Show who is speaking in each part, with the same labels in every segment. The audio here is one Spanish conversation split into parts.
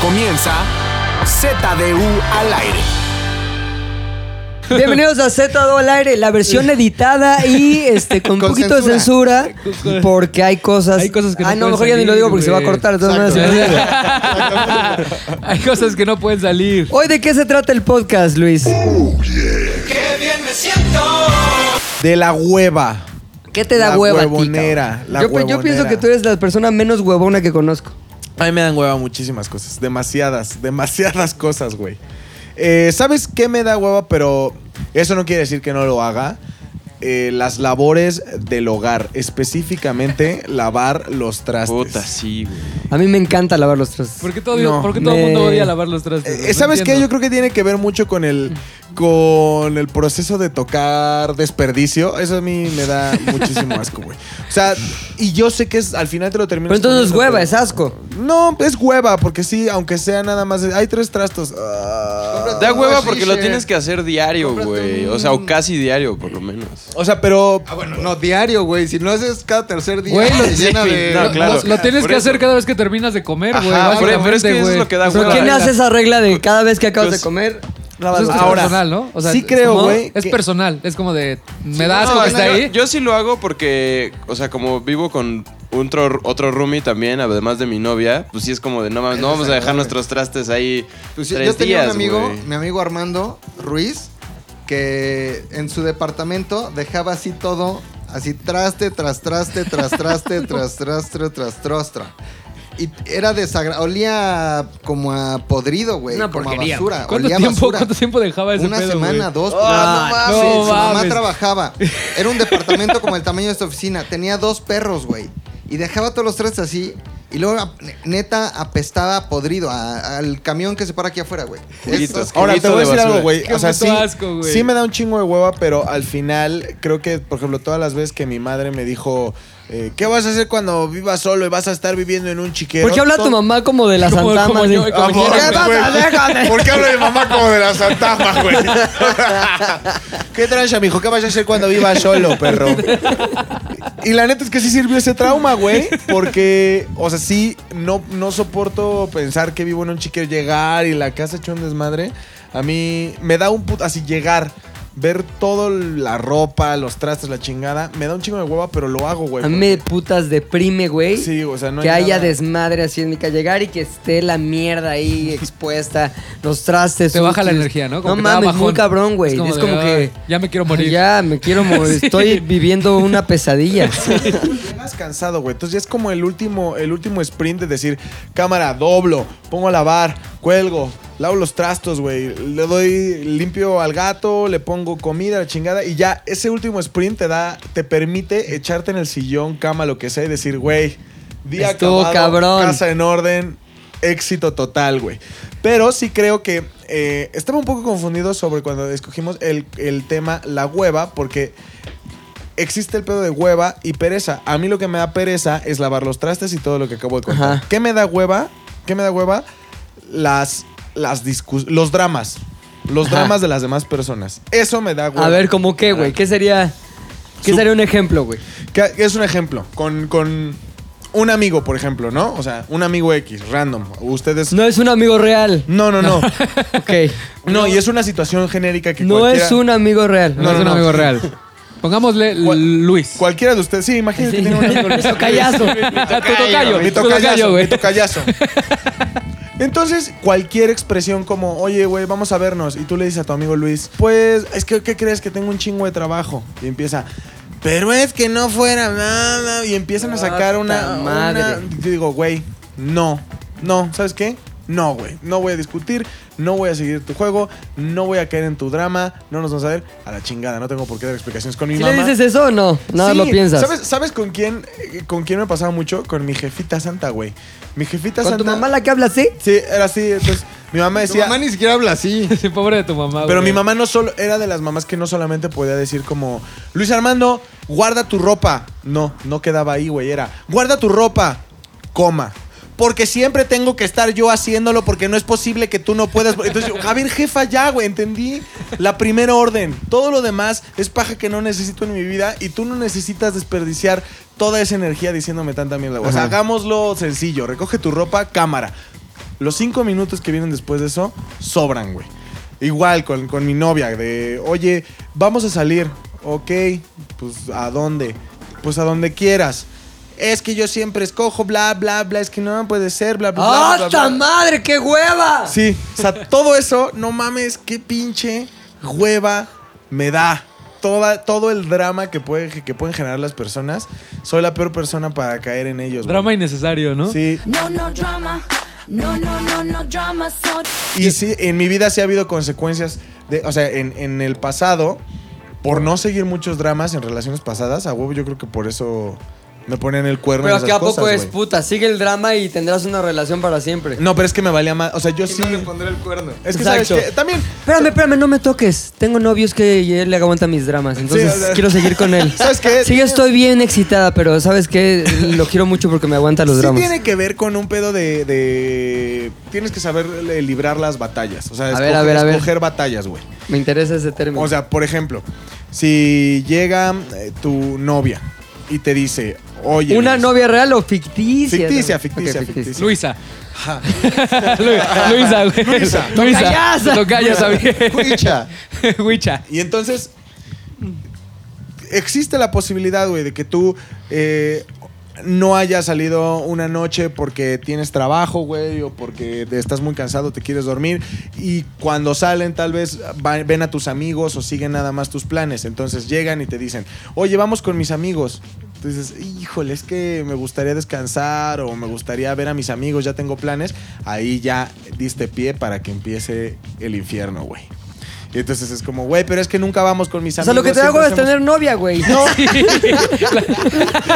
Speaker 1: comienza ZDU al aire.
Speaker 2: Bienvenidos a Z2 al aire, la versión editada y este con,
Speaker 1: Con
Speaker 2: poquito de censura, porque hay cosas.
Speaker 3: Hay cosas que no
Speaker 2: Ah, no,
Speaker 3: pueden
Speaker 2: mejor ya ni lo
Speaker 3: salir,
Speaker 2: digo porque se va a
Speaker 3: güey.
Speaker 2: cortar. de todas maneras.
Speaker 3: Hay cosas que no pueden salir.
Speaker 2: Hoy, ¿de qué se trata el podcast, Luis?
Speaker 1: De la hueva.
Speaker 2: ¿Qué te da
Speaker 1: La
Speaker 2: hueva, a ti,
Speaker 1: huevonera,
Speaker 2: cabrón?
Speaker 1: la
Speaker 2: yo, pe- yo
Speaker 1: huevonera.
Speaker 2: pienso que tú eres la persona menos huevona que conozco.
Speaker 1: A mí me dan hueva muchísimas cosas. Demasiadas, demasiadas cosas, güey. Eh, ¿Sabes qué me da hueva? Pero eso no quiere decir que no lo haga. Eh, las labores del hogar, específicamente lavar los trastes.
Speaker 4: Puta, sí, güey.
Speaker 2: A mí me encanta lavar los trastes.
Speaker 3: ¿Por qué todo,
Speaker 1: No,
Speaker 3: por qué todo el
Speaker 2: me-
Speaker 3: mundo odia lavar los trastes?
Speaker 1: Eh, ¿Sabes qué? Yo creo que tiene que ver mucho con el con el proceso de tocar desperdicio. Eso a mí me da muchísimo asco, güey. O sea, y yo sé que es al final te lo terminas.
Speaker 2: Pero entonces
Speaker 1: comiendo,
Speaker 2: hueva,
Speaker 1: pero-
Speaker 2: es asco.
Speaker 1: No, es hueva, porque sí, aunque sea nada más. de- Hay tres trastos. Ah.
Speaker 4: Da hueva porque lo tienes que hacer diario, güey. O sea, o casi diario, por lo menos.
Speaker 1: O sea, pero.
Speaker 5: Ah, bueno, no, diario, güey. Si no haces cada tercer día,
Speaker 3: Güey, lo-
Speaker 5: te llena de...
Speaker 4: No,
Speaker 3: Lo-
Speaker 4: claro.
Speaker 3: Lo, lo tienes
Speaker 4: Por
Speaker 3: que
Speaker 4: eso.
Speaker 3: hacer cada vez que terminas de comer, güey.
Speaker 4: Ajá,
Speaker 3: básicamente,
Speaker 4: pero- pero es que eso es
Speaker 3: güey.
Speaker 4: lo que da
Speaker 2: ¿Pero
Speaker 4: hueva.
Speaker 2: quién hace esa regla de cada vez que acabas
Speaker 4: Pues-
Speaker 2: de comer?
Speaker 3: Eso es
Speaker 2: lavas-
Speaker 3: tu
Speaker 1: Ahora,
Speaker 3: personal, ¿no? O sea,
Speaker 1: sí creo,
Speaker 2: ¿no?
Speaker 1: güey.
Speaker 3: Es
Speaker 1: que-
Speaker 3: personal. Es como de. Me da
Speaker 4: No,
Speaker 3: asco que está
Speaker 4: yo,
Speaker 3: ahí.
Speaker 4: yo sí lo hago porque, o sea, como vivo con un tro- otro roomie también, además de mi novia, pues sí es como de no mames, no vamos a dejar nuestros trastes ahí
Speaker 5: Pues,
Speaker 4: tres
Speaker 5: yo tenía
Speaker 4: días,
Speaker 5: un amigo,
Speaker 4: güey.
Speaker 5: mi amigo Armando Ruiz, que en su departamento dejaba así todo, así traste, tras traste, tras traste, tras trastre, tras trostra. Y era desagradable, olía como a podrido, güey,
Speaker 2: Una
Speaker 5: como a
Speaker 2: porquería,
Speaker 5: basura.
Speaker 3: ¿Cuánto
Speaker 5: olía a
Speaker 3: tiempo,
Speaker 5: basura.
Speaker 3: ¿Cuánto tiempo dejaba ese
Speaker 5: Una
Speaker 3: pedo,
Speaker 5: semana,
Speaker 3: güey?
Speaker 5: dos. pues,
Speaker 2: Ah,
Speaker 3: no
Speaker 5: no, mames. Su mamá
Speaker 3: mames.
Speaker 5: trabajaba. Era un departamento como el tamaño de esta oficina. Tenía dos perros, güey. Y dejaba todos los trastes así. Y luego, ap- neta, apestaba a podrido a- al camión que se para aquí afuera, güey.
Speaker 4: Juguito.
Speaker 5: Esos-
Speaker 1: Ahora te
Speaker 4: Juguito
Speaker 1: voy a
Speaker 4: de
Speaker 1: decir
Speaker 4: basura.
Speaker 1: algo, güey.
Speaker 3: Qué
Speaker 1: O sea,
Speaker 3: puto
Speaker 1: sí,
Speaker 3: asco, güey.
Speaker 1: sí me da un chingo de hueva, pero al final creo que, por ejemplo, todas las veces que mi madre me dijo, eh, ¿qué vas a hacer cuando vivas solo y vas a estar viviendo en un chiquero?
Speaker 2: ¿Por qué habla
Speaker 1: Todo-
Speaker 2: tu mamá como de las
Speaker 3: Como- como
Speaker 2: antamas? "Ah,
Speaker 3: yo-
Speaker 2: de-
Speaker 1: Ah,
Speaker 3: como yo-
Speaker 2: ¿Qué pasa? Déjame.
Speaker 1: ¿Por qué habla mi mamá como de la Santama, güey? ¿Qué trancha, mijo? ¿Qué vas a hacer cuando vivas solo, perro? Y la neta es que sí sirvió ese trauma, güey. Porque, o sea, sí, no, no soporto pensar que vivo en un chiquero, llegar y la casa hecho un desmadre. A mí me da un puto. Así llegar, ver toda la ropa, los trastes, la chingada. Me da un chingo de hueva, pero lo hago, güey.
Speaker 2: A mí me putas deprime, güey.
Speaker 1: Sí, o sea, no
Speaker 2: que
Speaker 1: hay
Speaker 2: haya
Speaker 1: nada.
Speaker 2: desmadre así en mi calle. Llegar y que esté la mierda ahí expuesta, los trastes.
Speaker 3: Te baja la
Speaker 2: sucios.
Speaker 3: energía, ¿no?
Speaker 2: No
Speaker 3: Como que te da
Speaker 2: mames, muy
Speaker 3: bajón.
Speaker 2: cabrón, güey.
Speaker 3: Es
Speaker 2: Es como,
Speaker 3: como de,
Speaker 2: que.
Speaker 3: "Ay, ya me quiero morir".
Speaker 2: Ya, me quiero morir.
Speaker 3: Sí.
Speaker 2: Estoy viviendo una pesadilla.
Speaker 1: Llegas Pues cansado, güey. Entonces ya es como el último, el último sprint de decir, cámara, doblo, pongo a lavar, cuelgo, lavo los trastos, güey. Le doy limpio al gato, le pongo comida, la chingada. Y ya ese último sprint te da, te permite echarte en el sillón, cama, lo que sea, y decir, güey, día
Speaker 2: Estuvo
Speaker 1: acabado,
Speaker 2: cabrón.
Speaker 1: casa en orden, éxito total, güey. Pero sí creo que eh, estaba un poco confundido sobre cuando escogimos el, el tema la hueva, porque existe el pedo de hueva y pereza. A mí lo que me da pereza es lavar los trastes y todo lo que acabo de contar.
Speaker 2: Ajá.
Speaker 1: ¿Qué me da hueva? ¿Qué me da hueva? Las, las discus los dramas. Los
Speaker 2: Ajá.
Speaker 1: dramas de las demás personas. Eso me da hueva.
Speaker 2: A ver, ¿cómo qué, güey? ¿Qué sería.? ¿Qué
Speaker 1: Su-
Speaker 2: sería un ejemplo, güey?
Speaker 1: Que- que es un ejemplo. Con, con un amigo, por ejemplo, ¿no? O sea, un amigo X, random. Ustedes.
Speaker 2: No es un amigo real.
Speaker 1: No, no, no.
Speaker 2: Ok.
Speaker 1: No, y es una situación genérica que
Speaker 2: No
Speaker 1: cualquiera,
Speaker 2: es un amigo real.
Speaker 3: No,
Speaker 1: No,
Speaker 3: es
Speaker 1: no,
Speaker 3: un
Speaker 1: no.
Speaker 3: amigo real. Pongámosle
Speaker 1: ¿Cuál-
Speaker 3: Luis.
Speaker 1: Cualquiera de ustedes. Sí, imagínate
Speaker 2: Sí.
Speaker 1: que tiene un amigo.
Speaker 2: Mi tocayazo.
Speaker 3: Ah, tu tocayo,
Speaker 1: Mi
Speaker 3: tu
Speaker 1: tocayazo,
Speaker 3: tocayo,
Speaker 1: mi
Speaker 3: güey.
Speaker 1: tocayazo. Entonces, cualquier expresión como, oye, güey, vamos a vernos, y tú le dices a tu amigo Luis, pues, es que, ¿qué crees? Que tengo un chingo de trabajo. Y empieza, pero es que no fuera nada. Y empiezan a sacar una.
Speaker 2: Puta madre.
Speaker 1: una- Yo digo, güey, no, no, ¿sabes qué? No, güey, no voy a discutir, no voy a seguir tu juego, no voy a caer en tu drama, no nos vamos a ver a la chingada, no tengo por qué dar explicaciones con mi
Speaker 2: ¿Sí le
Speaker 1: mamá.
Speaker 2: dices eso o no? Nada
Speaker 1: Sí,
Speaker 2: lo piensas.
Speaker 1: ¿Sabes, ¿sabes con quién eh, con quién me pasaba mucho? Con mi jefita santa, güey. Mi jefita
Speaker 2: ¿Con
Speaker 1: santa.
Speaker 2: tu mamá la que habla así?
Speaker 1: Sí, era así. Entonces, mi mamá
Speaker 5: Tu
Speaker 1: decía.
Speaker 5: mamá ni siquiera habla así.
Speaker 3: Sí, pobre de tu mamá,
Speaker 1: Pero
Speaker 3: güey.
Speaker 1: mi mamá no solo era de las mamás que no solamente podía decir como Luis Armando, guarda tu ropa. No, no quedaba ahí, güey. Era guarda tu ropa, coma. Porque siempre tengo que estar yo haciéndolo porque no es posible que tú no puedas. Entonces, yo, a ver, jefa, ya, güey, entendí la primera orden. Todo lo demás es paja que no necesito en mi vida y tú no necesitas desperdiciar toda esa energía diciéndome tanta mierda. güey. O sea,
Speaker 2: Ajá.
Speaker 1: hagámoslo sencillo. Recoge tu ropa, cámara. Los cinco minutos que vienen después de eso sobran, güey. Igual con, con mi novia, de, oye, vamos a salir. Ok, pues ¿a dónde? Pues a donde quieras. Es que yo siempre escojo, bla, bla, bla, es que no puede ser, bla, bla, bla, bla, bla.
Speaker 2: ¡Hasta ¡Ah, madre, qué hueva!
Speaker 1: Sí, o sea, todo eso, no mames, qué pinche hueva me da. Toda, todo el drama que, puede, que pueden generar las personas, soy la peor persona para caer en ellos. güey.
Speaker 3: Drama innecesario, ¿no?
Speaker 1: Sí,
Speaker 6: No, no drama. No, no, no, no drama. So
Speaker 1: y sí, en mi vida sí ha habido consecuencias, de, o sea, en, en el pasado, por no seguir muchos dramas en relaciones pasadas, a huevo yo creo que por eso me ponen el cuerno.
Speaker 2: Pero
Speaker 1: en
Speaker 2: que
Speaker 1: esas
Speaker 2: a poco
Speaker 1: cosas,
Speaker 2: es
Speaker 1: güey.
Speaker 2: puta, sigue el drama y tendrás una relación para siempre.
Speaker 1: No, pero es que me valía más, o sea, yo
Speaker 5: Y
Speaker 1: sí...
Speaker 5: no le pondré el cuerno.
Speaker 1: Es que
Speaker 2: Exacto.
Speaker 1: sabes que también...
Speaker 2: Espérame, espérame, no me toques. Tengo novios que y él le aguanta mis dramas, entonces
Speaker 1: Sí, o sea-
Speaker 2: quiero seguir con él.
Speaker 1: ¿Sabes qué?
Speaker 2: Sí, yo estoy bien excitada, pero ¿sabes qué? Lo quiero mucho porque me aguanta los
Speaker 1: sí
Speaker 2: dramas.
Speaker 1: tiene que ver con un pedo de, de- Tienes que saber eh, librar las batallas. O sea,
Speaker 2: A
Speaker 1: escoger,
Speaker 2: ver, a ver, a ver.
Speaker 1: escoger batallas, güey.
Speaker 2: Me interesa ese término.
Speaker 1: O sea, por ejemplo, si llega eh, tu novia y te dice, oye...
Speaker 2: ¿Una
Speaker 1: Luis,
Speaker 2: novia real o ficticia?
Speaker 1: Ficticia,
Speaker 2: Ok,
Speaker 1: ficticia, ficticia.
Speaker 3: Luisa. Lu- Luisa, güey.
Speaker 1: Luisa.
Speaker 3: Luisa.
Speaker 2: Tocayasa.
Speaker 3: Tocayasa, bien.
Speaker 5: Cuicha.
Speaker 3: Huicha.
Speaker 1: Y entonces, existe la posibilidad, güey, de que tú eh, no hayas salido una noche porque tienes trabajo, güey, o porque te estás muy cansado, te quieres dormir. Y cuando salen, tal vez va- ven a tus amigos o siguen nada más tus planes. Entonces llegan y te dicen, oye, vamos con mis amigos. Entonces, híjole, es que me gustaría descansar o me gustaría ver a mis amigos, ya tengo planes. Ahí ya diste pie para que empiece el infierno, güey. Y entonces es como, güey, pero es que nunca vamos con mis
Speaker 2: O
Speaker 1: amigos.
Speaker 2: sea, lo que te hago
Speaker 1: siempre
Speaker 2: es
Speaker 1: hacemos-
Speaker 2: tener novia, güey. No,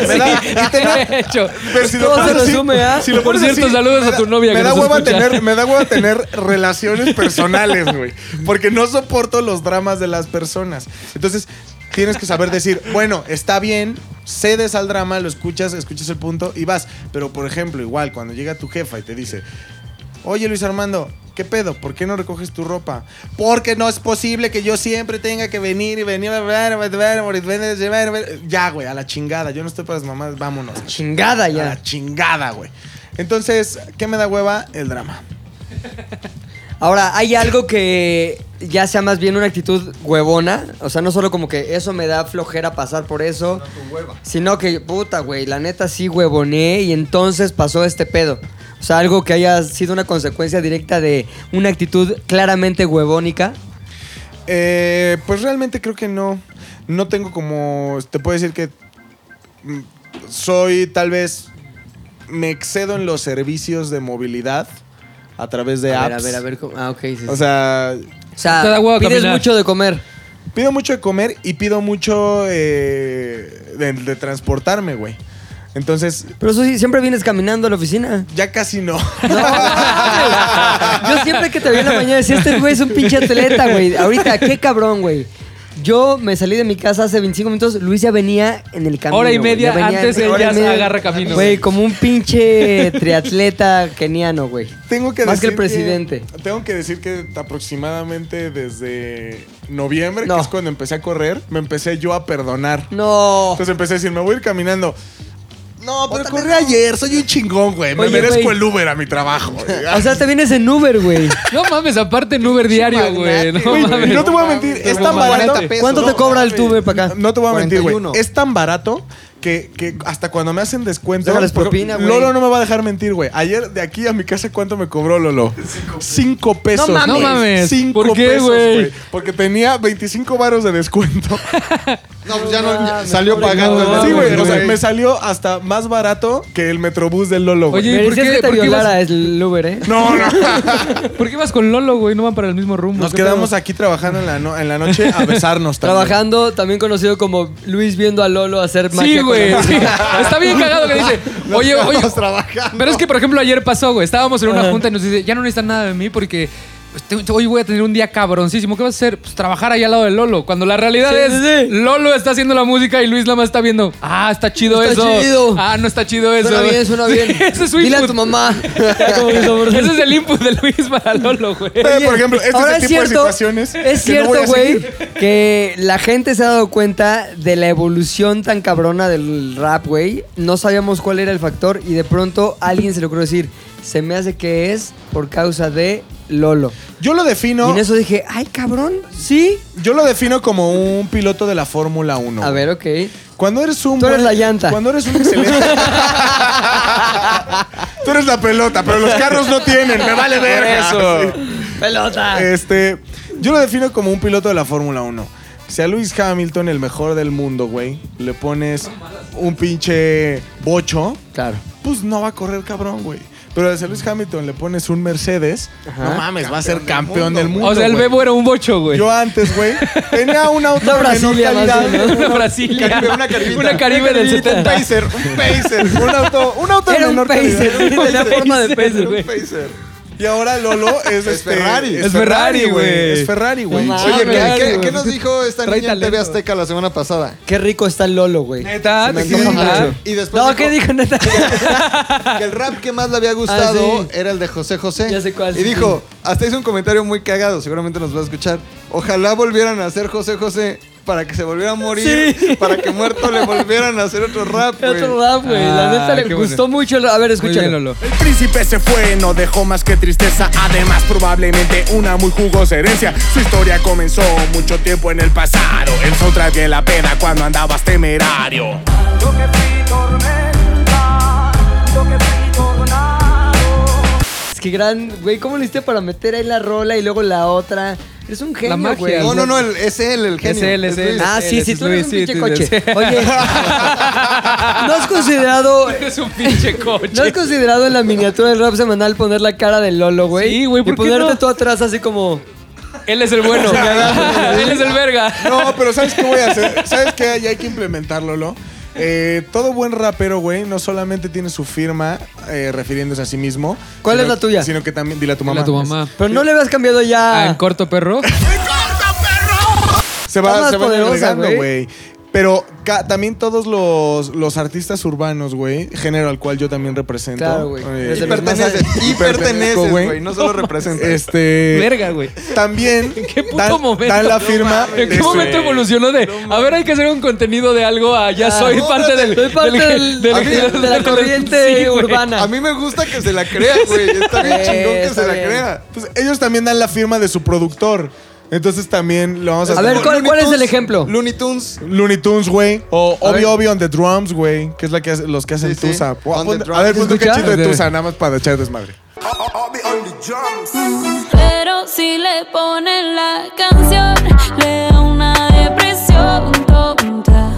Speaker 1: Me da- y te-
Speaker 3: De hecho.
Speaker 1: pero si lo
Speaker 2: Todo se
Speaker 1: pones así-
Speaker 2: resume a-
Speaker 1: si lo
Speaker 3: Por
Speaker 1: pones
Speaker 3: cierto,
Speaker 1: así,
Speaker 3: saludos
Speaker 1: me
Speaker 3: a
Speaker 1: da-
Speaker 3: tu novia
Speaker 1: Me
Speaker 3: que
Speaker 1: da,
Speaker 3: nos
Speaker 1: hueva
Speaker 3: escucha.
Speaker 1: tener, me da hueva tener relaciones personales, güey. Porque no soporto los dramas de las personas. Entonces, tienes que saber decir, bueno, está bien, cedes al drama, lo escuchas, escuchas el punto y vas. Pero, por ejemplo, igual, cuando llega tu jefa y te dice, Oye Luis Armando, ¿qué pedo? ¿Por qué no recoges tu ropa? Porque no es posible que yo siempre tenga que venir y venir. Ya, güey, a la chingada. Yo no estoy para las mamás, vámonos.
Speaker 2: Chingada
Speaker 1: A
Speaker 2: ya.
Speaker 1: la chingada, güey. Entonces, ¿qué me da hueva? El drama.
Speaker 2: Ahora, hay algo que ya sea más bien una actitud huevona. O sea, no solo como que eso me da flojera pasar por eso. Sino que, puta, güey, la neta sí huevoné y entonces pasó este pedo. O sea, algo que haya sido una consecuencia directa de una actitud claramente huevónica.
Speaker 1: Eh, pues realmente creo que no. No tengo como. Te puedo decir que. mm, Soy tal vez. Me excedo en los servicios de movilidad a través de
Speaker 2: a
Speaker 1: apps.
Speaker 2: ver, a ver, a ver. cómo- Ah, ok, sí. sí.
Speaker 1: O sea,
Speaker 2: O sea,
Speaker 3: Te da hueva
Speaker 2: pides
Speaker 3: caminar.
Speaker 2: mucho de comer.
Speaker 1: Pido mucho de comer y pido mucho eh, de, de transportarme, güey. Entonces,
Speaker 2: Pero eso sí, siempre vienes caminando a la oficina.
Speaker 1: ya casi no.
Speaker 2: Yo siempre que te veo en la mañana decía, este güey es un pinche atleta, güey. Ahorita, qué cabrón, güey. Yo me salí de mi casa hace 25 minutos, Luis ya venía en el camino.
Speaker 3: Hora y
Speaker 2: güey.
Speaker 3: media
Speaker 2: Ya venía-
Speaker 3: antes
Speaker 2: hora y
Speaker 3: ella
Speaker 2: media.
Speaker 3: agarra camino.
Speaker 2: Güey, como un pinche triatleta keniano, güey.
Speaker 1: Tengo que
Speaker 2: Más que
Speaker 1: decir
Speaker 2: el presidente.
Speaker 1: tengo que decir que aproximadamente desde noviembre,
Speaker 2: No.
Speaker 1: que es cuando empecé a correr, me empecé yo a perdonar.
Speaker 2: No.
Speaker 1: Entonces empecé a decir, me voy a ir caminando. No, pero
Speaker 2: Otra
Speaker 1: corrí
Speaker 2: vez no.
Speaker 1: ayer, soy un chingón, güey. Me
Speaker 2: Oye,
Speaker 1: merezco
Speaker 2: güey.
Speaker 1: el Uber a mi trabajo.
Speaker 2: O sea, te vienes en Uber, güey.
Speaker 3: No mames, aparte en Uber diario, güey. No
Speaker 1: Güey,
Speaker 3: mames.
Speaker 1: no te voy a mentir, es
Speaker 3: tan barato.
Speaker 2: ¿Cuánto te cobra el tuve para acá?
Speaker 1: No te voy a mentir, güey.
Speaker 5: 41.
Speaker 1: Es tan barato que, que hasta cuando me hacen descuento.
Speaker 2: Déjales
Speaker 1: por
Speaker 2: propina,
Speaker 1: ejemplo,
Speaker 2: güey.
Speaker 1: Lolo no me va a dejar mentir, güey. Ayer de aquí a mi casa, ¿cuánto me cobró Lolo? Cinco pesos.
Speaker 2: No mames.
Speaker 1: güey.
Speaker 3: No mames.
Speaker 1: Cinco
Speaker 3: ¿Por qué,
Speaker 1: pesos,
Speaker 3: güey?
Speaker 1: güey. Porque tenía 25 varos de descuento.
Speaker 5: No, pues ya no. ya-
Speaker 2: No,
Speaker 5: salió
Speaker 2: pobre
Speaker 5: pagando.
Speaker 3: no,
Speaker 5: ¿no?
Speaker 1: sí, güey.
Speaker 3: mames,
Speaker 1: O sea,
Speaker 3: güey.
Speaker 1: me salió hasta más barato que el metrobús del Lolo, güey.
Speaker 3: Oye, ¿y por
Speaker 2: Merecías
Speaker 3: qué,
Speaker 2: que te
Speaker 3: por qué
Speaker 2: violara
Speaker 3: ibas,
Speaker 2: el Uber, ¿eh?
Speaker 1: No, no.
Speaker 3: por qué ibas con Lolo, güey? No van para el mismo rumbo.
Speaker 1: Nos
Speaker 3: ¿Qué
Speaker 1: quedamos
Speaker 3: pedo?
Speaker 1: aquí trabajando en la, no- en la noche a besarnos. también.
Speaker 2: Trabajando, también conocido como Luis viendo a Lolo hacer magia.
Speaker 3: Sí,
Speaker 2: con
Speaker 3: güey.
Speaker 2: la-
Speaker 3: sí. Está bien cagado que dice. Oye, oye.
Speaker 5: Estamos trabajando.
Speaker 3: Pero es que, por ejemplo, ayer pasó, güey. Estábamos en una junta y nos dice, ya no necesitan nada de mí porque "Este- hoy voy a tener un día cabroncísimo. ¿Qué vas a hacer? Pues trabajar ahí al lado de Lolo. Cuando la realidad
Speaker 2: Sí,
Speaker 3: es,
Speaker 2: sí, sí.
Speaker 3: Lolo está haciendo la música y Luis Lama está viendo. Ah, está chido
Speaker 2: Está
Speaker 3: eso.
Speaker 2: chido.
Speaker 3: Ah, no está chido eso.
Speaker 2: Suena bien, suena bien.
Speaker 3: Ese es su
Speaker 2: Dile a
Speaker 3: input.
Speaker 2: tu mamá.
Speaker 3: Ese es el input de Luis para Lolo, güey.
Speaker 1: Pero, por ejemplo, este
Speaker 2: Ahora
Speaker 1: es el tipo de situaciones que no
Speaker 2: Es cierto,
Speaker 1: voy a
Speaker 2: güey,
Speaker 1: seguir.
Speaker 2: que la gente se ha dado cuenta de la evolución tan cabrona del rap, güey. No sabíamos cuál era el factor y de pronto a alguien se le ocurrió decir, se me hace que es por causa de Lolo.
Speaker 1: Yo lo defino.
Speaker 2: Y en eso dije, ay, cabrón, sí.
Speaker 1: Yo lo defino como un piloto de la Fórmula 1.
Speaker 2: A ver, ok.
Speaker 1: Cuando eres un.
Speaker 2: Tú eres
Speaker 1: buen-
Speaker 2: la llanta.
Speaker 1: Cuando eres un excelente. Tú eres la pelota, pero los carros no tienen. Me vale ver eso.
Speaker 2: Pelota.
Speaker 1: Este, yo lo defino como un piloto de la Fórmula 1. Si a Lewis Hamilton, el mejor del mundo, güey, le pones un pinche bocho,
Speaker 2: Claro.
Speaker 1: pues no va a correr cabrón, güey. Pero si a Lewis Hamilton le pones un Mercedes, no mames, va a ser campeón del mundo.
Speaker 3: O sea, el
Speaker 1: güey.
Speaker 3: bebo era un bocho, güey.
Speaker 1: Yo antes, güey, tenía un auto
Speaker 2: Una
Speaker 1: de menor
Speaker 2: Brasilia, más
Speaker 1: calidad.
Speaker 2: bien,
Speaker 3: Una Brasilia.
Speaker 1: Caribe, una caribita.
Speaker 3: Una Caribe del
Speaker 2: Una
Speaker 1: Un
Speaker 3: 70.
Speaker 1: Pacer, un Pacer, un auto, un auto de
Speaker 2: Era un
Speaker 1: menor
Speaker 2: pacer,
Speaker 1: calidad.
Speaker 2: tenía forma de pacer,
Speaker 1: Un
Speaker 2: güey.
Speaker 1: Pacer. Y ahora Lolo es, este,
Speaker 5: Ferrari.
Speaker 3: Es Ferrari, güey.
Speaker 1: Es Ferrari, güey.
Speaker 2: No
Speaker 5: Oye, ¿qué-
Speaker 3: mames,
Speaker 5: ¿qué,
Speaker 3: güey.
Speaker 5: qué nos dijo esta
Speaker 3: Trae
Speaker 5: niña en TV
Speaker 3: talento.
Speaker 5: Azteca la semana pasada?
Speaker 2: Qué rico está el Lolo, güey.
Speaker 3: Neta,
Speaker 2: Se me
Speaker 3: te
Speaker 2: antoja
Speaker 3: quiero
Speaker 5: Sí,
Speaker 2: mucho.
Speaker 3: matar.
Speaker 5: Y después
Speaker 2: No,
Speaker 5: dijo
Speaker 2: ¿qué dijo neta?
Speaker 5: que el rap que más le había gustado
Speaker 2: Ah, sí.
Speaker 5: era el de José José.
Speaker 2: Ya sé cuál,
Speaker 5: Y
Speaker 2: sí,
Speaker 5: dijo, hasta hizo un comentario muy cagado, seguramente nos va a escuchar. Ojalá volvieran a hacer José José para que se volviera a morir,
Speaker 2: Sí.
Speaker 5: para que muerto le volvieran a hacer otro rap, güey.
Speaker 2: Otro rap, güey. La
Speaker 3: Ah,
Speaker 2: neta le
Speaker 3: qué
Speaker 2: gustó mucho. el- A ver,
Speaker 3: Muy bien,
Speaker 2: escúchalo.
Speaker 3: Lolo.
Speaker 7: El príncipe se fue, no dejó más que tristeza, además probablemente una muy jugosa herencia. Su historia comenzó mucho tiempo en el pasado, el soundtrack de la pena cuando andabas temerario.
Speaker 2: Es que gran, güey, ¿cómo lo hiciste para meter ahí la rola y luego la otra? Es un genio,
Speaker 3: magia.
Speaker 2: güey.
Speaker 5: No, no, no, el- es él, el genio.
Speaker 3: él, es él.
Speaker 5: Luis.
Speaker 2: Ah, sí,
Speaker 3: Ese
Speaker 2: sí,
Speaker 3: es
Speaker 2: tú eres un
Speaker 3: Luis,
Speaker 2: pinche
Speaker 3: sí,
Speaker 2: coche.
Speaker 3: tú eres-
Speaker 2: Oye, ¿no has considerado...
Speaker 3: Eres Este un pinche coche.
Speaker 2: ¿No has considerado en la miniatura del rap semanal poner la cara del Lolo, güey?
Speaker 3: Sí, güey,
Speaker 2: Y
Speaker 3: ¿por qué
Speaker 2: ponerte
Speaker 3: no?
Speaker 2: tú atrás así como...
Speaker 3: Él es el bueno. Él es el verga.
Speaker 1: No, pero ¿sabes qué voy a hacer? ¿Sabes qué? Ya hay que implementarlo, Lolo. Eh, todo buen rapero, güey, no solamente tiene su firma eh, refiriéndose a sí mismo.
Speaker 2: ¿Cuál
Speaker 1: sino-
Speaker 2: es la tuya?
Speaker 1: Sino que también, dile a tu mamá.
Speaker 3: a tu mamá.
Speaker 2: Pero no le habías cambiado
Speaker 3: Ah, en
Speaker 2: ya...
Speaker 3: corto perro.
Speaker 1: Se
Speaker 2: Está
Speaker 1: va,
Speaker 2: más
Speaker 1: se van
Speaker 2: poderosa,
Speaker 1: agregando,
Speaker 2: güey.
Speaker 1: güey. Pero ca- también todos los, los artistas urbanos, güey, género al cual yo también represento.
Speaker 2: Claro, güey.
Speaker 1: eh,
Speaker 5: Y
Speaker 2: Desde
Speaker 5: perteneces, y
Speaker 1: pertenezco,
Speaker 5: perteneces,
Speaker 1: güey.
Speaker 5: güey. No solo representas.
Speaker 1: Este.
Speaker 3: Verga, güey.
Speaker 1: También
Speaker 3: ¿Qué puto
Speaker 1: dan,
Speaker 3: momento?
Speaker 1: dan la
Speaker 3: No
Speaker 1: firma. este,
Speaker 3: ¿En
Speaker 1: de
Speaker 3: qué
Speaker 1: su-
Speaker 3: momento evolucionó de, a ver, hay que hacer un contenido de algo a ya
Speaker 2: Ah,
Speaker 3: soy
Speaker 2: no,
Speaker 3: parte del...
Speaker 2: Soy parte del-
Speaker 3: del- del-
Speaker 2: de la
Speaker 3: del-
Speaker 2: corriente
Speaker 3: Sí, güey.
Speaker 2: urbana.
Speaker 5: A mí me gusta que se la crea, güey. Está bien
Speaker 2: Sí,
Speaker 5: chingón que
Speaker 2: está
Speaker 5: se la
Speaker 2: bien.
Speaker 5: crea.
Speaker 1: Pues ellos también dan la firma de su productor. Entonces también lo vamos a
Speaker 2: A ver,
Speaker 1: hacer.
Speaker 2: ¿cuál, cuál es el
Speaker 5: Looney Tunes-
Speaker 2: ejemplo?
Speaker 5: Looney Tunes.
Speaker 1: Looney Tunes, güey. O
Speaker 2: A ver.
Speaker 1: Obvio Obvio on the Drums, güey. Que es la que hace- los que hacen
Speaker 5: Sí, sí.
Speaker 1: Tusa. O-
Speaker 5: On the
Speaker 1: pon- A
Speaker 5: drums.
Speaker 1: ver, pues un
Speaker 2: ¿Escuchas?
Speaker 1: cachito de
Speaker 3: Ok.
Speaker 1: Tusa, nada más para echar desmadre.
Speaker 6: Pero si le ponen la canción, le da una depresión tonta.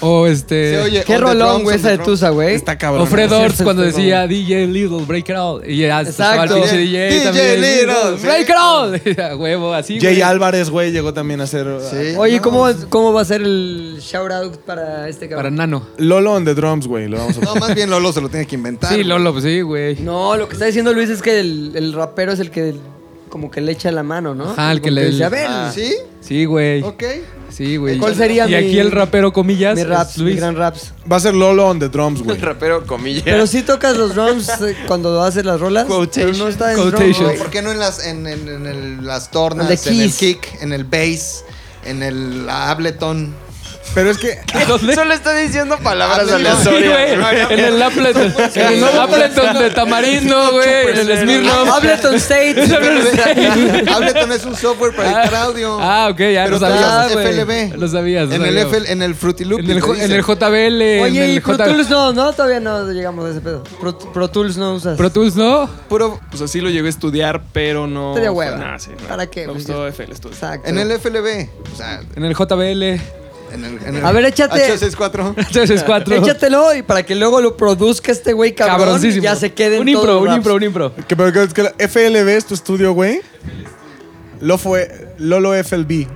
Speaker 3: O este...
Speaker 5: Se oye,
Speaker 2: Qué
Speaker 5: on the
Speaker 2: rolón,
Speaker 5: drums,
Speaker 2: güey,
Speaker 5: on
Speaker 2: esa
Speaker 5: the
Speaker 2: de
Speaker 5: drums.
Speaker 2: Tusa, güey.
Speaker 1: Está cabrón.
Speaker 3: O Fred
Speaker 1: güey.
Speaker 3: Orts cuando decía DJ Little Break It All. Y ya se estaba el
Speaker 2: Exacto.
Speaker 3: pinche DJ,
Speaker 5: DJ
Speaker 3: también.
Speaker 5: Little, sí.
Speaker 3: Break It All. Y a Huevo, así.
Speaker 1: Jay
Speaker 3: güey.
Speaker 1: Álvarez, güey, llegó también a hacer.
Speaker 5: Sí.
Speaker 2: Oye,
Speaker 5: No,
Speaker 2: ¿cómo, ¿cómo va a ser el shout out para este
Speaker 3: Para
Speaker 2: cabrón?
Speaker 3: Nano.
Speaker 1: Lolo on the Drums, güey. Lo vamos a
Speaker 5: No, más bien Lolo se lo tiene que inventar.
Speaker 3: Sí,
Speaker 5: güey.
Speaker 3: Lolo, pues sí, güey.
Speaker 2: No, lo que está diciendo Luis es que el, el rapero es el que como que le echa la mano, ¿no?
Speaker 3: Ajá, el que
Speaker 2: Como
Speaker 3: le- Ah.
Speaker 2: dice, a ver,
Speaker 5: Ah,
Speaker 4: Ah,
Speaker 5: ¿Sí?
Speaker 3: Sí, güey.
Speaker 5: Ok.
Speaker 3: Sí, güey.
Speaker 2: ¿Cuál sería
Speaker 3: Y
Speaker 2: mi-
Speaker 3: aquí el rapero, comillas,
Speaker 2: mi raps,
Speaker 3: es Luis.
Speaker 2: mi gran raps.
Speaker 1: Va a ser Lolo on the Drums, güey.
Speaker 4: El rapero comillas.
Speaker 2: Pero si tocas los drums eh, cuando haces las rolas, pero no está en
Speaker 3: Quotation.
Speaker 2: drum,
Speaker 5: No,
Speaker 2: güey.
Speaker 5: ¿Por qué no en las, en, en- en el- las tornas,
Speaker 2: And the
Speaker 5: en el
Speaker 2: keys.
Speaker 5: kick, en el bass, en el Ableton?
Speaker 1: Pero es que.
Speaker 3: ¿Dónde?
Speaker 4: Solo está diciendo palabras
Speaker 5: Sí, güey.
Speaker 3: Sí, güey.
Speaker 4: aleatorias.
Speaker 3: En el Appleton. En el Appleton de Tamarindo, güey. En el Smirnoff.
Speaker 2: Ah, Ableton State.
Speaker 5: Ableton es un software para editar audio.
Speaker 3: Ah, ok, ya
Speaker 5: Pero
Speaker 3: lo sabías.
Speaker 5: sabías
Speaker 2: Ah, güey.
Speaker 5: FLB.
Speaker 3: Lo sabías, lo
Speaker 5: En el,
Speaker 3: sabías.
Speaker 5: FL, en el Fruity Loop.
Speaker 3: En el, J- en el JBL. en
Speaker 2: Oye, y
Speaker 3: el
Speaker 2: Pro
Speaker 3: J-
Speaker 2: Tools no, no, todavía no llegamos a ese pedo. Pro, Pro Tools no usas.
Speaker 3: Pro Tools, ¿no?
Speaker 5: Puro,
Speaker 8: Pues así lo llegué a estudiar, pero no.
Speaker 2: Te dio
Speaker 8: fue
Speaker 2: hueva.
Speaker 8: nada, sí, no.
Speaker 2: ¿Para qué?
Speaker 8: Me
Speaker 2: Pues
Speaker 8: gustó
Speaker 2: ya-
Speaker 8: FL Studio.
Speaker 2: Exacto.
Speaker 5: en el FLB. O sea,
Speaker 3: En el JBL.
Speaker 5: en el, en el
Speaker 2: A ver, échate-
Speaker 5: H64.
Speaker 3: 364.
Speaker 2: Échatelo y para que luego lo produzca este güey cabrón,
Speaker 3: Cabroncísimo.
Speaker 2: ya se quede en
Speaker 3: Un impro,
Speaker 2: todo
Speaker 3: un
Speaker 2: raps.
Speaker 3: impro, un impro.
Speaker 1: que, pero que- es que la- FLB es tu estudio, güey. Lo fue. Lolo FLB.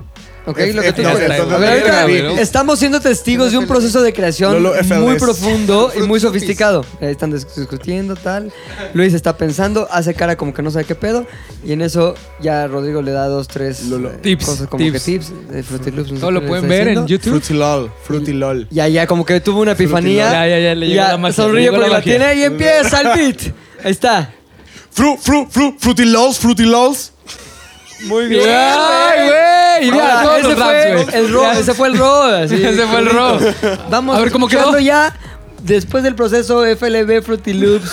Speaker 2: Ok,
Speaker 1: F-
Speaker 2: lo que
Speaker 1: F-
Speaker 2: tú
Speaker 1: no,
Speaker 2: quieras.
Speaker 1: entonces,
Speaker 2: A ver, ahorita
Speaker 1: verga,
Speaker 3: güey, ¿no?
Speaker 2: estamos siendo testigos de un proceso de creación
Speaker 1: Lolo FLS.
Speaker 2: muy profundo y muy sofisticado. Eh, Están dis- discutiendo, tal. Luis está pensando, hace cara como que no sabe qué pedo. Y en eso ya Rodrigo le da dos, tres eh,
Speaker 3: Tips,
Speaker 2: cosas como
Speaker 3: tips.
Speaker 2: que tips. eh, Fruity Loops, no sé
Speaker 3: Todo
Speaker 2: qué
Speaker 3: lo
Speaker 2: le
Speaker 3: pueden
Speaker 2: está
Speaker 3: ver
Speaker 2: diciendo.
Speaker 3: en YouTube.
Speaker 1: Fruity LOL. Fruity LOL.
Speaker 2: Ya, ya, como que tuvo una epifanía.
Speaker 3: Ya, ya, ya, le llegó la magia, le
Speaker 2: Sonríe
Speaker 3: llegó
Speaker 2: porque
Speaker 3: la
Speaker 2: la,
Speaker 3: magia.
Speaker 2: tiene y empieza el beat. Ahí está.
Speaker 1: Fru, fru, fru, fruity LOLs, fruity LOLs.
Speaker 3: Muy bien. ¡Ay, güey! Y
Speaker 2: Ahora,
Speaker 3: mira, todos
Speaker 2: ese,
Speaker 3: los
Speaker 2: fue
Speaker 3: raps, güey.
Speaker 2: el ro,
Speaker 3: Ya.
Speaker 2: ese fue el ro. así,
Speaker 3: Ese fue el ro.
Speaker 2: Vamos
Speaker 3: A ver, ¿cómo quedó?
Speaker 2: escuchando ya después del proceso FLB Fruity Loops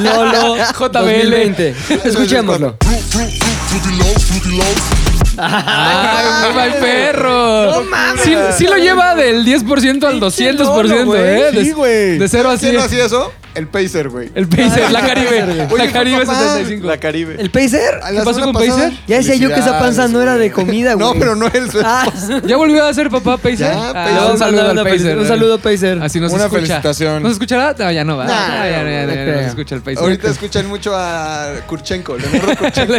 Speaker 2: Lolo
Speaker 3: JBL.
Speaker 2: 2020. Escuchémoslo.
Speaker 3: ¡Ay, muy mal perro!
Speaker 2: No mames.
Speaker 3: Sí, sí lo lleva del 10% al 200%,
Speaker 1: lolo,
Speaker 3: ¿eh?
Speaker 1: güey. Sí, güey.
Speaker 3: De, de 0 a 100.
Speaker 5: ¿Quién hacía eso? El Pacer, güey.
Speaker 3: El Pacer, la Caribe.
Speaker 5: Oye,
Speaker 3: La Caribe
Speaker 5: papá.
Speaker 3: 75.
Speaker 4: La Caribe.
Speaker 2: ¿El Pacer?
Speaker 5: A la
Speaker 3: ¿Qué pasó
Speaker 5: semana
Speaker 3: con
Speaker 5: pasada-
Speaker 3: Pacer?
Speaker 2: Ya decía yo que esa panza no era de comida, güey.
Speaker 5: No, pero no el
Speaker 2: Ah,
Speaker 3: ¿Ya volvió a ser papá Pacer?
Speaker 5: Ya,
Speaker 3: Ah,
Speaker 5: Pacer.
Speaker 3: un saludo al Pacer. eh.
Speaker 2: Un saludo, Pacer.
Speaker 3: Así nos
Speaker 1: Una
Speaker 3: escucha.
Speaker 1: felicitación.
Speaker 3: ¿Nos escuchará? No, ya no va.
Speaker 5: Nah,
Speaker 3: Ah, ya, ya,
Speaker 2: no
Speaker 3: ya, ya
Speaker 2: creo.
Speaker 3: nos escucha el Pacer.
Speaker 5: Ahorita escuchan mucho a Kurchenko, le morro Kurchenko.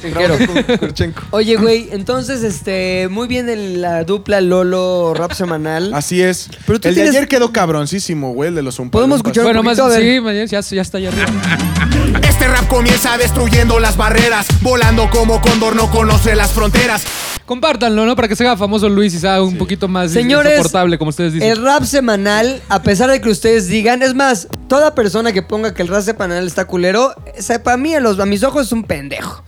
Speaker 2: Quiero.
Speaker 5: Raúl Kur- Kurchenko.
Speaker 2: Oye, güey, entonces, este, muy bien el- la dupla Lolo rap semanal.
Speaker 1: Así es.
Speaker 2: Pero tú
Speaker 1: el
Speaker 2: tienes-
Speaker 1: de ayer quedó cabroncísimo, güey, el de los Oompa
Speaker 2: Podemos
Speaker 1: Loompas.
Speaker 2: escuchar-
Speaker 3: bueno,
Speaker 2: un
Speaker 3: más
Speaker 2: poquito, a ver.
Speaker 3: sí, mañana ya, ya está allá arriba.
Speaker 7: Este rap comienza destruyendo las barreras, volando como cóndor no conoce las fronteras.
Speaker 3: Compártanlo, ¿no? Para que se haga famoso Luis y sea un poquito más
Speaker 2: Señores,
Speaker 3: soportable, como ustedes dicen.
Speaker 2: El rap semanal, a pesar de que ustedes digan, es más, toda persona que ponga que el rap semanal está culero, para mí, a, los, a mis ojos es un pendejo.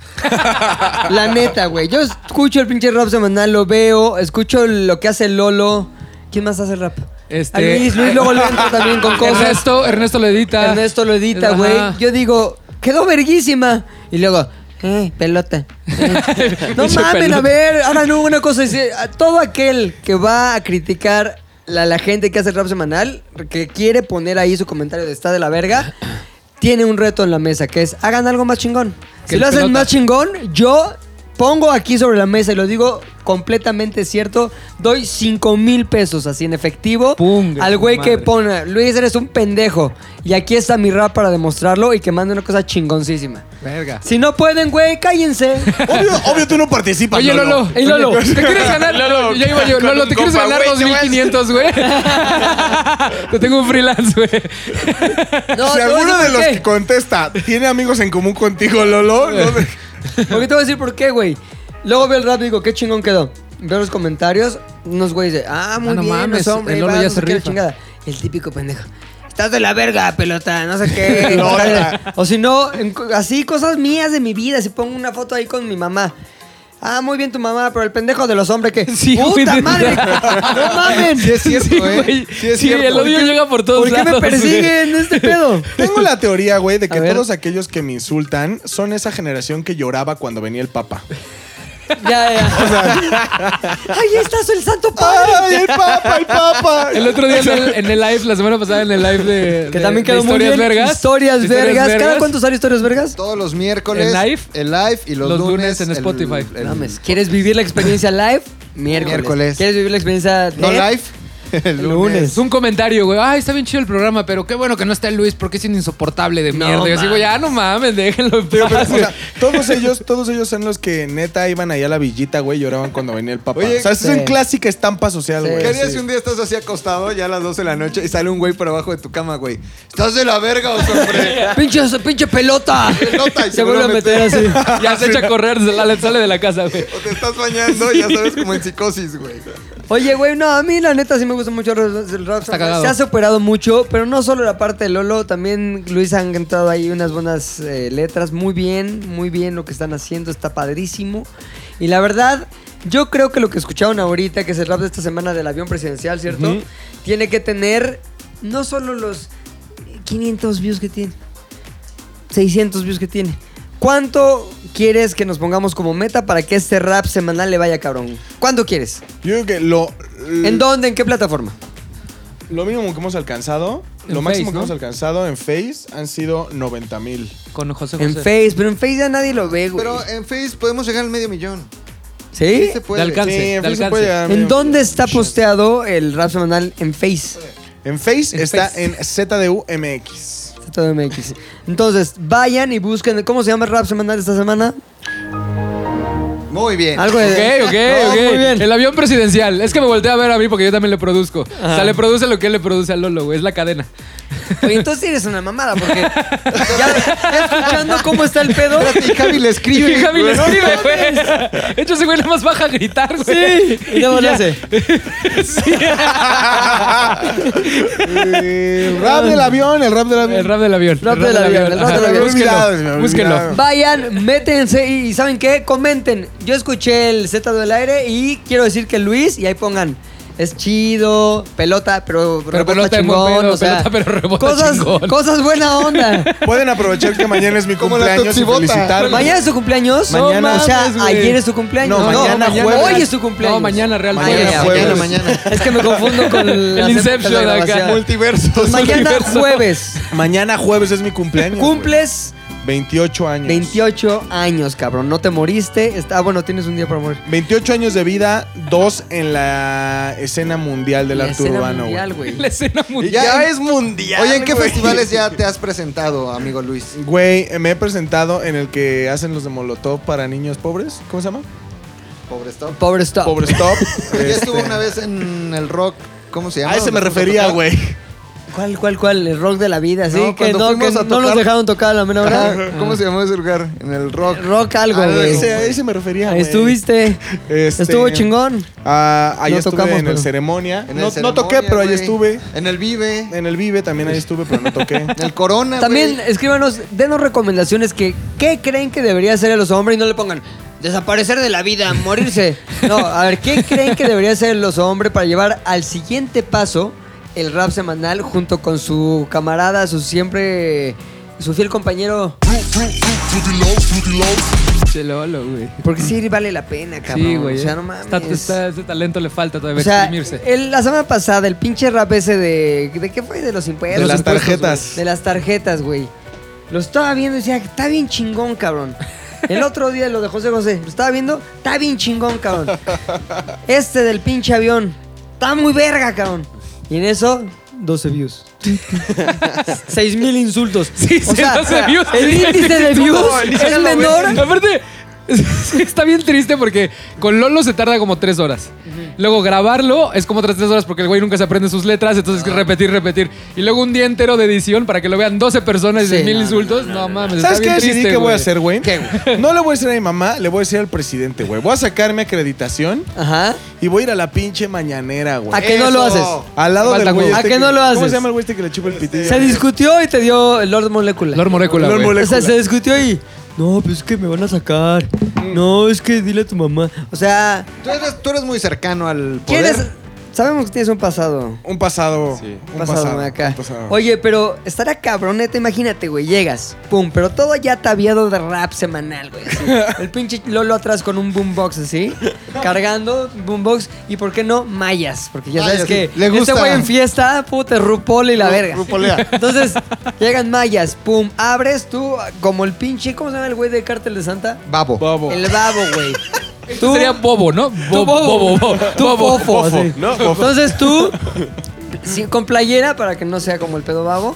Speaker 2: La neta, güey. Yo escucho el pinche rap semanal, lo veo, escucho lo que hace Lolo. ¿Quién más hace rap?
Speaker 3: Este-
Speaker 2: A Luis, Luis luego lo entra también con cosas.
Speaker 3: Ernesto, Ernesto lo edita.
Speaker 2: Ernesto lo edita,
Speaker 3: Ajá.
Speaker 2: güey. Yo digo, quedó verguísima. Y luego, eh, pelota. Eh. no
Speaker 3: Pinche
Speaker 2: mamen,
Speaker 3: pelota.
Speaker 2: a ver. Ahora no, una cosa es, eh, a todo aquel que va a criticar a la, la gente que hace rap semanal, que quiere poner ahí su comentario de está de la verga, tiene un reto en la mesa, que es hagan algo más chingón.
Speaker 3: Que
Speaker 2: Si
Speaker 3: el
Speaker 2: lo hacen
Speaker 3: pelota.
Speaker 2: más chingón, yo pongo aquí sobre la mesa y lo digo completamente cierto, doy 5 mil pesos así en efectivo
Speaker 3: Pum,
Speaker 2: al güey que
Speaker 3: madre.
Speaker 2: pone, Luis, eres un pendejo. Y aquí está mi rap para demostrarlo y que mande una cosa chingoncísima.
Speaker 3: Verga.
Speaker 2: Si no pueden, güey, cállense.
Speaker 1: Obvio, obvio tú no participas,
Speaker 3: Oye, Lolo, ey, Lolo, ¿te quieres ganar?
Speaker 4: Lolo,
Speaker 3: ya iba yo,
Speaker 4: con
Speaker 3: Lolo,
Speaker 4: un
Speaker 3: ¿te quieres
Speaker 4: compa,
Speaker 3: ganar
Speaker 4: güey, te vas.
Speaker 3: 2500, güey? Te tengo un freelance, güey.
Speaker 2: No,
Speaker 1: si
Speaker 2: te voy a
Speaker 1: alguno de
Speaker 2: decir por
Speaker 1: los
Speaker 2: qué.
Speaker 1: que contesta tiene amigos en común contigo, Lolo, no de-
Speaker 2: Porque te voy a decir por qué, güey. Luego veo el rap y digo, qué chingón quedó. Veo los comentarios, unos güeyes de, ah, muy
Speaker 3: Ah, no
Speaker 2: bien,
Speaker 3: mames,
Speaker 2: no, hombre,
Speaker 3: el Lolo
Speaker 2: vas,
Speaker 3: ya
Speaker 2: no
Speaker 3: se
Speaker 2: sé qué la
Speaker 3: rifa.
Speaker 2: chingada. El típico pendejo. Estás de la verga, pelota, no sé qué.
Speaker 1: Pelota.
Speaker 2: o si no, en co- así cosas mías de mi vida. Si pongo una foto ahí con mi mamá. Ah, muy bien tu mamá, pero el pendejo de los hombres que.
Speaker 3: Sí,
Speaker 2: ¡Puta
Speaker 3: güey,
Speaker 2: madre! ¡No mames!
Speaker 5: Sí, es cierto,
Speaker 3: Sí,
Speaker 5: ¿eh?
Speaker 3: güey.
Speaker 5: Sí, es
Speaker 3: Sí,
Speaker 5: cierto.
Speaker 3: el odio llega por
Speaker 2: ¿Por
Speaker 3: todos
Speaker 2: qué
Speaker 3: lados.
Speaker 2: me
Speaker 3: güey.
Speaker 2: persiguen este pedo?
Speaker 1: Tengo la teoría, güey, de que
Speaker 2: A ver.
Speaker 1: todos aquellos que me insultan son esa generación que lloraba cuando venía el Papa.
Speaker 2: Ya, ya. ¡Ahí estás el santo padre!
Speaker 1: ¡Ay, el Papa, el Papa!
Speaker 3: El otro día en el, en el live, la semana pasada en el live de,
Speaker 2: Que
Speaker 3: de-
Speaker 2: también
Speaker 3: de
Speaker 2: quedó muy bien.
Speaker 3: historias vergas.
Speaker 2: Historias,
Speaker 3: Historias
Speaker 2: vergas. ¿Cada
Speaker 3: vergas.
Speaker 2: cuánto sale historias vergas?
Speaker 5: Todos los miércoles.
Speaker 3: ¿El live?
Speaker 5: El live y los,
Speaker 3: Los lunes
Speaker 5: lunes.
Speaker 3: en
Speaker 5: el-
Speaker 3: Spotify.
Speaker 5: el-
Speaker 2: Mames, ¿quieres vivir la experiencia live? Miércoles.
Speaker 5: Miércoles.
Speaker 2: ¿Quieres vivir la experiencia
Speaker 5: no
Speaker 2: dead?
Speaker 5: live. El lunes.
Speaker 3: Es Pues un comentario, güey. Ay, está bien chido el programa, pero qué bueno que no está el Luis porque es un insoportable de
Speaker 2: No
Speaker 3: mierda. yo así,
Speaker 2: mames.
Speaker 3: güey, ah, no mames, déjenlo en
Speaker 1: Pero,
Speaker 3: paz,
Speaker 1: o sea,
Speaker 3: güey.
Speaker 1: todos ellos, todos ellos son los que neta iban allá a la villita, güey, lloraban cuando venía el papá.
Speaker 5: Oye,
Speaker 1: o sea, esa
Speaker 2: sí.
Speaker 1: es en clásica estampa social,
Speaker 2: Sí.
Speaker 1: güey.
Speaker 5: ¿Qué harías
Speaker 1: Sí.
Speaker 5: si un día estás así acostado, ya a las 12 de la noche, y sale un güey por abajo de tu cama, güey? ¿Estás de la verga o hombre?
Speaker 2: ¡Pinche, pinche pelota!
Speaker 5: Pelota, y
Speaker 2: Se vuelve a meter así.
Speaker 5: seguramente-
Speaker 3: Ya se echa a correr, se la- sale de la casa, güey.
Speaker 5: O te estás bañando, ya sabes, como en psicosis, güey.
Speaker 2: Oye, güey, no, a mí la neta sí me gusta mucho el rap.
Speaker 3: Está cagado.
Speaker 2: Se ha superado mucho, pero no solo la parte de Lolo, también Luis han cantado ahí unas buenas eh, letras. Muy bien, muy bien lo que están haciendo, está padrísimo. Y la verdad, yo creo que lo que escucharon ahorita, que es el rap de esta semana del avión presidencial, ¿cierto? Tiene que tener no solo los 500 views que tiene. 600 views que tiene. ¿Cuánto quieres que nos pongamos como meta para que este rap semanal le vaya cabrón? ¿Cuánto quieres?
Speaker 1: Yo creo que lo,
Speaker 2: ¿En dónde? ¿En qué plataforma?
Speaker 1: lo mínimo que hemos alcanzado,
Speaker 3: En
Speaker 1: lo máximo
Speaker 3: Face,
Speaker 1: que
Speaker 3: ¿no?
Speaker 1: hemos alcanzado en Face han sido 90 mil.
Speaker 3: Con José José.
Speaker 2: En Face, pero en Face ya nadie lo ve, güey.
Speaker 5: Pero eh, en Face podemos llegar al medio millón.
Speaker 2: ¿Sí?
Speaker 5: Sí se puede.
Speaker 3: De alcance.
Speaker 1: Sí,
Speaker 3: de
Speaker 1: en Face se
Speaker 3: alcance.
Speaker 1: puede llegar a
Speaker 2: ¿En
Speaker 1: medio
Speaker 2: dónde
Speaker 1: millón.
Speaker 2: está posteado el rap semanal? En Face.
Speaker 1: En Face
Speaker 3: En
Speaker 1: está
Speaker 3: Face.
Speaker 1: en ZDUMX.
Speaker 2: Está todo MX. Entonces, vayan y busquen. ¿Cómo se llama el rap semanal de esta semana?
Speaker 5: Muy bien.
Speaker 2: Algo
Speaker 3: Ok,
Speaker 2: de.
Speaker 3: ok,
Speaker 2: No,
Speaker 3: ok.
Speaker 2: Muy bien.
Speaker 3: El avión presidencial. Es que me volteé a ver a mí porque yo también le produzco. O sea, le produce lo que él le produce a Lolo, güey. Es la cadena.
Speaker 2: Oye, entonces eres una mamada porque. ya, ya escuchando cómo está el pedo.
Speaker 5: Y Javi le
Speaker 3: Y
Speaker 5: escribe.
Speaker 3: que Javi le escribe, güey. De hecho, ese güey nada más baja a gritar, güey.
Speaker 2: Y luego le hace.
Speaker 1: Eh, rap del avión, el rap del avión.
Speaker 3: El rap del avión.
Speaker 2: Rap del avión, el rap
Speaker 3: Ajá,
Speaker 2: del avión.
Speaker 1: Olvidado, se
Speaker 3: Búsquenlo.
Speaker 1: me había
Speaker 3: Búsquenlo.
Speaker 1: olvidado.
Speaker 2: Vayan, métense y, y ¿saben qué? Comenten. Yo escuché el Z del aire y quiero decir que Luis, y ahí pongan. Es chido, pelota, pero, rebota
Speaker 3: pelota pues en buen
Speaker 2: chingón,
Speaker 3: pedo,
Speaker 2: o sea,
Speaker 3: pelota, pero rebota
Speaker 2: cosas,
Speaker 3: chingón.
Speaker 2: cosas buena onda.
Speaker 1: Pueden aprovechar que mañana es mi
Speaker 5: Como la
Speaker 1: cumpleaños y
Speaker 5: Totsibota.
Speaker 1: felicitarme.
Speaker 2: Mañana es su cumpleaños.
Speaker 1: Mañana.
Speaker 2: o sea,
Speaker 3: No mames, güey.
Speaker 2: ayer es su cumpleaños.
Speaker 1: No, mañana
Speaker 3: jueves.
Speaker 2: Hoy es su cumpleaños.
Speaker 3: No, mañana realmente.
Speaker 2: Ah, ya, ya,
Speaker 1: Mañana
Speaker 2: ok.
Speaker 5: mañana, mañana.
Speaker 2: Es que me confundo con las
Speaker 3: Inception
Speaker 2: épocas de
Speaker 3: acá.
Speaker 2: grabación.
Speaker 5: Multiverso.
Speaker 2: Pues mañana
Speaker 3: Multiverso.
Speaker 2: jueves.
Speaker 1: Mañana jueves es mi cumpleaños.
Speaker 2: Cumples
Speaker 1: güey. 28 años.
Speaker 2: 28 años, cabrón. No te moriste. Está, ah, bueno, tienes un día para morir.
Speaker 1: 28 años de vida, dos en la escena mundial del
Speaker 2: La
Speaker 1: arte
Speaker 2: escena
Speaker 1: urbano.
Speaker 2: mundial,
Speaker 1: güey.
Speaker 2: güey.
Speaker 3: La escena mundial.
Speaker 5: Ya,
Speaker 1: es mundial.
Speaker 5: Oye, ¿en qué
Speaker 1: güey.
Speaker 5: festivales ya te has presentado, amigo Luis?
Speaker 1: Güey, me he presentado en el que hacen los de Molotov para niños pobres. ¿Cómo se llama?
Speaker 5: Pobre stop.
Speaker 2: Pobre stop.
Speaker 1: Pobres Top.
Speaker 5: Ya
Speaker 1: Este-
Speaker 5: estuvo una vez en el rock. ¿Cómo se llama?
Speaker 1: A ese me
Speaker 5: ¿Dónde fuimos a
Speaker 1: refería,
Speaker 5: tocar?
Speaker 1: güey.
Speaker 2: ¿Cuál, cuál, cuál? El rock de la vida, sí.
Speaker 5: No,
Speaker 2: que
Speaker 5: cuando
Speaker 2: no, que
Speaker 5: fuimos
Speaker 2: no
Speaker 5: a tocar-
Speaker 2: nos dejaron tocar a la menor hora.
Speaker 5: Ah, ¿Cómo se llamó ese lugar? En el rock.
Speaker 2: Rock algo,
Speaker 1: A
Speaker 2: güey.
Speaker 1: Ah, ese, a ese me refería, güey.
Speaker 2: Estuviste.
Speaker 1: Este-
Speaker 2: Estuvo chingón.
Speaker 1: Ah, ahí
Speaker 2: No
Speaker 1: estuve
Speaker 2: tocamos,
Speaker 1: en
Speaker 2: pero-
Speaker 1: el ceremonia.
Speaker 5: En el
Speaker 1: no, no
Speaker 5: Ceremonia,
Speaker 1: toqué, pero ahí
Speaker 5: güey.
Speaker 1: estuve.
Speaker 5: En el Vive.
Speaker 1: En el Vive también ahí estuve, pero no toqué.
Speaker 5: En el Corona.
Speaker 2: También
Speaker 5: güey.
Speaker 2: escríbanos, denos recomendaciones que qué creen que debería hacer los hombres y no le pongan desaparecer de la vida, morirse. No, a ver, ¿qué creen que debería hacer los hombres para llevar al siguiente paso el rap semanal junto con su camarada, su siempre su fiel compañero?
Speaker 3: Che, Lolo, güey.
Speaker 2: Porque sí vale la pena, cabrón.
Speaker 3: Sí, güey. eh.
Speaker 2: O sea, no mames.
Speaker 3: Está- está- ese talento le falta todavía
Speaker 2: O sea, eh,
Speaker 3: exprimirse.
Speaker 2: el- la semana pasada, el pinche rap ese de. ¿De qué fue? De los impuestos.
Speaker 1: De las
Speaker 2: Impuestos,
Speaker 1: tarjetas.
Speaker 2: güey. De las tarjetas, güey. Lo estaba viendo y decía, está bien chingón, cabrón. El otro día lo de José José, lo estaba viendo, está bien chingón, cabrón. Este del pinche avión, está muy verga, cabrón. Y en eso, 12 views. 6 mil insultos.
Speaker 3: Sí, sí, 12 views.
Speaker 2: El índice de views
Speaker 3: No, el índice
Speaker 2: es
Speaker 3: no, güey.
Speaker 2: menor.
Speaker 3: Aparte, sí, está bien triste porque con Lolo se tarda como tres horas. Luego grabarlo es como otras tres horas porque el güey nunca se aprende sus letras, entonces es que repetir, repetir. Y luego un día entero de edición para que lo vean 12 personas y
Speaker 2: Sí,
Speaker 3: 10 mil
Speaker 2: no,
Speaker 3: insultos. No, mames.
Speaker 1: ¿Sabes
Speaker 3: está
Speaker 1: qué
Speaker 3: bien
Speaker 1: decidí
Speaker 3: triste,
Speaker 1: que voy
Speaker 3: güey.
Speaker 1: a hacer, güey? No le voy a decir a mi mamá, le voy a decir al presidente, güey. Voy a sacar mi acreditación
Speaker 2: Ajá.
Speaker 1: y voy a ir a la pinche mañanera,
Speaker 2: ¿A
Speaker 1: güey.
Speaker 2: qué no lo
Speaker 5: Eso.
Speaker 2: haces?
Speaker 1: Al lado
Speaker 3: Falta
Speaker 1: del güey.
Speaker 3: huevo.
Speaker 1: este
Speaker 2: ¿A qué no lo
Speaker 1: ¿Cómo
Speaker 2: haces?
Speaker 1: se llama el güey este que le chupa el pitillo?
Speaker 2: Se discutió y te dio el Lord Molecula.
Speaker 3: Lord Molecula,
Speaker 1: Lord
Speaker 3: güey.
Speaker 1: Molecula.
Speaker 2: O sea, se discutió y. No, pues es que me van a sacar. No, es que dile a tu mamá. O sea,
Speaker 5: Tú eres, tú eres muy cercano al poder.
Speaker 2: ¿quieres. Sabemos que tienes un pasado.
Speaker 1: Un pasado.
Speaker 4: Sí.
Speaker 1: Un
Speaker 2: pasado,
Speaker 1: pasado,
Speaker 2: acá.
Speaker 1: un pasado.
Speaker 2: Oye, pero estará cabroneta, imagínate, güey. Llegas, pum, pero todo ya ataviado de rap semanal, güey. así. El pinche Lolo atrás con un boombox así, cargando boombox y, ¿por qué no? Mayas. Porque ya sabes
Speaker 5: Mayas,
Speaker 2: que
Speaker 5: le
Speaker 2: este
Speaker 5: gusta.
Speaker 2: güey en fiesta, puta, rupole y la verga.
Speaker 5: Rupolea.
Speaker 2: Entonces, llegan mayas, pum, abres tú como el pinche, ¿cómo se llama el güey de Cártel de Santa?
Speaker 5: Babo.
Speaker 1: Bobo.
Speaker 2: El babo, güey.
Speaker 3: Tú Este sería bobo, ¿no?
Speaker 2: Tú
Speaker 3: Bobo,
Speaker 2: bobo,
Speaker 3: bobo, bobo.
Speaker 2: tú
Speaker 3: bobo.
Speaker 2: fofo, así.
Speaker 1: ¿no?
Speaker 2: Entonces tú, sí, con playera para que no sea como el pedo babo,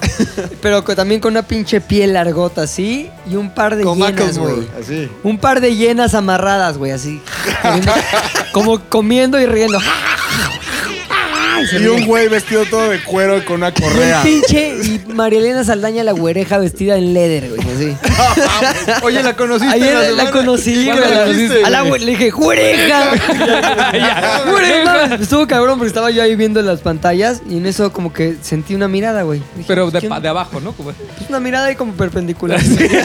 Speaker 2: pero que también con una pinche piel largota así y un par de
Speaker 5: Con
Speaker 2: hienas,
Speaker 5: Macklemore.
Speaker 2: güey.
Speaker 5: Así.
Speaker 2: Un par de hienas amarradas, güey, así. Comiendo- como comiendo y riendo. Y se
Speaker 1: Y un
Speaker 2: ríen.
Speaker 1: güey vestido todo de cuero y con una
Speaker 2: Y un
Speaker 1: correa.
Speaker 2: pinche y Marielena Saldaña la güereja vestida en leather, güey, así.
Speaker 5: Oye, la conociste.
Speaker 2: Ayer la,
Speaker 5: semana?
Speaker 2: conocí, güey.
Speaker 3: ¿Cuándo la
Speaker 2: la-
Speaker 3: conociste,
Speaker 2: a la güey, le dije, ¡jureja! ¡Jureja! Estuvo cabrón porque estaba yo ahí viendo las pantallas y en eso como que sentí una mirada, güey. Dije,
Speaker 3: Pero de,
Speaker 2: "¿Quién?".
Speaker 3: pa- de abajo, ¿no? Como-
Speaker 2: Pues una mirada ahí como perpendicular. Dije,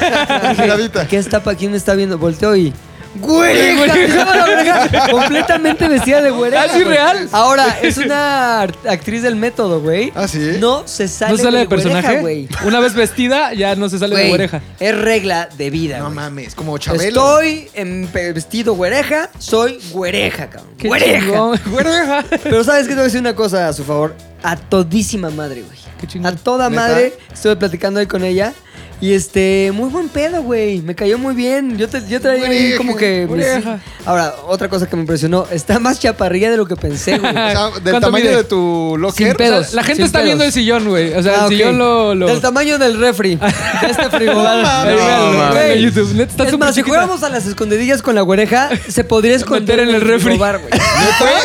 Speaker 5: Miradita.
Speaker 2: ¿Qué está pa' quién me está viendo? Volteo y. ¡Güereja! Estaba la güereja Completamente vestida de güereja.
Speaker 3: ¿Ah, sí,
Speaker 2: güey.
Speaker 3: real?
Speaker 2: Ahora, es una art- actriz del método, güey.
Speaker 5: ¿Ah, sí?
Speaker 2: No se sale,
Speaker 3: ¿No sale de
Speaker 2: güey, güereja,
Speaker 3: personaje?
Speaker 2: güey.
Speaker 3: Una vez vestida, ya no se sale de
Speaker 2: Güey,
Speaker 3: oreja.
Speaker 2: Es regla de vida.
Speaker 5: No
Speaker 2: güey.
Speaker 5: mames, como Chabelo.
Speaker 2: Estoy en pe- vestido güereja, soy güereja, cabrón.
Speaker 3: Qué
Speaker 2: güereja.
Speaker 3: chingón. Güereja.
Speaker 2: Pero sabes que te voy a decir una cosa a su favor. A todísima madre, güey.
Speaker 3: Qué chingón.
Speaker 2: A toda
Speaker 5: ¿Neta?
Speaker 2: madre. Estuve platicando ahí con ella. Y este, muy buen pedo, güey. Me cayó muy bien. Yo, te, yo traía ahí
Speaker 5: Oreja,
Speaker 2: como que. mis-
Speaker 3: oreja.
Speaker 2: Ahora, otra cosa que me impresionó. Está más chaparrilla de lo que pensé, güey.
Speaker 5: O sea, del
Speaker 3: ¿Cuánto
Speaker 5: tamaño
Speaker 3: mide?
Speaker 5: de tu
Speaker 3: Sin
Speaker 5: locker.
Speaker 3: pedos.
Speaker 2: O sea,
Speaker 3: la gente
Speaker 2: sin
Speaker 3: está
Speaker 2: pedos.
Speaker 3: viendo el sillón, güey. O sea,
Speaker 2: Ah,
Speaker 3: el
Speaker 2: ok.
Speaker 3: sillón lo. lo-
Speaker 2: Del tamaño del refri. De este frigobar.
Speaker 3: Ahí,
Speaker 2: Güey.
Speaker 3: véanlo,
Speaker 4: mames.
Speaker 3: véanlo en YouTube. Neta, está
Speaker 2: Es
Speaker 3: súper
Speaker 2: más, si
Speaker 3: chiquita.
Speaker 2: fuéramos a las escondidillas con la oreja, se podría esconder
Speaker 3: en el refri.
Speaker 2: frigobar, güey.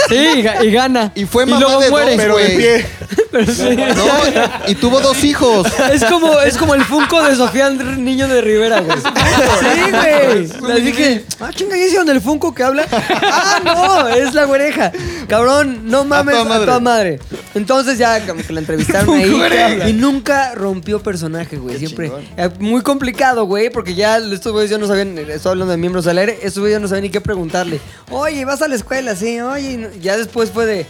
Speaker 2: Sí, y ga- y gana.
Speaker 5: Y fue mamá
Speaker 2: luego
Speaker 5: de
Speaker 2: muere.
Speaker 5: dos,
Speaker 1: Pero de
Speaker 5: güey.
Speaker 1: pie.
Speaker 5: No, y tuvo dos hijos.
Speaker 2: Es como, es como el Funko de Sofía Andr- Niño de Rivera, güey. Sí, güey. Así que, ah, chinga, ¿y ese donde el Funko que habla? Ah, no, es la güereja. Cabrón, no mames
Speaker 5: toda
Speaker 2: a
Speaker 5: madre.
Speaker 2: toda madre. Entonces ya como que la entrevistaron ahí y nunca rompió personaje, güey. Siempre. eh, Muy complicado, güey, porque ya estos güeyes ya no sabían, eh, estoy hablando de miembros al aire, estos güeyes ya no sabían ni qué preguntarle. Oye, vas a la escuela, sí, oye. y no- Ya después fue de.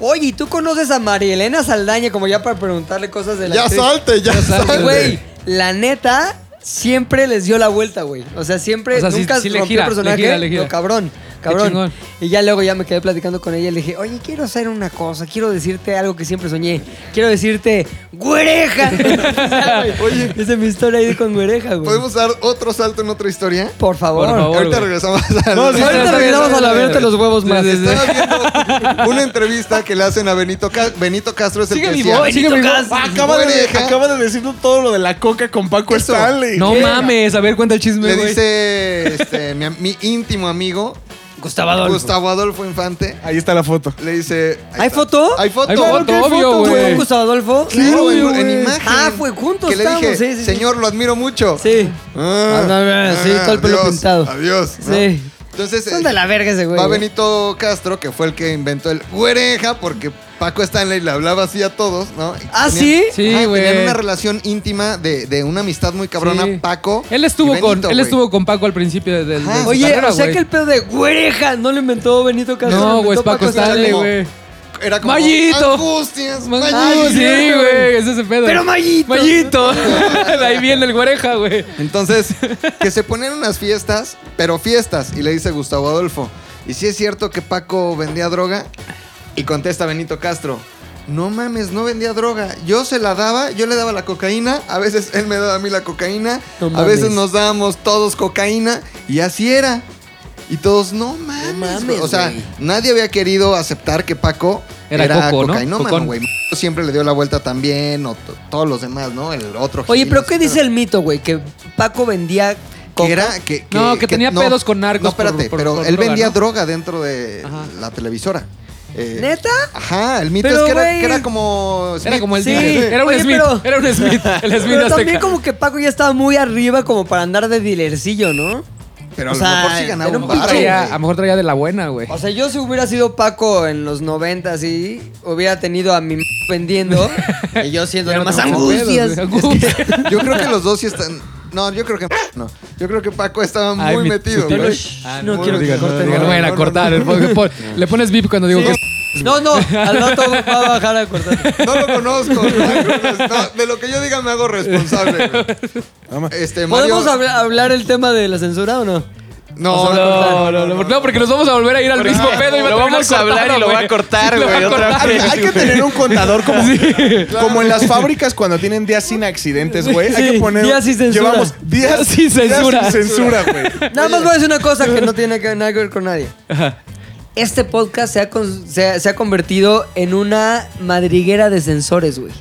Speaker 2: Oye, ¿y tú conoces a María Elena Saldaña? Como ya para preguntarle cosas de la
Speaker 5: Ya
Speaker 2: actriz.
Speaker 5: salte, ya salte.
Speaker 2: Güey, la neta siempre les dio la vuelta, güey. O sea, siempre
Speaker 3: O sea, sí-
Speaker 2: nunca
Speaker 3: sí le
Speaker 2: rompió
Speaker 3: gira,
Speaker 2: el personaje.
Speaker 3: le gira, le gira.
Speaker 2: No, cabrón,
Speaker 3: chingón.
Speaker 2: cabrón. Y ya luego ya me quedé platicando con ella y le dije, "Oye, quiero hacer una cosa, quiero decirte algo que siempre soñé. Quiero decirte, güereja." Oye, esa es mi historia ahí con güereja, güey.
Speaker 5: ¿Podemos dar otro salto en otra historia?
Speaker 2: Por favor.
Speaker 3: Por favor.
Speaker 5: Ahorita
Speaker 3: güey.
Speaker 5: regresamos a
Speaker 3: No, sí,
Speaker 2: Ahorita
Speaker 3: está bien,
Speaker 2: regresamos
Speaker 3: está
Speaker 2: a la
Speaker 3: bien.
Speaker 2: verte los huevos más.
Speaker 3: Sí, sí, sí.
Speaker 5: Estaba viendo una entrevista que le hacen a Benito, Ca- Benito Castro. Es el
Speaker 3: Sigue
Speaker 5: que
Speaker 3: vivo,
Speaker 5: decía,
Speaker 3: sigue vivo.
Speaker 1: Acaba de,
Speaker 5: Oreja.
Speaker 1: acaba de decirnos todo lo de la coca con Paco
Speaker 5: Eso.
Speaker 1: Stanley.
Speaker 3: No mames, a ver, cuenta el chisme,
Speaker 5: Le
Speaker 3: güey.
Speaker 5: dice este, mi, am- mi íntimo amigo,
Speaker 3: Ah,
Speaker 2: Gustavo Adolfo.
Speaker 5: Gustavo Adolfo Infante,
Speaker 1: Ahí está la foto.
Speaker 5: le dice... ahí
Speaker 2: ¿Hay
Speaker 5: está.
Speaker 2: foto?
Speaker 5: Hay foto.
Speaker 3: Hay foto,
Speaker 1: que hay
Speaker 3: obvio,
Speaker 1: foto,
Speaker 2: ¿Tú
Speaker 3: güey.
Speaker 2: con Gustavo Adolfo?
Speaker 5: Claro,
Speaker 1: Sí,
Speaker 5: en,
Speaker 1: güey.
Speaker 5: en imagen.
Speaker 2: Ah, fue juntos
Speaker 5: Que le
Speaker 2: estábamos,
Speaker 5: dije,
Speaker 2: sí, sí, sí.
Speaker 5: señor, lo admiro mucho.
Speaker 2: Sí.
Speaker 5: Ah,
Speaker 2: Ah, no, no, no, sí, todo el pelo
Speaker 5: adiós,
Speaker 2: pintado.
Speaker 5: Adiós. ¿no?
Speaker 2: Sí.
Speaker 5: Entonces,
Speaker 2: Son de la verga ese güey.
Speaker 5: va
Speaker 2: eh.
Speaker 5: Benito Castro, que fue el que inventó el güereja, porque Paco Stanley le hablaba así a todos, ¿no? Y
Speaker 2: ¿Ah,
Speaker 5: tenían-
Speaker 2: sí?
Speaker 3: Sí,
Speaker 5: Ajá,
Speaker 3: güey.
Speaker 5: Tenían una relación íntima de, de una amistad muy cabrona,
Speaker 3: Sí.
Speaker 5: Paco.
Speaker 3: Él
Speaker 5: y
Speaker 3: estuvo con,
Speaker 5: Benito,
Speaker 3: él
Speaker 5: güey.
Speaker 3: estuvo con Paco al principio del.
Speaker 5: Ajá.
Speaker 3: de su
Speaker 2: Oye,
Speaker 3: carrera,
Speaker 2: o sea
Speaker 3: güey.
Speaker 2: que el pedo de güereja no lo inventó Benito Castro. lo
Speaker 3: No, güey,
Speaker 2: inventó
Speaker 3: es Paco Stanley,
Speaker 5: Stanley.
Speaker 3: güey.
Speaker 5: Era como.
Speaker 3: Mayito.
Speaker 2: Ah,
Speaker 5: Angustias,
Speaker 3: Más-
Speaker 5: Mayito.
Speaker 3: sí, güey, ese es el pedo.
Speaker 2: Pero Mayito.
Speaker 3: Mayito. de ahí viene el güereja, güey.
Speaker 5: Entonces, que se ponían unas fiestas, pero fiestas, y le dice Gustavo Adolfo, ¿y si es cierto que Paco vendía droga? Y contesta Benito Castro, no mames, no vendía droga, yo se la daba, yo le daba la cocaína, a veces él me daba a mí la cocaína,
Speaker 2: No
Speaker 5: a veces
Speaker 2: mames.
Speaker 5: nos dábamos todos cocaína, y así era. Y todos, no mames,
Speaker 2: mames,
Speaker 5: güey". o sea,
Speaker 2: güey.
Speaker 5: nadie había querido aceptar que Paco
Speaker 3: Era
Speaker 5: era,
Speaker 3: coco, ¿no?
Speaker 5: cocainómano,
Speaker 3: Cocón.
Speaker 5: güey. Siempre le dio la vuelta también, o to- todos los demás, ¿no? El otro.
Speaker 2: Oye,
Speaker 5: Gil,
Speaker 2: pero
Speaker 5: no
Speaker 2: ¿qué
Speaker 5: sé,
Speaker 2: dice el mito, güey? Que Paco vendía coca.
Speaker 5: que era que,
Speaker 3: No, que tenía pedos con narcos
Speaker 5: No, espérate,
Speaker 3: por- por-
Speaker 5: pero
Speaker 3: por
Speaker 5: él
Speaker 3: droga,
Speaker 5: vendía
Speaker 3: ¿no?
Speaker 5: droga dentro de
Speaker 3: Ajá.
Speaker 5: la televisora. Eh,
Speaker 2: ¿Neta?
Speaker 5: Ajá, el mito
Speaker 2: Pero,
Speaker 5: es que era,
Speaker 2: güey.
Speaker 5: que era como
Speaker 3: Era
Speaker 5: Smith.
Speaker 3: como el
Speaker 2: Sí.
Speaker 3: Smith. Era un
Speaker 2: Oye,
Speaker 3: Smith.
Speaker 2: pero-
Speaker 3: Era un Smith. El Smith
Speaker 2: Pero también
Speaker 3: azteca.
Speaker 2: como que Paco ya estaba muy arriba como para andar de dilercillo, ¿no? o
Speaker 5: pero a lo
Speaker 2: sea,
Speaker 5: mejor sí ganaba
Speaker 2: era
Speaker 5: un
Speaker 2: un
Speaker 5: bar,
Speaker 2: pinche-
Speaker 5: güey.
Speaker 3: Traía- a lo mejor traía de la buena, güey.
Speaker 2: O sea, yo si hubiera sido Paco en los 90 así, hubiera tenido a mi m- vendiendo y yo siendo
Speaker 3: Ya no
Speaker 2: nomás
Speaker 3: tengo
Speaker 2: angustias.
Speaker 3: pedos, güey.
Speaker 2: Es que-
Speaker 5: Yo creo que los dos sí están no, yo creo que no. Yo creo que Paco estaba
Speaker 3: Ay,
Speaker 5: muy
Speaker 3: mi-
Speaker 5: metido,
Speaker 3: yo
Speaker 5: güey.
Speaker 3: lo- Ah,
Speaker 2: no quiero que
Speaker 3: digan,
Speaker 2: corten.
Speaker 3: digan,
Speaker 5: No,
Speaker 3: no vayan a
Speaker 5: no,
Speaker 3: cortar.
Speaker 5: no,
Speaker 3: el podcast. Pon- Le pones VIP cuando digo que
Speaker 2: No, no, al rato va a bajar a cortar.
Speaker 5: No lo conozco. no, no, de lo que yo diga me hago responsable. güey. Este Mario
Speaker 2: ¿Podemos habl- hablar el tema de la censura o no?
Speaker 5: No, no,
Speaker 3: No, no, no, no, porque nos vamos a volver a ir al mismo pedo y va
Speaker 4: Lo
Speaker 3: terminar
Speaker 4: vamos a hablar
Speaker 3: cortado,
Speaker 4: y lo va
Speaker 3: güey.
Speaker 4: a cortar,
Speaker 3: Lo va a
Speaker 4: güey, otra
Speaker 2: Ah,
Speaker 3: cortar.
Speaker 4: vez.
Speaker 1: Hay que tener un contador como, como en las fábricas cuando tienen días sin accidentes, güey. Hay
Speaker 2: Sí,
Speaker 1: que poner.
Speaker 2: días sin censura.
Speaker 1: Llevamos días,
Speaker 3: Días sin censura.
Speaker 1: Días sin censura, güey.
Speaker 2: Nada más voy a decir una cosa que no tiene que, nada que ver con nadie. Este podcast se ha, con- se, ha- se ha convertido en una madriguera de sensores, güey.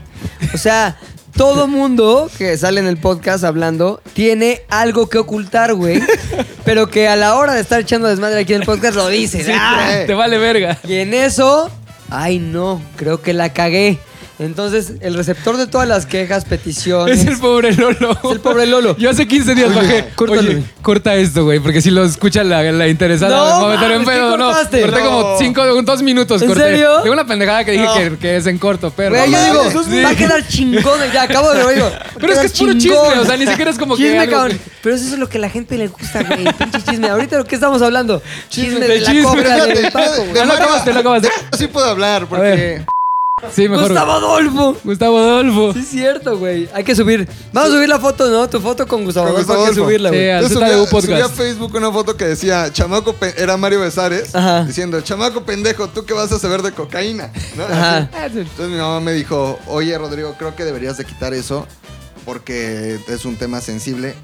Speaker 2: O sea, todo mundo que sale en el podcast hablando tiene algo que ocultar, güey. Pero que a la hora de estar echando desmadre aquí en el podcast lo dice. ¡Ah!
Speaker 3: Te vale verga.
Speaker 2: Y en eso, ay no, creo que la cagué. Entonces, el receptor de todas las quejas, peticiones...
Speaker 3: Es el pobre Lolo.
Speaker 2: Es el pobre Lolo.
Speaker 3: Yo hace 15 días bajé.
Speaker 2: córtalo.
Speaker 3: Oye, corta esto, güey, porque si lo escucha la, la interesada,
Speaker 2: No,
Speaker 3: me voy a meter en
Speaker 2: mames, ¿qué
Speaker 3: pedo, no.
Speaker 2: cortaste?
Speaker 3: Corté como
Speaker 1: No.
Speaker 3: 5, dos minutos.
Speaker 2: ¿En
Speaker 3: corté.
Speaker 2: serio?
Speaker 3: Digo una pendejada que dije que, que es en corto, pero.
Speaker 2: Güey, yo
Speaker 5: mames,
Speaker 2: digo,
Speaker 5: eso es
Speaker 2: va a quedar chingón. Ya acabo de verlo.
Speaker 3: Pero es que es puro chisme, o sea, ni siquiera es como que
Speaker 2: Chisme,
Speaker 3: algo
Speaker 2: cabrón.
Speaker 3: que-
Speaker 2: Pero eso es lo que a la gente le gusta, güey. Pinche chisme. Ahorita lo que estamos hablando. Chisme,
Speaker 3: Chisme,
Speaker 2: de la
Speaker 3: chisme.
Speaker 2: coca
Speaker 5: Fíjate,
Speaker 2: del Paco, güey.
Speaker 5: de
Speaker 3: Ya lo
Speaker 5: Mario-
Speaker 3: acabaste, lo acabaste.
Speaker 5: de- Sí puedo hablar
Speaker 3: ver.
Speaker 5: porque
Speaker 3: Sí, mejor.
Speaker 2: Gustavo Adolfo.
Speaker 3: Gustavo Adolfo.
Speaker 2: Sí, es cierto, güey. Hay que subir. Vamos a subir la foto, ¿no? Tu foto con Gustavo
Speaker 5: Con
Speaker 2: Adolfo.
Speaker 5: Gustavo
Speaker 2: Hay que
Speaker 5: Adolfo.
Speaker 2: subirla,
Speaker 3: Sí,
Speaker 2: güey.
Speaker 3: al
Speaker 5: Yo
Speaker 3: ZDU
Speaker 5: subí a
Speaker 3: Podcast.
Speaker 5: Facebook una foto que decía, chamaco, pe- era Mario Besares,
Speaker 2: Ajá.
Speaker 5: diciendo, chamaco pendejo, ¿tú qué vas a saber de cocaína? ¿No?
Speaker 2: Ajá.
Speaker 5: Así. Entonces mi mamá me dijo, oye Rodrigo, creo que deberías de quitar eso porque es un tema sensible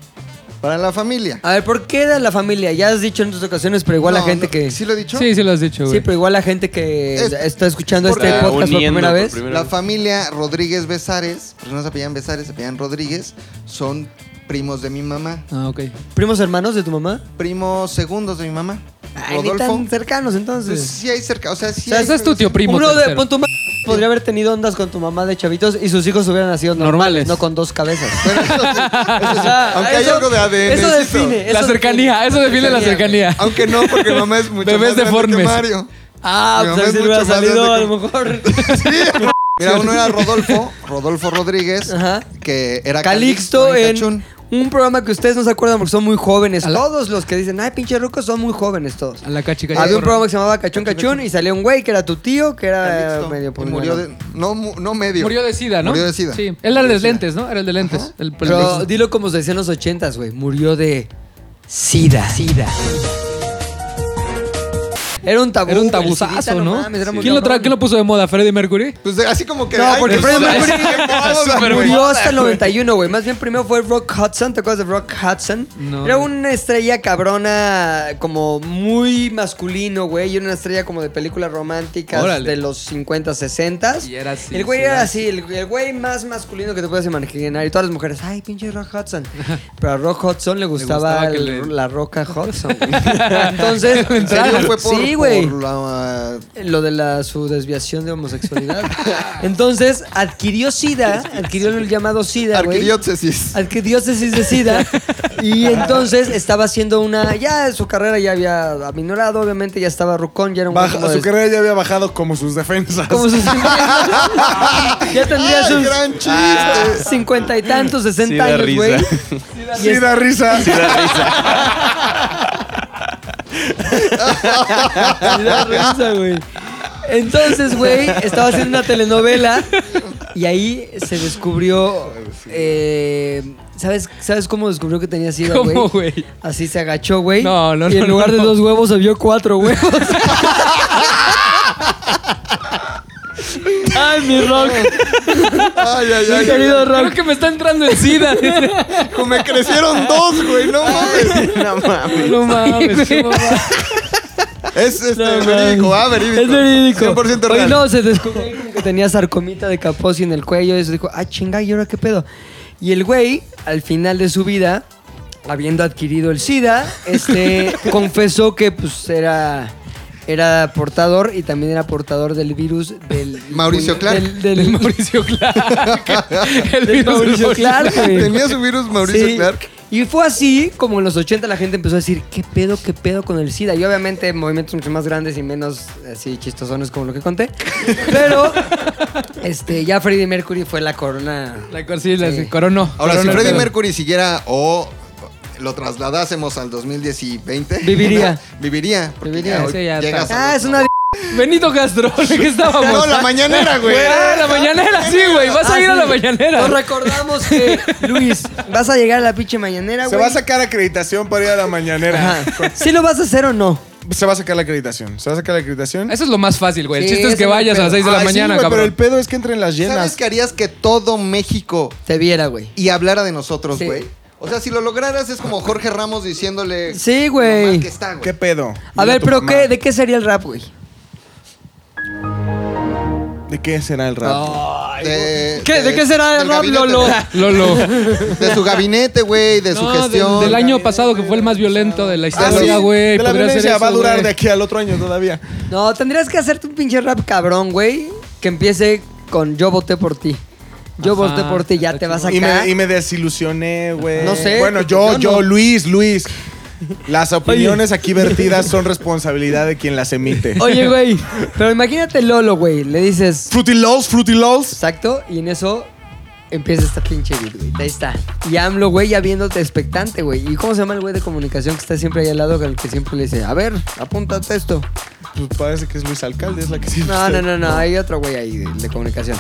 Speaker 5: para la familia.
Speaker 2: A ver, ¿por qué de la familia? Ya has dicho en otras ocasiones, pero Ah, igual
Speaker 5: No,
Speaker 2: la gente
Speaker 5: no,
Speaker 2: que.
Speaker 5: ¿Sí lo he dicho?
Speaker 3: Sí, sí lo has dicho, güey.
Speaker 2: Sí, pero igual la gente que
Speaker 5: Es-
Speaker 2: está escuchando
Speaker 5: porque-
Speaker 2: este
Speaker 5: Está
Speaker 2: podcast por primera vez.
Speaker 5: La familia Rodríguez Besares, pues no se apellan Besares, se apellan Rodríguez, son primos de mi mamá.
Speaker 3: Ah, ok.
Speaker 2: ¿Primos hermanos de tu mamá?
Speaker 5: Primos segundos de mi mamá.
Speaker 2: Ay, ni
Speaker 5: Rodolfo.
Speaker 2: tan cercanos
Speaker 5: Pues
Speaker 2: entonces.
Speaker 5: sí hay cerca, o sea, sí
Speaker 3: O sea,
Speaker 5: hay
Speaker 3: ese es tu tío primo.
Speaker 2: Uno de
Speaker 3: tercero.
Speaker 2: pon tu ma- podría haber tenido ondas con tu mamá de chavitos y sus hijos hubieran nacido normales,
Speaker 3: Normales.
Speaker 2: no con dos cabezas.
Speaker 5: Pero eso sí, eso sí.
Speaker 2: O sea,
Speaker 5: Aunque hay
Speaker 2: eso-
Speaker 5: algo de ADN.
Speaker 2: Eso define.
Speaker 3: La
Speaker 2: eso
Speaker 3: cercanía, eso define la cercanía.
Speaker 5: Aunque no, porque mi mamá es mucho
Speaker 3: Bebés
Speaker 5: más grande que
Speaker 3: deformes.
Speaker 5: Mario.
Speaker 2: Ah,
Speaker 5: Mi
Speaker 2: pues
Speaker 5: mamá
Speaker 2: así
Speaker 5: es
Speaker 2: le hubiera
Speaker 5: mucho más
Speaker 2: salido a
Speaker 5: grande
Speaker 2: lo mejor.
Speaker 5: Mira, uno era Rodolfo, Rodolfo Rodríguez,
Speaker 2: Ajá.
Speaker 5: que era
Speaker 2: Calixto en
Speaker 5: Itachún.
Speaker 2: un programa que ustedes no se acuerdan porque son muy jóvenes. Todos los que dicen, ay, pinche ruco, son muy jóvenes todos.
Speaker 3: A la cachica.
Speaker 2: Había Ah, un programa que se llamaba Cachón Cachón y salió un güey que era tu tío, que era
Speaker 5: Calixto.
Speaker 2: medio
Speaker 5: Y
Speaker 2: pulmón.
Speaker 5: murió de, no, mu- no medio.
Speaker 3: Murió de sida, ¿no?
Speaker 5: Murió de sida.
Speaker 3: Sí. Él era el de lentes, ¿no? Era el de lentes. El
Speaker 2: Pero
Speaker 3: pendejo.
Speaker 2: dilo como se decía en los ochentas, güey. Murió de sida. Sida. Era un tabú.
Speaker 3: Era un
Speaker 2: güey, el sidita,
Speaker 3: tabuzazo, ¿no?
Speaker 2: mames, era muy
Speaker 3: ¿Quién lo, tra-
Speaker 2: cabrón.
Speaker 3: quién lo puso de moda? ¿Freddie Mercury?
Speaker 5: Pues de- así como que.
Speaker 2: No, porque
Speaker 5: pues,
Speaker 2: Freddie
Speaker 5: ay,
Speaker 2: Mercury-
Speaker 5: qué moda,
Speaker 3: Súper
Speaker 5: güey.
Speaker 2: Murió hasta el 91, güey. Más bien primero fue Rock Hudson. ¿Te acuerdas de Rock Hudson?
Speaker 3: No.
Speaker 2: Era una estrella cabrona, como muy masculino, güey. Y era una estrella como de películas románticas
Speaker 3: Órale.
Speaker 2: de los 50, 60.
Speaker 3: Y era así,
Speaker 2: El güey
Speaker 3: sí,
Speaker 2: era
Speaker 3: era
Speaker 2: así, el, el güey más masculino que te puedas imaginar. Y todas las mujeres, ay, pinche Rock Hudson. Pero a Rock Hudson le gustaba,
Speaker 3: gustaba que
Speaker 2: el-
Speaker 3: le-
Speaker 2: la roca Hudson. güey. Entonces,
Speaker 5: ¿En serio fue por,
Speaker 2: sí, güey
Speaker 5: por la-
Speaker 2: lo de la, su desviación de homosexualidad. Entonces, adquirió SIDA, adquirió el llamado SIDA, güey.
Speaker 5: arquidiócesis?
Speaker 2: Adquirió tesis de SIDA y entonces estaba haciendo una. Ya su carrera ya había aminorado, obviamente ya estaba rucón, ya era un güey
Speaker 1: Baja-
Speaker 2: como
Speaker 1: su
Speaker 2: de-
Speaker 1: carrera ya había bajado como sus defensas.
Speaker 2: como sus- ya tendría
Speaker 5: ¡Ay,
Speaker 2: sus
Speaker 5: gran chiste!
Speaker 2: cincuenta y tantos,
Speaker 4: Sí
Speaker 2: sesenta
Speaker 4: da
Speaker 2: años, güey.
Speaker 4: risa.
Speaker 2: Y
Speaker 1: Sí da risa.
Speaker 2: Me da risa, güey. Entonces, güey, estaba haciendo una telenovela y ahí se descubrió. eh, ¿sabes, ¿Sabes cómo descubrió que tenía sida, güey?
Speaker 3: ¿Cómo, güey?
Speaker 2: Así se agachó, güey.
Speaker 3: No, no,
Speaker 2: Y en
Speaker 3: no,
Speaker 2: lugar
Speaker 3: no,
Speaker 2: de
Speaker 3: no.
Speaker 2: dos huevos, se vio cuatro huevos. Ay, mi rock.
Speaker 5: Ay, ay,
Speaker 2: Mi
Speaker 5: ay.
Speaker 2: querido
Speaker 3: Creo
Speaker 2: rock.
Speaker 3: que me está entrando en sida.
Speaker 5: Como Me crecieron dos, güey, no mames.
Speaker 4: No mames.
Speaker 3: no mames. qué mamada.
Speaker 5: Es este,
Speaker 2: No,
Speaker 5: verídico,
Speaker 2: mames.
Speaker 5: ah, verídico.
Speaker 2: Es verídico.
Speaker 5: 100%
Speaker 2: Oye,
Speaker 5: real.
Speaker 2: no, se descubrió que tenía sarcomita de Kaposi en el cuello. Y se dijo, ah, chinga, ¿y ahora qué pedo? Y el güey, al final de su vida, habiendo adquirido el SIDA, este, confesó que pues era... Era portador y también era portador del virus del...
Speaker 5: Mauricio Clark.
Speaker 2: Del, del-
Speaker 3: El Mauricio Clark. El
Speaker 2: del
Speaker 3: virus
Speaker 2: Mauricio Clark, güey.
Speaker 5: Tenía su virus Mauricio
Speaker 2: Sí.
Speaker 5: Clark.
Speaker 2: Y fue así como en los 80 la gente empezó a decir, ¿qué pedo, qué pedo con el SIDA? Y obviamente movimientos mucho más grandes y menos así chistosones como lo que conté. Pero este, ya Freddie Mercury fue la corona.
Speaker 3: La cor- sí, la
Speaker 2: Sí.
Speaker 3: coronó.
Speaker 5: Ahora, si
Speaker 3: Coronó el
Speaker 5: Freddie
Speaker 3: pedo.
Speaker 5: Mercury siguiera o lo trasladásemos al 2010 y 20,
Speaker 2: Viviría.
Speaker 5: ¿no? Viviría. porque
Speaker 2: Viviría,
Speaker 5: ya hoy
Speaker 3: sí, ya
Speaker 5: llegas
Speaker 2: Ah,
Speaker 5: a
Speaker 2: es
Speaker 5: los-
Speaker 2: una... d-
Speaker 3: Benito Castro, ¿de qué estábamos?
Speaker 5: No, la mañanera, güey.
Speaker 3: Ah, la mañanera, sí, güey. Vas
Speaker 2: Ah,
Speaker 3: a ir a
Speaker 2: sí.
Speaker 3: la mañanera.
Speaker 2: Nos recordamos que, Luis, vas a llegar a la pinche mañanera,
Speaker 1: Se
Speaker 2: güey.
Speaker 1: va a sacar acreditación para ir a la mañanera.
Speaker 2: Ajá. ¿Sí lo vas a hacer o no?
Speaker 1: Se va a sacar la acreditación. Se va a sacar la acreditación.
Speaker 3: Eso es lo más fácil, güey.
Speaker 2: Sí,
Speaker 3: el chiste es
Speaker 2: ese
Speaker 3: que
Speaker 2: es el
Speaker 3: vayas a las
Speaker 2: pedo.
Speaker 3: 6 de la
Speaker 5: Ah,
Speaker 1: Ay, sí,
Speaker 3: mañana,
Speaker 1: güey,
Speaker 3: cabrón.
Speaker 1: Pero el pedo es que entren las
Speaker 5: ¿Sabes
Speaker 1: llenas.
Speaker 5: qué harías que todo México
Speaker 2: Te viera, güey.
Speaker 5: y hablara de nosotros,
Speaker 2: Sí.
Speaker 5: güey? O sea, si lo lograras es como Jorge Ramos diciéndole
Speaker 2: Sí,
Speaker 5: lo
Speaker 2: güey.
Speaker 5: mal que está, güey.
Speaker 1: ¿Qué pedo?
Speaker 2: A
Speaker 1: Dile
Speaker 2: ver,
Speaker 1: tu
Speaker 2: pero
Speaker 1: mamá.
Speaker 2: qué, ¿de qué sería el rap, güey?
Speaker 1: ¿De qué será el rap?
Speaker 5: De,
Speaker 3: ¿Qué? ¿De qué será
Speaker 5: del
Speaker 3: el rap,
Speaker 5: gabinete,
Speaker 3: Lolo?
Speaker 5: güey.
Speaker 3: Lolo.
Speaker 5: De su gabinete, güey, de su
Speaker 3: No, del-
Speaker 5: gestión.
Speaker 3: del año pasado que fue el más violento de la
Speaker 1: Ah, sí,
Speaker 3: historia, güey.
Speaker 1: de la
Speaker 3: Podría ser
Speaker 1: violencia
Speaker 3: eso,
Speaker 1: va a durar
Speaker 3: güey.
Speaker 1: de aquí al otro año todavía.
Speaker 2: No, tendrías que hacerte un pinche rap cabrón, güey. Que empiece con yo voté por ti. Yo
Speaker 3: Ajá,
Speaker 2: voté por ti, ya te vas acá.
Speaker 1: Y me, y me desilusioné, güey.
Speaker 2: No sé,
Speaker 1: Bueno,
Speaker 2: porque
Speaker 1: yo,
Speaker 2: yo
Speaker 1: yo,
Speaker 2: no.
Speaker 1: Luis, Luis. Las opiniones aquí vertidas son responsabilidad de quien las emite.
Speaker 2: Oye, güey, pero imagínate Lolo, güey. Le dices,
Speaker 1: Fruity Lows, Fruity Lows.
Speaker 2: exacto, y en eso empieza esta pinche beat, güey. Ahí está. Y AMLO, güey, ya viéndote expectante, güey. ¿Y cómo se llama el güey de comunicación que está siempre ahí al lado, el que siempre le dice, a ver, apúntate esto?
Speaker 1: Pues parece que es Luis Alcalde, es la que siempre.
Speaker 2: No, no,
Speaker 1: está-
Speaker 2: no, no, hay otro güey ahí de, de comunicación.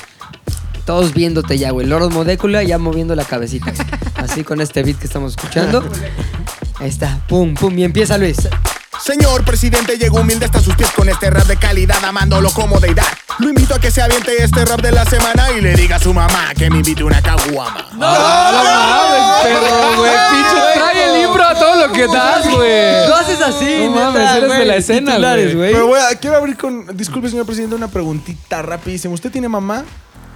Speaker 2: Todos viéndote ya, güey. Lord Modécula ya moviendo la cabecita. güey. Así con este beat que estamos escuchando. Ahí está, pum, pum, y empieza Luis.
Speaker 7: Señor presidente, llegó humilde hasta sus pies con este rap de calidad, amándolo como deidad. Lo invito a que se aviente este rap de la semana y le diga a su mamá que me invite una caguama.
Speaker 3: No, no mames, pero, güey, pinche. Trae el libro a todo lo que das, güey.
Speaker 2: Lo haces así,
Speaker 3: No mames, eres de la escena,
Speaker 2: Titulares,
Speaker 3: güey.
Speaker 1: Pero bueno, quiero abrir con. Disculpe, señor presidente, una preguntita rapidísima. ¿Usted tiene mamá?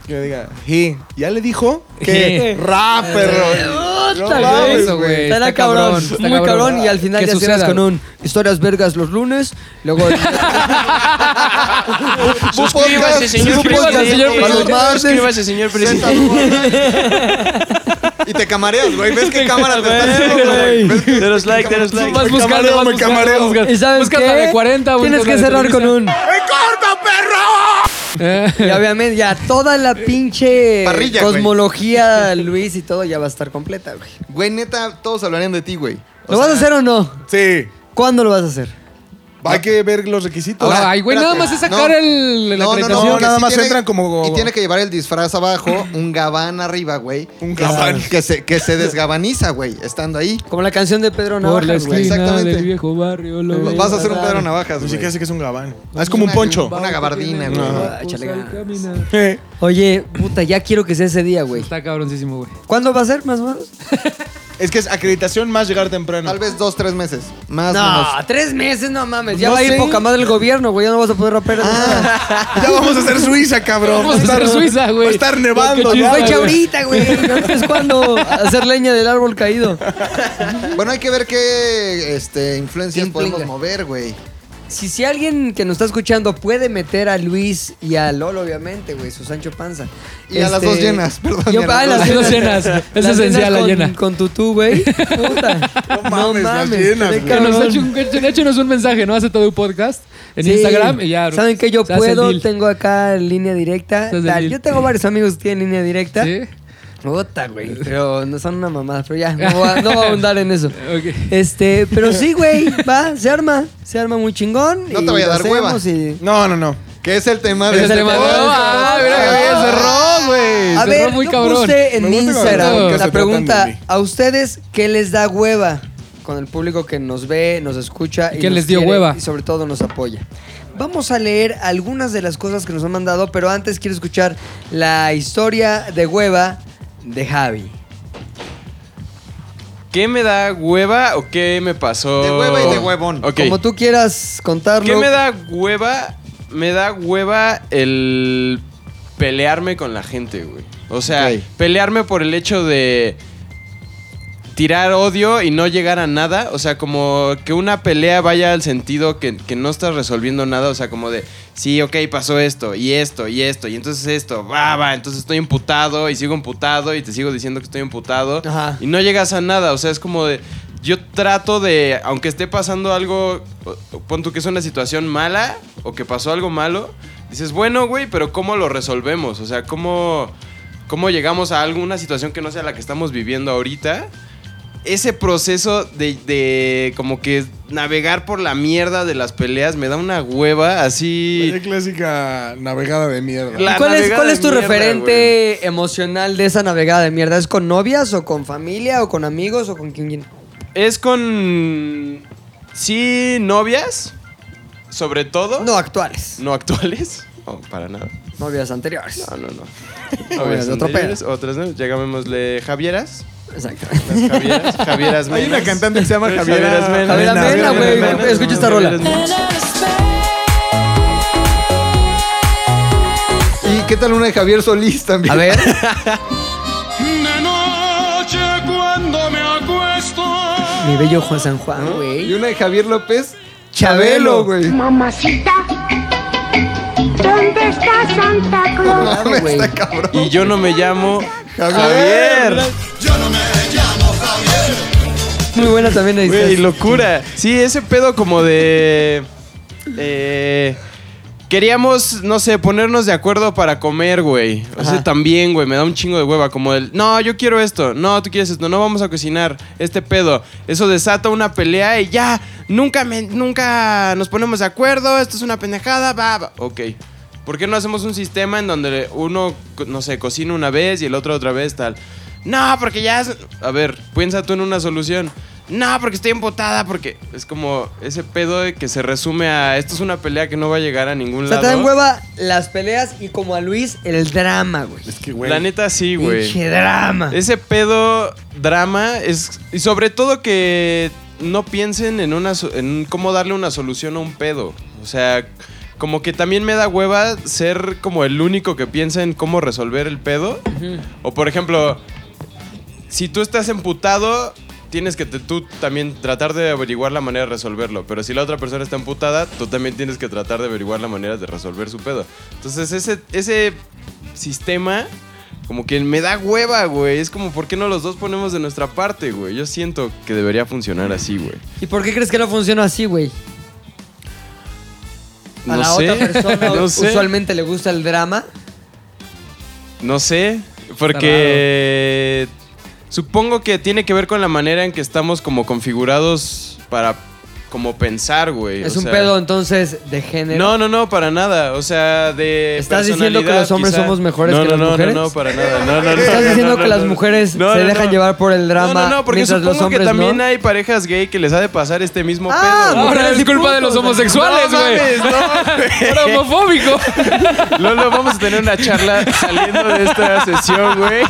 Speaker 1: Que le diga, sí. ¿Ya le dijo? Que
Speaker 3: Sí.
Speaker 1: rap, perro. No
Speaker 2: Puta,
Speaker 1: mames,
Speaker 2: güey.
Speaker 3: eso, güey.
Speaker 2: Estará
Speaker 3: Está
Speaker 2: cabrón,
Speaker 3: cabrón, está
Speaker 2: muy
Speaker 3: cabrón.
Speaker 2: cabrón. Y al final
Speaker 3: Que
Speaker 2: ya
Speaker 3: suceda.
Speaker 2: cierras con un historias vergas los lunes. Luego
Speaker 4: Suscríbase, señor
Speaker 3: Suscríbase, señor
Speaker 4: presidente.
Speaker 2: presidente.
Speaker 4: Suscríbase, señor presidente.
Speaker 5: Y te camareas, güey. ¿Ves qué cámara te estás haciendo, güey? ¿Ves qué-
Speaker 4: Denos like, denos
Speaker 3: Vas
Speaker 4: like.
Speaker 3: buscando,
Speaker 1: camareo,
Speaker 3: vas
Speaker 1: me
Speaker 3: buscando,
Speaker 1: camareo.
Speaker 3: vas buscando.
Speaker 2: y sabes
Speaker 3: Buscas
Speaker 2: qué?
Speaker 3: la de 40, buscas
Speaker 2: Tienes
Speaker 3: la
Speaker 2: que
Speaker 3: de
Speaker 2: cerrar
Speaker 3: 30.
Speaker 2: con un
Speaker 3: Eh.
Speaker 2: y obviamente ya toda la pinche
Speaker 5: Parrilla, güey.
Speaker 2: cosmología Luis y todo ya va a estar completa, güey.
Speaker 5: Güey, neta, todos hablarían de ti, güey.
Speaker 2: ¿Lo vas a hacer o no?
Speaker 1: Sí.
Speaker 2: ¿Cuándo lo vas a hacer?
Speaker 1: Hay que ver los requisitos.
Speaker 5: Ahora,
Speaker 3: Ay, güey, nada
Speaker 5: espérate.
Speaker 3: más es sacar
Speaker 5: No.
Speaker 3: el, la
Speaker 5: No, no, no,
Speaker 3: acreditación.
Speaker 1: no,
Speaker 5: que
Speaker 1: nada
Speaker 5: sí
Speaker 1: más
Speaker 5: tiene-
Speaker 1: entran como-
Speaker 5: Y tiene que llevar el disfraz abajo, un gabán arriba, güey.
Speaker 1: Un
Speaker 5: Que se-
Speaker 1: gabán.
Speaker 5: Que se, que se desgabaniza, güey, estando ahí.
Speaker 2: Como la canción de Pedro
Speaker 3: Por la
Speaker 2: Navajas,
Speaker 3: esquina
Speaker 2: güey.
Speaker 5: Exactamente.
Speaker 3: del viejo barrio. Lo
Speaker 5: Vas a hacer un Pedro Navajas,
Speaker 1: Pues
Speaker 5: güey.
Speaker 1: sí que hace que es un gabán. Ah, es como un poncho.
Speaker 5: Una gabardina, güey.
Speaker 2: Ah, échale ganas.
Speaker 3: Está
Speaker 1: Eh,
Speaker 2: Oye, puta, ya quiero que sea ese día, güey.
Speaker 3: cabroncísimo, güey.
Speaker 2: ¿Cuándo va a ser, más o menos?
Speaker 1: Es que es acreditación más llegar temprano.
Speaker 5: Tal vez dos, tres meses. Más o menos.
Speaker 2: No, tres meses, no Ah, mames. Ya
Speaker 1: No
Speaker 2: va a ir
Speaker 1: sé.
Speaker 2: poca madre el gobierno, güey. Ya no vas a poder romper.
Speaker 1: Ya vamos a hacer Suiza, cabrón.
Speaker 3: Vamos a
Speaker 1: Va
Speaker 3: hacer
Speaker 1: estar-
Speaker 3: Suiza, güey.
Speaker 1: Va a estar
Speaker 3: Lo
Speaker 1: nevando,
Speaker 3: que
Speaker 1: ¿no?
Speaker 3: chiste,
Speaker 2: Güey, que
Speaker 3: güey.
Speaker 2: ahorita, güey. No es cuando hacer leña del árbol caído.
Speaker 5: Bueno, hay que ver qué este, influencias
Speaker 2: Influencia.
Speaker 5: podemos mover, güey.
Speaker 2: Si, si alguien que nos está escuchando puede meter a Luis y a Lolo, obviamente, güey, su Sancho Panza. Este,
Speaker 5: Y a las dos llenas, perdón,
Speaker 2: Yo,
Speaker 5: y a las
Speaker 2: ah, las
Speaker 5: dos-
Speaker 3: Las
Speaker 2: dos
Speaker 3: dos
Speaker 2: llenas.
Speaker 3: llenas. Es
Speaker 2: Las
Speaker 3: esencial la
Speaker 2: llenas con-
Speaker 3: llena.
Speaker 2: Con tutú, güey. Puta.
Speaker 1: No mames, las llenas,
Speaker 2: qué
Speaker 1: güey.
Speaker 3: Que nos
Speaker 2: cabrón.
Speaker 3: eche un- que- de hecho, nos un mensaje, ¿no? Hace todo un podcast en
Speaker 2: Sí.
Speaker 3: Instagram y ya.
Speaker 2: Saben que yo
Speaker 3: se hace el
Speaker 2: puedo,
Speaker 3: deal.
Speaker 2: tengo acá línea directa.
Speaker 3: Se hace el
Speaker 2: tal.
Speaker 3: deal.
Speaker 2: Yo tengo varios amigos que tienen línea directa.
Speaker 3: ¿Sí?
Speaker 2: Puta, güey. Pero no son una mamada, pero ya, no voy a, no voy a ahondar en eso.
Speaker 3: Ok.
Speaker 2: Este, pero sí, güey, va, se arma, se arma muy chingón.
Speaker 5: No te
Speaker 2: y
Speaker 5: vaya a
Speaker 2: lo
Speaker 5: dar hueva.
Speaker 2: hacemos y-
Speaker 1: No, no, no.
Speaker 5: Que es el tema
Speaker 3: Ese
Speaker 5: de este
Speaker 3: es el tema de- Ah, mira que bien, cerró, güey.
Speaker 2: A
Speaker 3: Cerró
Speaker 2: ver,
Speaker 3: muy
Speaker 2: yo
Speaker 3: cabrón.
Speaker 2: puse en
Speaker 1: Me
Speaker 2: mi
Speaker 1: gusta cuando
Speaker 2: Instagram
Speaker 3: los
Speaker 1: podcasts
Speaker 2: la
Speaker 1: se tratan de
Speaker 2: pregunta
Speaker 1: mí.
Speaker 2: a ustedes, ¿qué les da hueva con el público que nos ve, nos escucha
Speaker 3: ¿Qué
Speaker 2: nos
Speaker 3: les dio hueva?
Speaker 2: Y sobre todo nos apoya. Vamos a leer algunas de las cosas que nos han mandado, pero antes quiero escuchar la historia de hueva de Javi.
Speaker 4: ¿Qué me da hueva o qué me pasó?
Speaker 5: De hueva y de huevón.
Speaker 4: Ok.
Speaker 2: Como tú quieras contarlo.
Speaker 4: ¿Qué me da hueva? Me da hueva el pelearme con la gente, güey. O sea,
Speaker 5: Ok.
Speaker 4: pelearme por el hecho de tirar odio y no llegar a nada. O sea, como que una pelea vaya al sentido que, que no estás resolviendo nada. O sea, como de, sí, ok, pasó esto, y esto, y esto, y entonces esto, va, va, entonces estoy imputado y sigo imputado y te sigo diciendo que estoy imputado.
Speaker 2: Ajá.
Speaker 4: Y no llegas a nada. O sea, es como de, yo trato de, aunque esté pasando algo, o- pon tú que es una situación mala o que pasó algo malo, dices, bueno, güey, pero ¿cómo lo resolvemos? O sea, ¿cómo... ¿Cómo llegamos a alguna situación que no sea la que estamos viviendo ahorita? ese proceso de, de como que navegar por la mierda de las peleas me da una hueva así.
Speaker 1: Es clásica navegada de mierda.
Speaker 4: La
Speaker 2: ¿Y ¿Cuál es,
Speaker 4: navegada
Speaker 2: cuál es tu
Speaker 4: de mierda,
Speaker 2: referente emocional de esa navegada de mierda? ¿Es con novias o con familia o con amigos o con quién?
Speaker 4: Es con. Sí, novias, sobre todo.
Speaker 2: No actuales,
Speaker 4: No actuales. No, para nada. Ah,
Speaker 2: novias anteriores.
Speaker 4: No, no, no.
Speaker 2: Novias de otro
Speaker 4: anteriores, Otras, ¿no? Llamémosle Javieras.
Speaker 2: Exacto.
Speaker 4: Las Javieras. Javieras
Speaker 1: Hay una
Speaker 4: Menas. Pues
Speaker 1: cantante que se llama Javiera
Speaker 4: Javieras Menas.
Speaker 2: Javiera Mena,
Speaker 1: Javieras
Speaker 2: güey.
Speaker 1: Menas.
Speaker 2: Escucha esta rola.
Speaker 6: El
Speaker 5: ¿Y qué tal una de Javier Solís también?
Speaker 2: A ver,
Speaker 7: De noche cuando me acuesto.
Speaker 2: mi bello Juan San Juan,
Speaker 5: Y
Speaker 2: güey.
Speaker 5: una de Javier López.
Speaker 2: Chabelo.
Speaker 5: Chabelo, güey.
Speaker 9: Mamacita, ¿dónde está Santa Claus?
Speaker 5: No mames,
Speaker 2: güey.
Speaker 5: está cabrón.
Speaker 4: Y yo no me llamo
Speaker 5: Javier.
Speaker 4: Javier.
Speaker 2: Muy buena también ahí
Speaker 4: Güey,
Speaker 2: estás.
Speaker 4: locura. Sí, ese pedo como de. eh, queríamos, no sé, ponernos de acuerdo para comer, güey. O sea,
Speaker 2: Ajá.
Speaker 4: también, güey, me da un chingo de hueva. Como el, no, yo quiero esto. No, tú quieres esto. No vamos a cocinar. Este pedo. Eso desata una pelea y ya. Nunca, me- nunca nos ponemos de acuerdo. Esto es una pendejada. Va, va. Ok. ¿Por qué no hacemos un sistema en donde uno, co- no sé, cocina una vez y el otro otra vez, tal? No, porque ya. es- A ver, piensa tú en una solución. no, porque estoy empotada, porque es como ese pedo de que se resume a esto es una pelea que no va a llegar a ningún
Speaker 2: O sea, te
Speaker 4: lado.
Speaker 2: dan hueva las peleas y como a Luis, el drama, güey.
Speaker 1: Es que, güey.
Speaker 4: La neta sí, güey.
Speaker 2: Pinche drama.
Speaker 4: Ese pedo drama es y sobre todo que no piensen en una so- en cómo darle una solución a un pedo. O sea, como que también me da hueva ser como el único que piensa en cómo resolver el pedo. O por ejemplo, si tú estás emputado, tienes que te- tú también tratar de averiguar la manera de resolverlo. Pero si la otra persona está emputada, tú también tienes que tratar de averiguar la manera de resolver su pedo. Entonces, ese, ese sistema, como que me da hueva, güey. Es como, ¿por qué no los dos ponemos de nuestra parte, güey? Yo siento que debería funcionar así, güey.
Speaker 2: ¿Y por qué crees que no funciona así, güey? A
Speaker 4: No
Speaker 2: la
Speaker 4: sé.
Speaker 2: otra persona
Speaker 4: No sé.
Speaker 2: usualmente le gusta el drama.
Speaker 4: No sé, porque supongo que tiene que ver con la manera en que estamos como configurados para como pensar, güey.
Speaker 2: es
Speaker 4: O
Speaker 2: un
Speaker 4: sea,
Speaker 2: pedo entonces de género.
Speaker 4: No, no, no, para nada. O sea, de.
Speaker 2: ¿Estás diciendo que
Speaker 4: personalidad,
Speaker 2: los hombres somos mejores
Speaker 4: No,
Speaker 2: que
Speaker 4: no,
Speaker 2: las
Speaker 4: no,
Speaker 2: mujeres?
Speaker 4: No, no, para nada. No, no, no,
Speaker 2: ¿Estás
Speaker 4: no,
Speaker 2: diciendo
Speaker 4: no,
Speaker 2: que
Speaker 4: no,
Speaker 2: las
Speaker 4: no.
Speaker 2: mujeres
Speaker 4: No,
Speaker 2: se
Speaker 4: no,
Speaker 2: dejan
Speaker 4: no.
Speaker 2: llevar por el drama?
Speaker 4: No, no, no, porque
Speaker 2: mientras
Speaker 4: supongo
Speaker 2: los hombres
Speaker 4: que también
Speaker 2: no?
Speaker 4: hay parejas gay que les ha de pasar este mismo
Speaker 2: Ah,
Speaker 4: pedo. güey.
Speaker 3: Ahora es culpa de los homosexuales,
Speaker 4: No
Speaker 3: güey.
Speaker 4: mames,
Speaker 3: Ahora
Speaker 4: no,
Speaker 3: homofóbico.
Speaker 4: güey. Lolo, vamos a tener una charla saliendo de esta sesión, güey.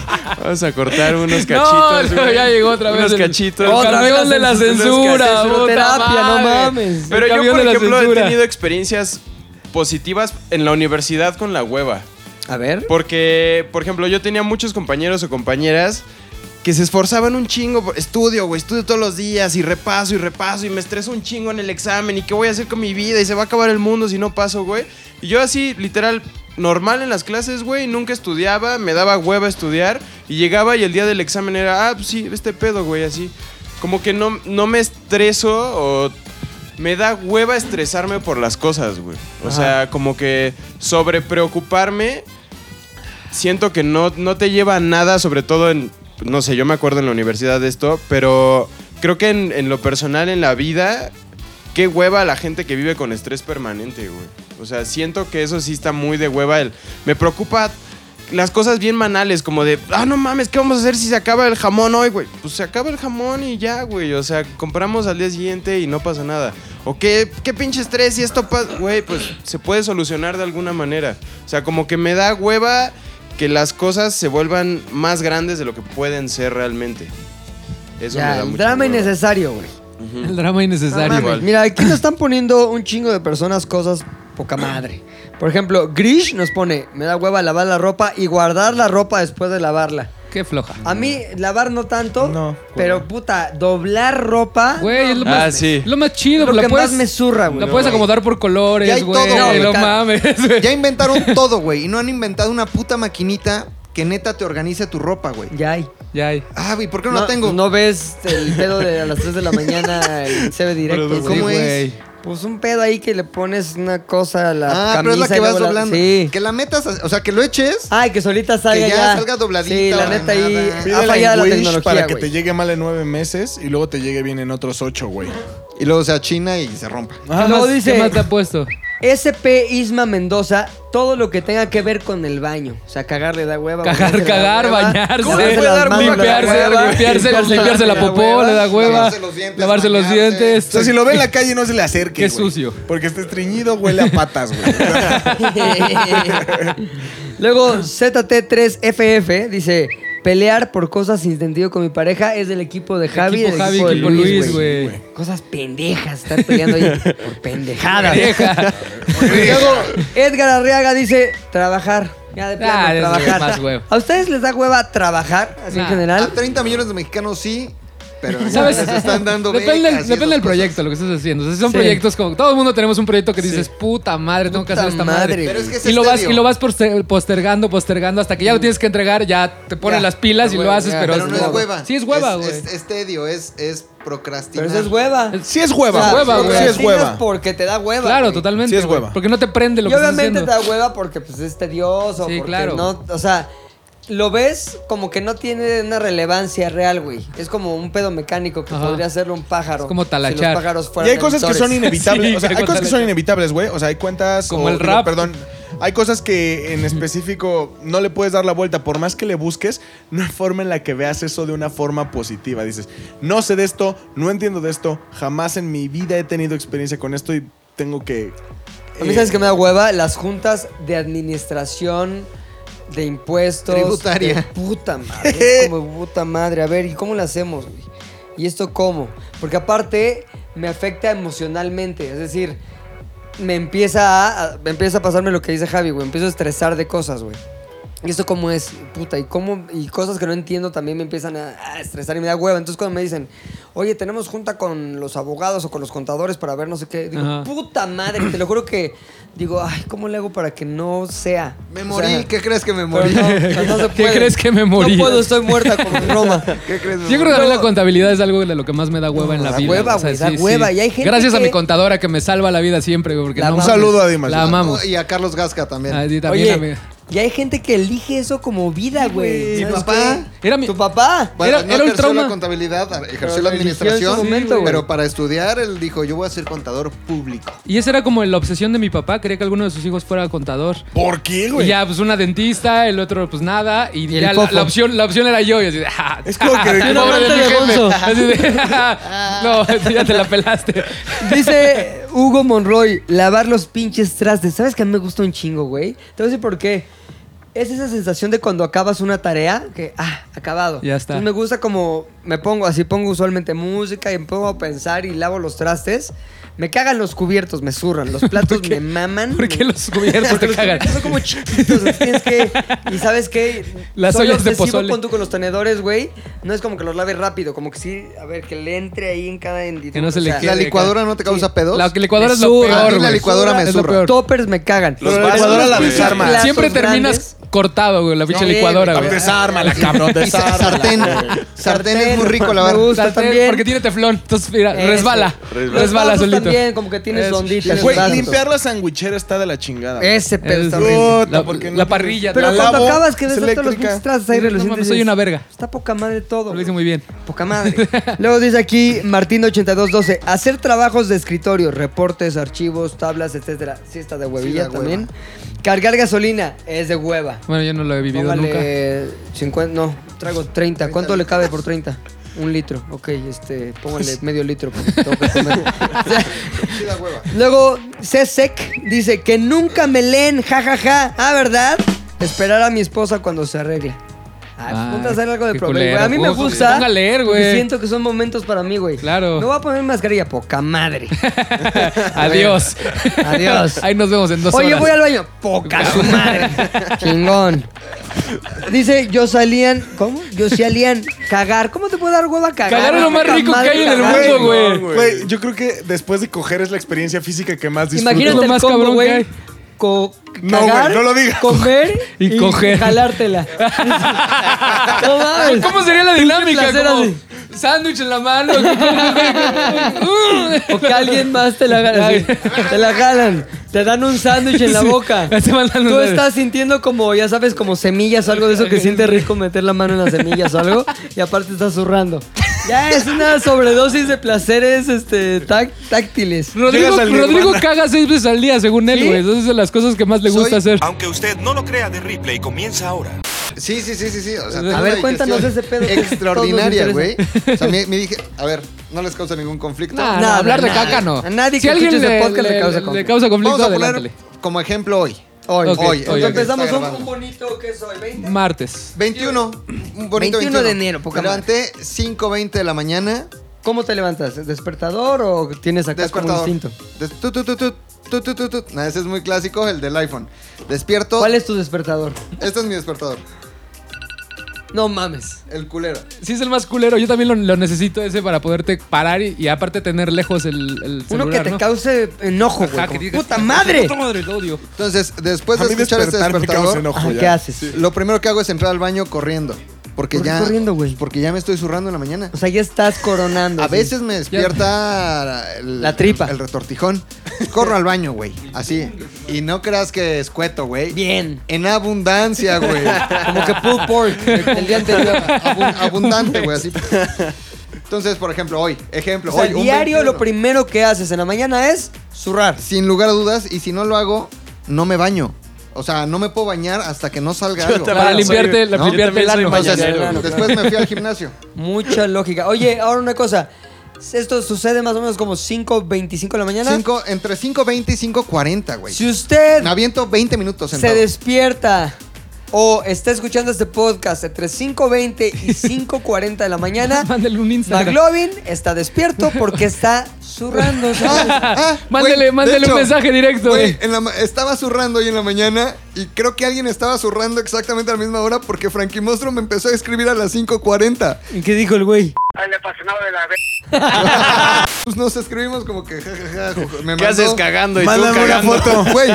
Speaker 4: Vamos a cortar unos cachitos.
Speaker 3: no,
Speaker 4: güey.
Speaker 3: ya llegó otra vez
Speaker 4: Unos
Speaker 3: el-
Speaker 4: cachitos.
Speaker 3: Otra
Speaker 4: Unos
Speaker 3: vez la
Speaker 4: cachitos, unos
Speaker 3: censura,
Speaker 4: cachitos.
Speaker 3: puta
Speaker 2: terapia, no
Speaker 3: madre.
Speaker 2: mames.
Speaker 4: Pero
Speaker 3: El
Speaker 4: yo,
Speaker 3: camión
Speaker 4: por
Speaker 3: de la
Speaker 4: ejemplo, he
Speaker 3: censura.
Speaker 4: tenido experiencias positivas en la universidad con la hueva.
Speaker 2: A ver.
Speaker 4: Porque, por ejemplo, yo tenía muchos compañeros o compañeras que se esforzaban un chingo. por- Estudio, güey, estudio todos los días y repaso y repaso y me estreso un chingo en el examen y qué voy a hacer con mi vida y se va a acabar el mundo si no paso, güey. Y yo así, literal, normal en las clases, güey, nunca estudiaba, me daba hueva estudiar y llegaba y el día del examen era, ah, pues sí, este pedo, güey, así. Como que no, no me estreso o me da hueva estresarme por las cosas, güey. O sea, como que sobre preocuparme siento que no, no te lleva a nada, sobre todo en, no sé, yo me acuerdo en la universidad de esto, pero creo que en, en lo personal, en la vida, qué hueva la gente que vive con estrés permanente, güey. O sea, siento que eso sí está muy de hueva. El, me preocupa las cosas bien manales, como de, ah, no mames, ¿qué vamos a hacer si se acaba el jamón hoy, güey? Pues se acaba el jamón y ya, güey. O sea, compramos al día siguiente y no pasa nada. O qué, qué pinche estrés si esto pasa, güey, pues se puede solucionar de alguna manera. O sea, como que me da hueva que las cosas se vuelvan más grandes de lo que pueden ser realmente. Eso me
Speaker 2: Ya,
Speaker 4: da
Speaker 2: el
Speaker 4: mucho
Speaker 2: drama
Speaker 4: hueva.
Speaker 2: innecesario, güey.
Speaker 3: El drama innecesario.
Speaker 4: Igual.
Speaker 2: Mira, aquí nos están poniendo un chingo de personas cosas poca madre. Por ejemplo, Grish nos pone, me da hueva lavar la ropa y guardar la ropa después de lavarla.
Speaker 3: Qué floja.
Speaker 2: A mí, lavar no tanto,
Speaker 8: No,
Speaker 2: pero puta, doblar ropa.
Speaker 3: Güey, es lo
Speaker 4: Ah,
Speaker 3: más,
Speaker 4: sí.
Speaker 3: lo más chido.
Speaker 2: Lo
Speaker 3: la
Speaker 2: que
Speaker 3: puedes,
Speaker 2: más me zurra, güey.
Speaker 3: La puedes acomodar por
Speaker 5: Ya
Speaker 3: colores,
Speaker 5: hay
Speaker 3: güey.
Speaker 5: todo,
Speaker 3: No,
Speaker 5: güey.
Speaker 3: mames, güey.
Speaker 5: Ya inventaron todo, güey. Y no han inventado una puta maquinita que neta te organice tu ropa, güey.
Speaker 2: Ya hay.
Speaker 3: Ya hay.
Speaker 5: Ah, güey, ¿por qué no, la tengo?
Speaker 2: No ves el pedo de a las 3 de la mañana, el CB directo. güey.
Speaker 5: Pero, ¿cómo es?
Speaker 2: Pues un pedo ahí que le pones una cosa a la
Speaker 5: ah,
Speaker 2: camisa.
Speaker 5: pero es la
Speaker 2: y
Speaker 5: que vas
Speaker 2: luego la-
Speaker 5: doblando.
Speaker 2: Sí.
Speaker 5: Que la metas, así- o sea, que lo eches.
Speaker 2: Ay, que solita salga
Speaker 5: ya
Speaker 2: ya.
Speaker 5: salga dobladita
Speaker 2: Sí, la
Speaker 5: o
Speaker 2: neta ahí
Speaker 5: nada.
Speaker 1: Pídele
Speaker 2: ha fallado
Speaker 1: en
Speaker 2: la
Speaker 1: Wish
Speaker 2: tecnología,
Speaker 1: para que
Speaker 2: güey.
Speaker 1: te llegue mal en nueve meses y luego te llegue bien en otros ocho, güey.
Speaker 5: Y luego se achina y se rompa.
Speaker 3: ¿Qué,
Speaker 2: luego
Speaker 3: más,
Speaker 2: dice-
Speaker 3: ¿Qué más te ha puesto?
Speaker 2: SP Isma Mendoza, todo lo que tenga que ver con el baño. O sea, cagar le da hueva.
Speaker 3: Cagar,
Speaker 2: bañarse le da
Speaker 3: cagar,
Speaker 2: hueva, lavarse
Speaker 3: bañarse. ¿Cómo le
Speaker 2: las
Speaker 3: puede dar
Speaker 2: manos le da
Speaker 3: Limpiarse,
Speaker 2: hueva,
Speaker 3: limpiarse, limpiarse la
Speaker 2: le da
Speaker 3: popó,
Speaker 2: hueva.
Speaker 3: le da hueva.
Speaker 5: Lavarse los dientes,
Speaker 3: Lavarse los
Speaker 5: bañarse.
Speaker 1: O
Speaker 3: dientes.
Speaker 1: sea, si lo ve en la calle, no se le acerque.
Speaker 3: Qué
Speaker 1: güey.
Speaker 3: sucio.
Speaker 1: Porque está estreñido, huele a patas, güey.
Speaker 2: Luego, ZT3FF dice: pelear por cosas sin sentido con mi pareja es del equipo de Javi.
Speaker 3: Equipo
Speaker 2: del
Speaker 3: Javi,
Speaker 2: equipo de
Speaker 3: equipo Luis, güey.
Speaker 2: Cosas pendejas, estar peleando ahí por pendejadas.
Speaker 3: Vieja.
Speaker 2: Luego, Edgar Arriaga dice: trabajar. Ya de plano,
Speaker 3: Ah, eso
Speaker 2: trabajar.
Speaker 3: es más hueva. Ah.
Speaker 2: ¿A ustedes les da hueva trabajar, así en
Speaker 3: Nah.
Speaker 5: A
Speaker 2: general?
Speaker 5: 30 millones de mexicanos sí, pero ya
Speaker 3: ¿Sabes?
Speaker 5: les están dando
Speaker 3: depende
Speaker 5: becas y
Speaker 3: depende del
Speaker 5: esas
Speaker 3: proyecto,
Speaker 5: cosas.
Speaker 3: lo que estás haciendo. O sea, si son
Speaker 2: Sí.
Speaker 3: proyectos como. Todo el mundo tenemos un proyecto que dices, puta madre, tengo que
Speaker 2: Puta
Speaker 3: hacer esta madre.
Speaker 2: madre,
Speaker 5: Pero es que es
Speaker 3: y, lo vas,
Speaker 5: estéreo.
Speaker 3: y lo vas poster- postergando, postergando, hasta que ya lo tienes que entregar, ya te ponen
Speaker 2: Ya,
Speaker 3: las pilas
Speaker 2: a
Speaker 3: y
Speaker 2: huevo,
Speaker 3: lo haces,
Speaker 2: ya,
Speaker 3: pero,
Speaker 5: Pero no es hueva.
Speaker 3: Sí, es hueva, güey.
Speaker 5: Es, es, es tedio, es, es procrastinar.
Speaker 2: Pero eso es hueva.
Speaker 1: Sí es hueva,
Speaker 2: O sea,
Speaker 3: hueva, güey.
Speaker 1: Sí es hueva.
Speaker 2: procrastinas porque te da hueva.
Speaker 3: Claro,
Speaker 2: güey.
Speaker 3: totalmente.
Speaker 1: Sí es
Speaker 3: güey.
Speaker 1: hueva.
Speaker 3: Porque no te prende lo
Speaker 2: Y
Speaker 3: que estás
Speaker 2: obviamente
Speaker 3: haciendo.
Speaker 2: te da hueva porque pues es tedioso,
Speaker 3: Sí,
Speaker 2: porque
Speaker 3: claro.
Speaker 2: no, o sea, lo ves como que no tiene una relevancia real, güey. Es como un pedo mecánico que
Speaker 3: Ajá.
Speaker 2: podría hacerlo un pájaro.
Speaker 3: Es como talachar.
Speaker 2: Si los pájaros
Speaker 1: Y
Speaker 2: fueran
Speaker 1: hay cosas que son
Speaker 2: editores.
Speaker 1: inevitables.
Speaker 3: Sí,
Speaker 1: o sea, hay
Speaker 3: creo que
Speaker 1: cosas que
Speaker 3: tal-
Speaker 1: son inevitables, güey. O sea, hay cuentas.
Speaker 3: Como
Speaker 1: o-
Speaker 3: el rap.
Speaker 1: Perdón. Hay cosas que en específico no le puedes dar la vuelta. Por más que le busques, no hay forma en la que veas eso de una forma positiva. Dices, no sé de esto, no entiendo de esto, jamás en mi vida he tenido experiencia con esto y tengo que...
Speaker 2: A mí,
Speaker 1: eh,
Speaker 2: ¿sabes qué me da hueva? Las juntas de administración de impuestos.
Speaker 5: Tributaria.
Speaker 2: de puta madre. es como puta madre. A ver, ¿y cómo lo hacemos, güey? ¿Y esto cómo? Porque aparte me afecta emocionalmente. Es decir, me empieza a, a- me empieza a pasarme lo que dice Javi, güey. Empiezo a estresar de cosas, güey. ¿Y esto cómo es? Puta, y cómo y cosas que no entiendo también me empiezan a, a estresar y me da hueva. Entonces cuando me dicen, oye, tenemos junta con los abogados o con los contadores para ver no sé qué, digo,
Speaker 3: Ajá.
Speaker 2: puta madre, te lo juro que digo, ay, ¿cómo le hago para que no sea?
Speaker 5: Me
Speaker 2: O
Speaker 5: morí.
Speaker 2: sea,
Speaker 5: ¿Qué crees que me
Speaker 2: pero
Speaker 5: morí?
Speaker 2: no, o sea, no se
Speaker 3: ¿Qué
Speaker 2: puede.
Speaker 3: crees que me morí?
Speaker 2: No puedo, estoy muerta como en Roma.
Speaker 5: ¿Qué
Speaker 3: Yo
Speaker 5: crees?
Speaker 3: creo que también la contabilidad es algo de lo que más me da hueva en la
Speaker 2: da
Speaker 3: vida.
Speaker 2: hueva, güey, da hueva. Y hay gente
Speaker 3: Gracias a
Speaker 2: que-
Speaker 3: mi contadora que me salva la vida siempre, güey. porque
Speaker 2: La
Speaker 3: no
Speaker 1: Un
Speaker 2: amamos.
Speaker 3: mames,
Speaker 1: saludo a Dimas.
Speaker 3: La amamos.
Speaker 5: Y a Carlos Gasca también.
Speaker 3: Ah, sí, también
Speaker 2: Oye,
Speaker 3: a mí.
Speaker 2: y hay gente que elige eso como vida, güey.
Speaker 5: Mi
Speaker 2: ¿Sabes
Speaker 5: papá
Speaker 2: qué?
Speaker 3: Era mi-
Speaker 2: ¿Tu papá?
Speaker 5: Bueno,
Speaker 3: Era-
Speaker 5: no
Speaker 3: era un
Speaker 5: ejerció
Speaker 3: trauma.
Speaker 5: la contabilidad, ejerció
Speaker 2: Pero lo eligió en su
Speaker 5: la administración,
Speaker 2: momento, güey.
Speaker 5: pero para estudiar él dijo, yo voy a ser contador público.
Speaker 3: Y esa era como la obsesión de mi papá. Quería que alguno de sus hijos fuera contador.
Speaker 1: ¿Por qué,
Speaker 3: Y
Speaker 1: güey?
Speaker 3: ya, pues una dentista, el otro, pues nada. Y,
Speaker 2: el
Speaker 3: ya la,
Speaker 2: fofo.
Speaker 3: la opción, la opción era yo. Y así, de, ah,
Speaker 1: Es como que-
Speaker 3: ah, pobre de
Speaker 1: Un
Speaker 3: mi
Speaker 2: amante de
Speaker 3: jefe.
Speaker 2: Gonzo.
Speaker 3: Así de, ah, no, ya te la pelaste.
Speaker 2: Dice Hugo Monroy, lavar los pinches trastes. ¿Sabes que a mí me gusta un chingo, güey? Te voy a decir por qué. Es esa sensación de cuando acabas una tarea que, ah, acabado.
Speaker 3: Ya está.
Speaker 2: Entonces me gusta como, me pongo así, pongo usualmente música y me pongo a pensar y lavo los trastes. Me cagan los cubiertos, me zurran. Los platos
Speaker 3: ¿Por qué?
Speaker 2: me maman.
Speaker 3: ¿Por qué los cubiertos te
Speaker 2: Los
Speaker 3: cagan?
Speaker 2: cubiertos Son como chiquitos. entonces tienes que, y ¿sabes qué?
Speaker 3: Las
Speaker 2: Soy
Speaker 3: ollas de
Speaker 2: obsesivo
Speaker 3: pozole.
Speaker 2: con tú con los tenedores, güey. No es como que los lave rápido. Como que sí, a ver, que le entre ahí en cada...
Speaker 3: Que no se le quede.
Speaker 5: ¿La licuadora no te causa pedos?
Speaker 3: La licuadora
Speaker 2: Me
Speaker 3: es lo
Speaker 2: zurra.
Speaker 5: A mí
Speaker 3: peor,
Speaker 5: la
Speaker 3: güey.
Speaker 5: licuadora me
Speaker 3: Es lo
Speaker 5: zurra.
Speaker 3: peor.
Speaker 2: Toppers me cagan.
Speaker 1: Pero la licuadora la desarma.
Speaker 2: Platos
Speaker 3: Siempre terminas
Speaker 2: grandes.
Speaker 3: cortado, güey, la pinche
Speaker 2: Sí,
Speaker 3: licuadora,
Speaker 2: güey.
Speaker 3: güey.
Speaker 1: Desármala, cabrón,
Speaker 5: Y sa-
Speaker 1: desármala.
Speaker 5: sartén. Sartén es muy rico lavar.
Speaker 2: Me gusta
Speaker 3: Sartén,
Speaker 2: también.
Speaker 3: Porque tiene teflón. Entonces, mira,
Speaker 2: Eso.
Speaker 3: resbala.
Speaker 4: Resbala.
Speaker 3: Resbala,
Speaker 2: Los vasos
Speaker 3: solito.
Speaker 2: también, como que tienes
Speaker 3: Eso.
Speaker 2: onditas.
Speaker 1: Güey,
Speaker 2: vasos.
Speaker 1: limpiar la sandwichera está de la chingada. güey.
Speaker 2: Ese pedo
Speaker 3: Es-
Speaker 2: está horrible.
Speaker 1: Puta,
Speaker 3: La-
Speaker 1: porque no
Speaker 3: la
Speaker 1: te-
Speaker 3: parrilla,
Speaker 2: Pero
Speaker 1: la
Speaker 2: cuando
Speaker 1: lavo,
Speaker 2: acabas que ves
Speaker 1: es
Speaker 2: a todos los
Speaker 1: eléctrica.
Speaker 2: pinches trastes ahí
Speaker 3: No,
Speaker 2: relucientes,
Speaker 3: mames, soy
Speaker 2: dices,
Speaker 3: una verga.
Speaker 2: Está poca madre todo.
Speaker 3: Lo hice
Speaker 2: güey.
Speaker 3: muy bien.
Speaker 2: Poca madre. Luego dice aquí Martín8212, hacer trabajos de escritorio, reportes, archivos, tablas, etcétera. Sí está de huevilla
Speaker 5: da hueva.
Speaker 2: también. Cargar gasolina es de hueva.
Speaker 3: Bueno, yo no lo he vivido nunca.
Speaker 2: Póngale 50, no, traigo 30. ¿Cuánto le cabe por 30? Un litro, ok, este, póngale medio litro porque tengo que comer. O sea,
Speaker 5: Sí, da hueva.
Speaker 2: Luego, Cesec dice que nunca me leen, jajaja. Ah, ¿verdad? Esperar a mi esposa cuando se arregle. Ay, pues,
Speaker 3: Ay,
Speaker 2: ponte a hacer algo de
Speaker 3: qué
Speaker 2: problema. güey.
Speaker 3: culero.
Speaker 2: A mí me
Speaker 3: Ojo,
Speaker 2: gusta.
Speaker 3: ponga a leer,
Speaker 2: porque
Speaker 3: güey.
Speaker 2: Siento que son momentos para mí, güey.
Speaker 3: Claro.
Speaker 2: Me voy a poner mascarilla, poca madre.
Speaker 3: Adiós.
Speaker 2: Adiós.
Speaker 3: Ahí nos vemos en dos
Speaker 2: Oye,
Speaker 3: horas.
Speaker 2: voy al baño. Poca su madre. Chingón. Dice, yo salían. ¿Cómo? Yo salían cagar. ¿Cómo te puede dar hueva cagar?
Speaker 3: Cagar es lo más
Speaker 2: Poca
Speaker 3: rico que
Speaker 2: madre
Speaker 3: hay en el
Speaker 2: cagar.
Speaker 3: mundo, güey.
Speaker 1: Güey, yo creo que después de coger es la experiencia física que más disfruto.
Speaker 2: Imagínate
Speaker 3: Lo
Speaker 2: el
Speaker 3: más
Speaker 2: combo,
Speaker 3: cabrón que
Speaker 2: güey.
Speaker 3: hay.
Speaker 2: Co-
Speaker 1: No, güey,
Speaker 2: cagar,
Speaker 1: no lo digas.
Speaker 2: Comer
Speaker 3: Y coger.
Speaker 2: jalártela. no mames.
Speaker 3: ¿Cómo sería la dinámica?
Speaker 2: placer
Speaker 3: Como
Speaker 2: así.
Speaker 3: Sándwich en la mano.
Speaker 2: O que alguien más te la jala. así. Te la jalan. Te dan un sándwich en la
Speaker 3: Sí,
Speaker 2: boca.
Speaker 3: te mandan un
Speaker 2: Tú
Speaker 3: sándwich.
Speaker 2: estás sintiendo como, ya sabes, como semillas o algo de eso que siente rico meter la mano en las semillas o algo. Y aparte estás zurrando. Ya es una sobredosis de placeres este, tac- táctiles.
Speaker 3: Rodrigo,
Speaker 1: Llegas al Nirvana.
Speaker 3: Rodrigo caga seis veces al día, según él,
Speaker 2: ¿Sí?
Speaker 3: güey. Entonces es de las cosas que más le gusta hacer.
Speaker 10: Aunque usted no lo crea de Ripley, comienza ahora.
Speaker 5: Sí, sí, sí, sí, sí. O sea,
Speaker 3: A
Speaker 5: tengo
Speaker 2: ver,
Speaker 5: una
Speaker 2: cuéntanos
Speaker 5: digestión
Speaker 2: ese pedo que
Speaker 5: Extraordinaria,
Speaker 2: todos nos
Speaker 5: güey. O sea, me, me dije, a ver, no les causa ningún conflicto.
Speaker 3: Nah,
Speaker 2: Nada,
Speaker 3: nah, hablar de
Speaker 2: nada.
Speaker 3: caca no.
Speaker 2: A nadie
Speaker 3: si
Speaker 2: que
Speaker 3: alguien
Speaker 2: escuche
Speaker 3: le,
Speaker 2: este podcast le
Speaker 3: le-
Speaker 2: causa
Speaker 3: le- le
Speaker 2: conflicto.
Speaker 3: causa conflicto,
Speaker 5: Vamos a poner
Speaker 3: adelántale.
Speaker 5: como ejemplo hoy.
Speaker 2: Hoy,
Speaker 3: Ok,
Speaker 2: hoy.
Speaker 3: hoy,
Speaker 2: Entonces
Speaker 3: ok.
Speaker 2: empezamos
Speaker 5: Está
Speaker 2: un,
Speaker 5: grabando.
Speaker 2: un bonito que soy 20.
Speaker 3: Martes.
Speaker 5: 21. Un bonito
Speaker 2: 21
Speaker 5: 21,
Speaker 2: de enero, poca
Speaker 5: Me levanté 5.20 de la mañana.
Speaker 2: ¿Cómo te levantas? ¿Despertador o tienes acá como
Speaker 5: Despertador.
Speaker 2: instinto?
Speaker 5: Des- tu, tu, tu, tu, tu, tu, tu, tu. Nah, ese es muy clásico, el del iPhone. Despierto.
Speaker 2: ¿Cuál es tu despertador?
Speaker 5: Este es mi despertador.
Speaker 2: No mames.
Speaker 5: El culero.
Speaker 3: Sí es el más culero. Yo también lo, lo necesito ese para poderte parar y, y aparte tener lejos el, el celular,
Speaker 2: Uno que te
Speaker 3: ¿no?
Speaker 2: cause enojo, güey.
Speaker 3: Ajá,
Speaker 2: como,
Speaker 3: que digas,
Speaker 2: ¡Puta madre!
Speaker 3: ¡Puta madre, lo odio!
Speaker 5: Entonces, después
Speaker 1: a
Speaker 5: de
Speaker 1: mí
Speaker 5: escuchar este
Speaker 1: despertar me causa
Speaker 5: despertador,
Speaker 1: enojo
Speaker 2: Ajá,
Speaker 1: ya.
Speaker 2: ¿Qué haces?
Speaker 5: lo primero que hago es entrar al baño corriendo. Porque
Speaker 2: ¿Por qué
Speaker 5: ya.
Speaker 2: corriendo, güey?
Speaker 5: Porque ya me estoy zurrando en la mañana.
Speaker 2: O sea, ya estás coronando.
Speaker 5: A
Speaker 2: así.
Speaker 5: veces me despierta el-
Speaker 2: La tripa.
Speaker 5: El retortijón. Corro al baño, güey. Así. Y no creas que escueto, güey.
Speaker 2: Bien.
Speaker 5: En abundancia, güey.
Speaker 2: Como que pulled pork el día anterior.
Speaker 5: Abu- abundante, güey. Así. Entonces, por ejemplo, hoy. Ejemplo.
Speaker 2: O sea,
Speaker 5: hoy, un
Speaker 2: diario
Speaker 5: 21.
Speaker 2: lo primero que haces en la mañana es zurrar.
Speaker 5: Sin lugar a dudas. Y si no lo hago, no me baño. O sea, no me puedo bañar hasta que no salga
Speaker 4: Yo
Speaker 5: algo.
Speaker 4: también
Speaker 3: Para
Speaker 4: soy-
Speaker 3: limpiarte, la-
Speaker 4: yo
Speaker 3: limpiarte el
Speaker 4: también soy
Speaker 3: ano.
Speaker 5: Entonces,
Speaker 4: mañanero.
Speaker 2: Claro, claro.
Speaker 5: después me fui al gimnasio.
Speaker 2: Mucha lógica. Oye, ahora una cosa. Esto sucede más o menos como 5.25 de la mañana.
Speaker 5: Cinco- entre 5.20 y 5.40, güey.
Speaker 2: Si usted
Speaker 5: Me aviento 20 minutos
Speaker 2: se
Speaker 5: sentado.
Speaker 2: despierta o está escuchando este podcast entre 5.20 y 5.40 de la mañana,
Speaker 3: Mándale un Instagram.
Speaker 2: McLovin está despierto porque está zurrando. ¿sabes?
Speaker 5: Ah,
Speaker 3: Mándele-
Speaker 5: güey,
Speaker 3: mándele
Speaker 5: de
Speaker 3: un mensaje directo, eh.
Speaker 5: güey,
Speaker 3: güey.
Speaker 5: en la ma- estaba zurrando hoy en la mañana y creo que alguien estaba zurrando exactamente a la misma hora porque Frankie Monstruo me empezó a escribir a las 5.40.
Speaker 2: ¿Y qué dijo el güey?
Speaker 5: Pues nos escribimos como que jajaja. me
Speaker 4: ¿Qué
Speaker 5: mandó-
Speaker 4: haces cagando y tú
Speaker 1: Mándame una
Speaker 4: cagando?
Speaker 1: foto.
Speaker 5: Güey,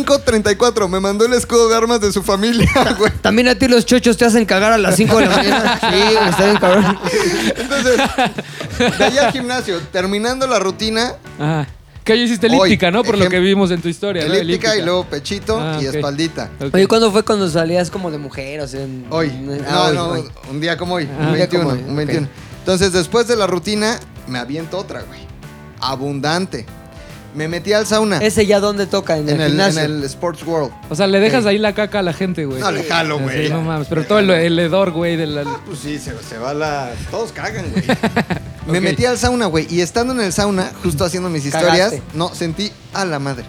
Speaker 5: 5.34. Me mandó el escudo de armas de su familia, güey.
Speaker 2: También a ti los chochos te hacen cagar a las 5 de la mañana. Sí, güey, está bien cabrón.
Speaker 5: Entonces, de allá al gimnasio, terminando la rutina,
Speaker 3: Ajá. Que hoy hiciste elíptica,
Speaker 5: Hoy,
Speaker 3: ¿no? Por lo que
Speaker 5: ejem-
Speaker 3: vimos en tu historia. ¿no?
Speaker 5: elíptica, y luego pechito
Speaker 3: Ah,
Speaker 5: y
Speaker 3: ok.
Speaker 5: espaldita.
Speaker 3: Ok.
Speaker 2: Oye, ¿cuándo fue cuando salías como de mujer? O sea, en-
Speaker 5: Hoy.
Speaker 2: en-
Speaker 5: no,
Speaker 2: ah, hoy,
Speaker 5: no,
Speaker 2: hoy.
Speaker 5: un día como hoy.
Speaker 2: Ah,
Speaker 5: un
Speaker 2: un día como
Speaker 5: 21,
Speaker 2: hoy,
Speaker 5: un
Speaker 2: ok.
Speaker 5: 21. Entonces, después de la rutina, me aviento otra, güey. Abundante. Me metí al sauna.
Speaker 2: ¿Ese ya dónde toca? ¿En, el
Speaker 5: en, el, en
Speaker 2: gimnasio?
Speaker 5: el Sports World.
Speaker 3: O sea, le dejas ahí la caca a la gente, güey.
Speaker 5: No, le jalo,
Speaker 3: Así,
Speaker 5: güey.
Speaker 3: no mames, pero todo el, el hedor, güey, de la...
Speaker 5: Pues sí, se, se va la. Todos cagan, güey. Me metí al sauna, güey. Y estando en el sauna, justo haciendo mis historias,
Speaker 2: Cagaste.
Speaker 5: no, sentí a la madre.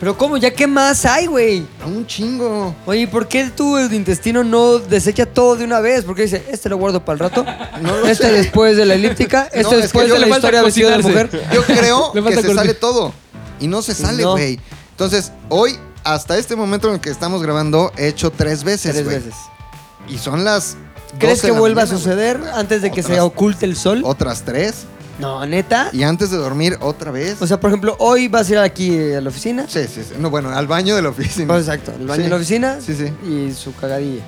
Speaker 2: Pero ¿cómo? ¿Ya qué más hay, güey?
Speaker 5: A un chingo.
Speaker 2: Oye, ¿y ¿por qué tu intestino no desecha todo de una vez? Porque dice, este lo guardo para el rato,
Speaker 5: No lo
Speaker 2: este
Speaker 5: sé.
Speaker 2: después de la elíptica, este
Speaker 5: es que
Speaker 2: después
Speaker 5: yo
Speaker 2: de la
Speaker 3: le falta
Speaker 2: historia vestida de
Speaker 3: cocinarse.
Speaker 2: mujer.
Speaker 5: Yo creo
Speaker 3: Le
Speaker 5: que
Speaker 3: falta
Speaker 5: se
Speaker 3: corte.
Speaker 5: sale todo. Y no se sale,
Speaker 2: No.
Speaker 5: güey. Entonces, hoy, hasta este momento en el que estamos grabando, he hecho tres veces,
Speaker 2: Tres
Speaker 5: güey.
Speaker 2: veces.
Speaker 5: Y son las. 12
Speaker 2: ¿Crees
Speaker 5: de
Speaker 2: que
Speaker 5: la
Speaker 2: vuelva a
Speaker 5: mañana,
Speaker 2: suceder
Speaker 5: güey.
Speaker 2: antes de que se
Speaker 5: Otras-
Speaker 2: oculte el sol?
Speaker 5: Otras tres.
Speaker 2: No, neta.
Speaker 5: Y antes de dormir, otra vez.
Speaker 2: O sea, por ejemplo, hoy vas a ir aquí eh, a la oficina.
Speaker 5: sí, sí, sí. No, bueno, al baño de la oficina.
Speaker 2: Pues, exacto, el baño
Speaker 5: Sí.
Speaker 2: en la oficina
Speaker 5: Sí, sí.
Speaker 2: y su cagadilla.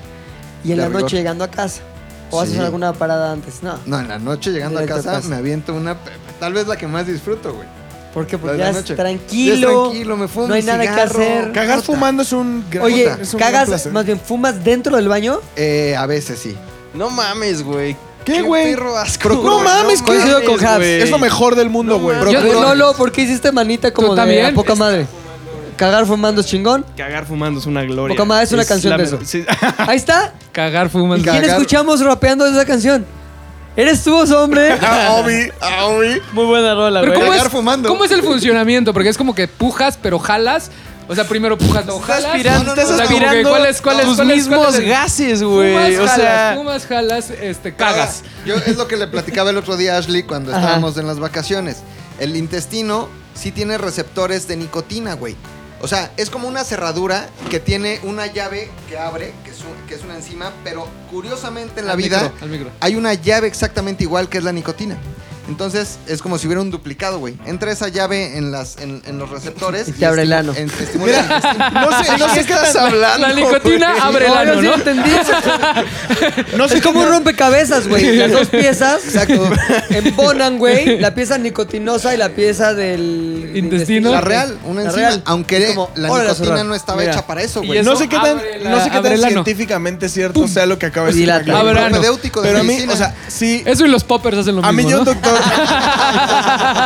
Speaker 2: Y en
Speaker 5: De
Speaker 2: la
Speaker 5: rigor.
Speaker 2: noche llegando a casa. ¿O vas a
Speaker 5: Sí.
Speaker 2: hacer alguna parada antes? No.
Speaker 5: No, en la noche llegando a
Speaker 2: Directo a
Speaker 5: casa,
Speaker 2: casa.
Speaker 5: me aviento una. pe- Tal vez la que más disfruto, güey.
Speaker 2: ¿Por qué? Porque
Speaker 5: La
Speaker 2: pues,
Speaker 5: de la
Speaker 2: ya es
Speaker 5: noche.
Speaker 2: tranquilo.
Speaker 5: Ya es tranquilo, me fumo
Speaker 2: No hay
Speaker 5: mi
Speaker 2: nada que
Speaker 5: cigarro.
Speaker 2: hacer.
Speaker 1: Cagar fumando es un gran
Speaker 2: Oye,
Speaker 1: es un gran
Speaker 2: cagas,
Speaker 1: placer.
Speaker 2: más bien, ¿fumas dentro del baño?
Speaker 5: Eh, a veces sí.
Speaker 4: No mames, güey.
Speaker 1: ¿Qué, güey?
Speaker 4: perro asco,
Speaker 1: Procuro-
Speaker 4: güey.
Speaker 1: No mames, ¿qué?
Speaker 2: Coincido con Habs.
Speaker 4: güey.
Speaker 1: Es lo mejor del mundo, güey.
Speaker 4: mames.
Speaker 1: Procuro-
Speaker 2: Yo, Lolo, ¿por qué hiciste manita como
Speaker 3: ¿Tú
Speaker 2: de
Speaker 3: también?
Speaker 2: a poca madre? Cagar fumando es chingón.
Speaker 8: Cagar fumando es una gloria.
Speaker 2: Poca madre, es una canción
Speaker 8: la
Speaker 2: de
Speaker 8: mejor-
Speaker 2: eso.
Speaker 8: sí.
Speaker 2: Ahí está.
Speaker 3: Cagar
Speaker 2: ¿Y
Speaker 3: fumando.
Speaker 2: quién escuchamos rapeando esa canción? Eres tú, hombre.
Speaker 1: Ah, Obi, ah, Obi.
Speaker 8: Muy buena rola,
Speaker 3: Pero
Speaker 8: güey.
Speaker 3: ¿cómo
Speaker 5: Cagar
Speaker 3: es,
Speaker 5: fumando.
Speaker 3: ¿Cómo es el funcionamiento? Porque es como que pujas, pero jalas. O sea, primero pujas, no jalas.
Speaker 4: aspirando,
Speaker 3: O sea,
Speaker 4: estás
Speaker 3: como que
Speaker 4: aspirando
Speaker 3: ¿Cuál es, cuál es,
Speaker 4: tus
Speaker 3: cuál es,
Speaker 4: mismos
Speaker 3: cuál es el-
Speaker 4: gases,
Speaker 3: Fumas,
Speaker 4: güey. O
Speaker 3: jalas,
Speaker 4: sea,
Speaker 3: fumas, jalas, este, cagas.
Speaker 5: Yo, es lo que le platicaba el otro día a Ashley cuando
Speaker 2: Ajá.
Speaker 5: estábamos en las vacaciones. El intestino sí tiene receptores de nicotina, güey. O sea, es como una cerradura que tiene una llave que abre, que es, un- que es una enzima, pero curiosamente en la
Speaker 3: Al
Speaker 5: vida
Speaker 3: micro, al micro.
Speaker 5: hay una llave exactamente igual que es la nicotina. Entonces es como si hubiera un duplicado, güey. Entra esa llave en, las, en, en los receptores.
Speaker 2: Y te abre el
Speaker 5: estimu-
Speaker 2: ano.
Speaker 5: en- estimula el intestino.
Speaker 1: No sé, no sé qué estás hablando.
Speaker 3: La nicotina ah. abre
Speaker 1: güey.
Speaker 3: el
Speaker 2: No, yo
Speaker 3: ano,
Speaker 2: sí lo
Speaker 3: ¿no?
Speaker 2: entendí.
Speaker 1: No sé
Speaker 2: Es como
Speaker 1: cómo
Speaker 2: un rompecabezas, güey. Las dos piezas embonan, güey. La pieza nicotinosa y la pieza del
Speaker 3: Intestino.
Speaker 5: La real, una
Speaker 2: La
Speaker 5: enzima.
Speaker 2: real.
Speaker 5: Aunque
Speaker 2: Es como,
Speaker 5: la
Speaker 2: órale,
Speaker 5: nicotina
Speaker 2: cerrar.
Speaker 5: no estaba
Speaker 2: Mira.
Speaker 5: hecha para eso,
Speaker 3: Y
Speaker 5: güey.
Speaker 1: No
Speaker 3: eso
Speaker 1: sé qué tan,
Speaker 3: abre la-
Speaker 1: no sé qué
Speaker 3: abre
Speaker 1: tan
Speaker 3: el ano.
Speaker 1: científicamente cierto sea lo que acaba de decir.
Speaker 2: Dilata.
Speaker 1: Magdalena.
Speaker 3: Abre el ano.
Speaker 5: Propedéutico de
Speaker 1: Pero a mí,
Speaker 5: medicina.
Speaker 1: o sea, sí.
Speaker 3: Eso y los poppers hacen lo
Speaker 1: A mí
Speaker 3: mismo,
Speaker 1: yo,
Speaker 3: ¿no?
Speaker 1: doctor.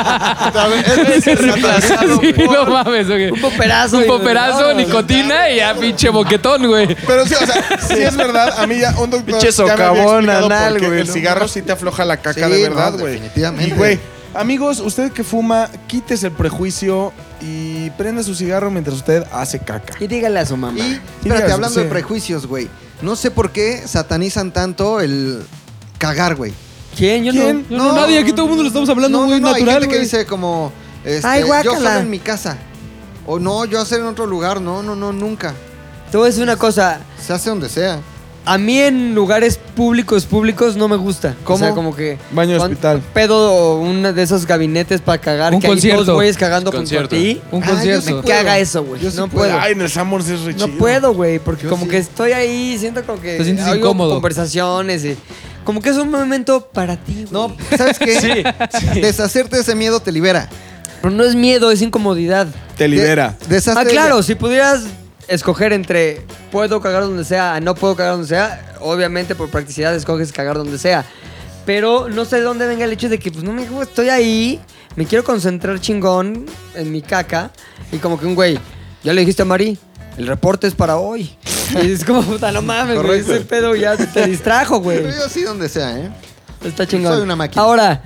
Speaker 3: Sí, sí, no mames, ok.
Speaker 2: Un poperazo.
Speaker 3: Un
Speaker 2: y-
Speaker 3: poperazo,
Speaker 2: Vámonos.
Speaker 3: nicotina y a pinche boquetón, güey.
Speaker 1: Pero sí, o sea, sí es verdad. A mí ya un doctor.
Speaker 4: Pinche
Speaker 1: ya me había
Speaker 4: socavón
Speaker 1: explicado
Speaker 4: anal,
Speaker 1: por qué
Speaker 4: güey,
Speaker 1: El
Speaker 4: no
Speaker 1: cigarro sí te afloja la caca
Speaker 5: Sí,
Speaker 1: de
Speaker 5: no,
Speaker 1: verdad, güey.
Speaker 5: definitivamente.
Speaker 1: Y, güey, amigos, usted que fuma, quítese el prejuicio y prenda su cigarro mientras usted hace caca.
Speaker 2: Y dígale a su mamá.
Speaker 5: Y,
Speaker 1: digas,
Speaker 5: espérate, hablando
Speaker 1: sí.
Speaker 5: de prejuicios, güey. No sé por qué satanizan tanto el cagar, güey.
Speaker 2: ¿Quién? Yo
Speaker 1: ¿Quién?
Speaker 3: No, no, nadie, aquí todo el mundo lo estamos hablando muy
Speaker 5: Hay
Speaker 3: natural,
Speaker 5: gente que
Speaker 3: güey.
Speaker 5: dice como, este,
Speaker 2: Ay,
Speaker 5: yo
Speaker 2: guácala.
Speaker 5: solo en mi casa. O no, yo hacer en otro lugar. No, no, no, nunca.
Speaker 2: no. Te voy a decir una cosa.
Speaker 5: Se hace donde sea.
Speaker 2: A mí en lugares públicos, públicos, no me gusta.
Speaker 1: ¿Cómo?
Speaker 2: O sea, como que...
Speaker 1: Baño de
Speaker 2: pon-
Speaker 1: hospital.
Speaker 2: Pedo uno de esos gabinetes para cagar.
Speaker 3: Un
Speaker 2: que Hay
Speaker 3: concierto.
Speaker 2: dos güeyes cagando
Speaker 4: Concierto.
Speaker 2: junto a ti.
Speaker 3: Un
Speaker 5: Ah, yo
Speaker 3: concierto.
Speaker 5: sí
Speaker 2: Que haga eso, güey.
Speaker 1: Yo sí
Speaker 2: no puedo.
Speaker 1: Ay, en el Samors es re
Speaker 2: No
Speaker 1: chido.
Speaker 2: puedo, güey, porque
Speaker 5: Yo
Speaker 2: como
Speaker 5: sí.
Speaker 2: que estoy ahí, siento como que
Speaker 3: Te sientes
Speaker 2: oigo
Speaker 3: incómodo.
Speaker 2: conversaciones y como que es un momento para ti, güey.
Speaker 5: No, ¿sabes qué? Deshacerte de ese miedo te libera.
Speaker 2: pero no es miedo, es incomodidad.
Speaker 1: Te libera.
Speaker 5: De- deshazte
Speaker 2: Ah,
Speaker 5: de-
Speaker 2: claro, si pudieras escoger entre puedo cagar donde sea a no puedo cagar donde sea, obviamente por practicidad escoges cagar donde sea. Pero no sé de dónde venga el hecho de que, pues no me estoy ahí, me quiero concentrar chingón en mi caca. Y como que un güey, ya le dijiste a Mari, el reporte es para hoy. Y es como, puta, no mames, güey. Ese pedo ya te distrajo, güey.
Speaker 5: Pero yo sí donde sea, ¿eh?
Speaker 2: Está chingón.
Speaker 5: Soy una máquina.
Speaker 2: Ahora,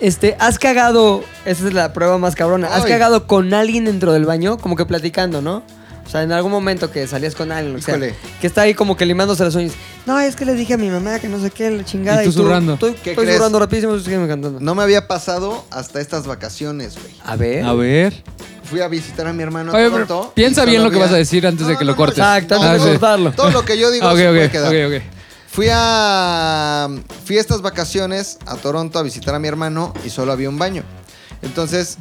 Speaker 2: este, has cagado, esa es la prueba más cabrona, has
Speaker 5: Ay.
Speaker 2: cagado con alguien dentro del baño, como que platicando, ¿no? O sea, en algún momento que salías con alguien, o sea,
Speaker 5: Híjole.
Speaker 2: que está ahí como que limándose los sueños. No, es que le dije a mi mamá que no sé qué, la chingada.
Speaker 3: Y tú zurrando.
Speaker 2: Estoy,
Speaker 5: ¿Qué
Speaker 2: estoy
Speaker 5: crees?
Speaker 2: zurrando rapidísimo, sígueme cantando.
Speaker 5: No me había pasado hasta estas vacaciones, güey.
Speaker 2: A ver.
Speaker 3: A ver.
Speaker 5: Fui a visitar a mi hermano a
Speaker 3: Oye, pero
Speaker 5: Toronto.
Speaker 3: piensa
Speaker 5: y
Speaker 3: bien
Speaker 5: solo
Speaker 3: lo que
Speaker 5: vi a-
Speaker 3: vas a decir antes de que lo cortes.
Speaker 2: Exacto,
Speaker 3: Ah,
Speaker 2: antes de
Speaker 3: sí.
Speaker 2: cortarlo.
Speaker 5: Todo lo que yo digo
Speaker 3: Ah, ok,
Speaker 5: se puede
Speaker 3: ok,
Speaker 5: quedar.
Speaker 3: ok, ok.
Speaker 5: Fui a. Fui a estas vacaciones a Toronto a visitar a mi hermano y solo había un baño. Entonces,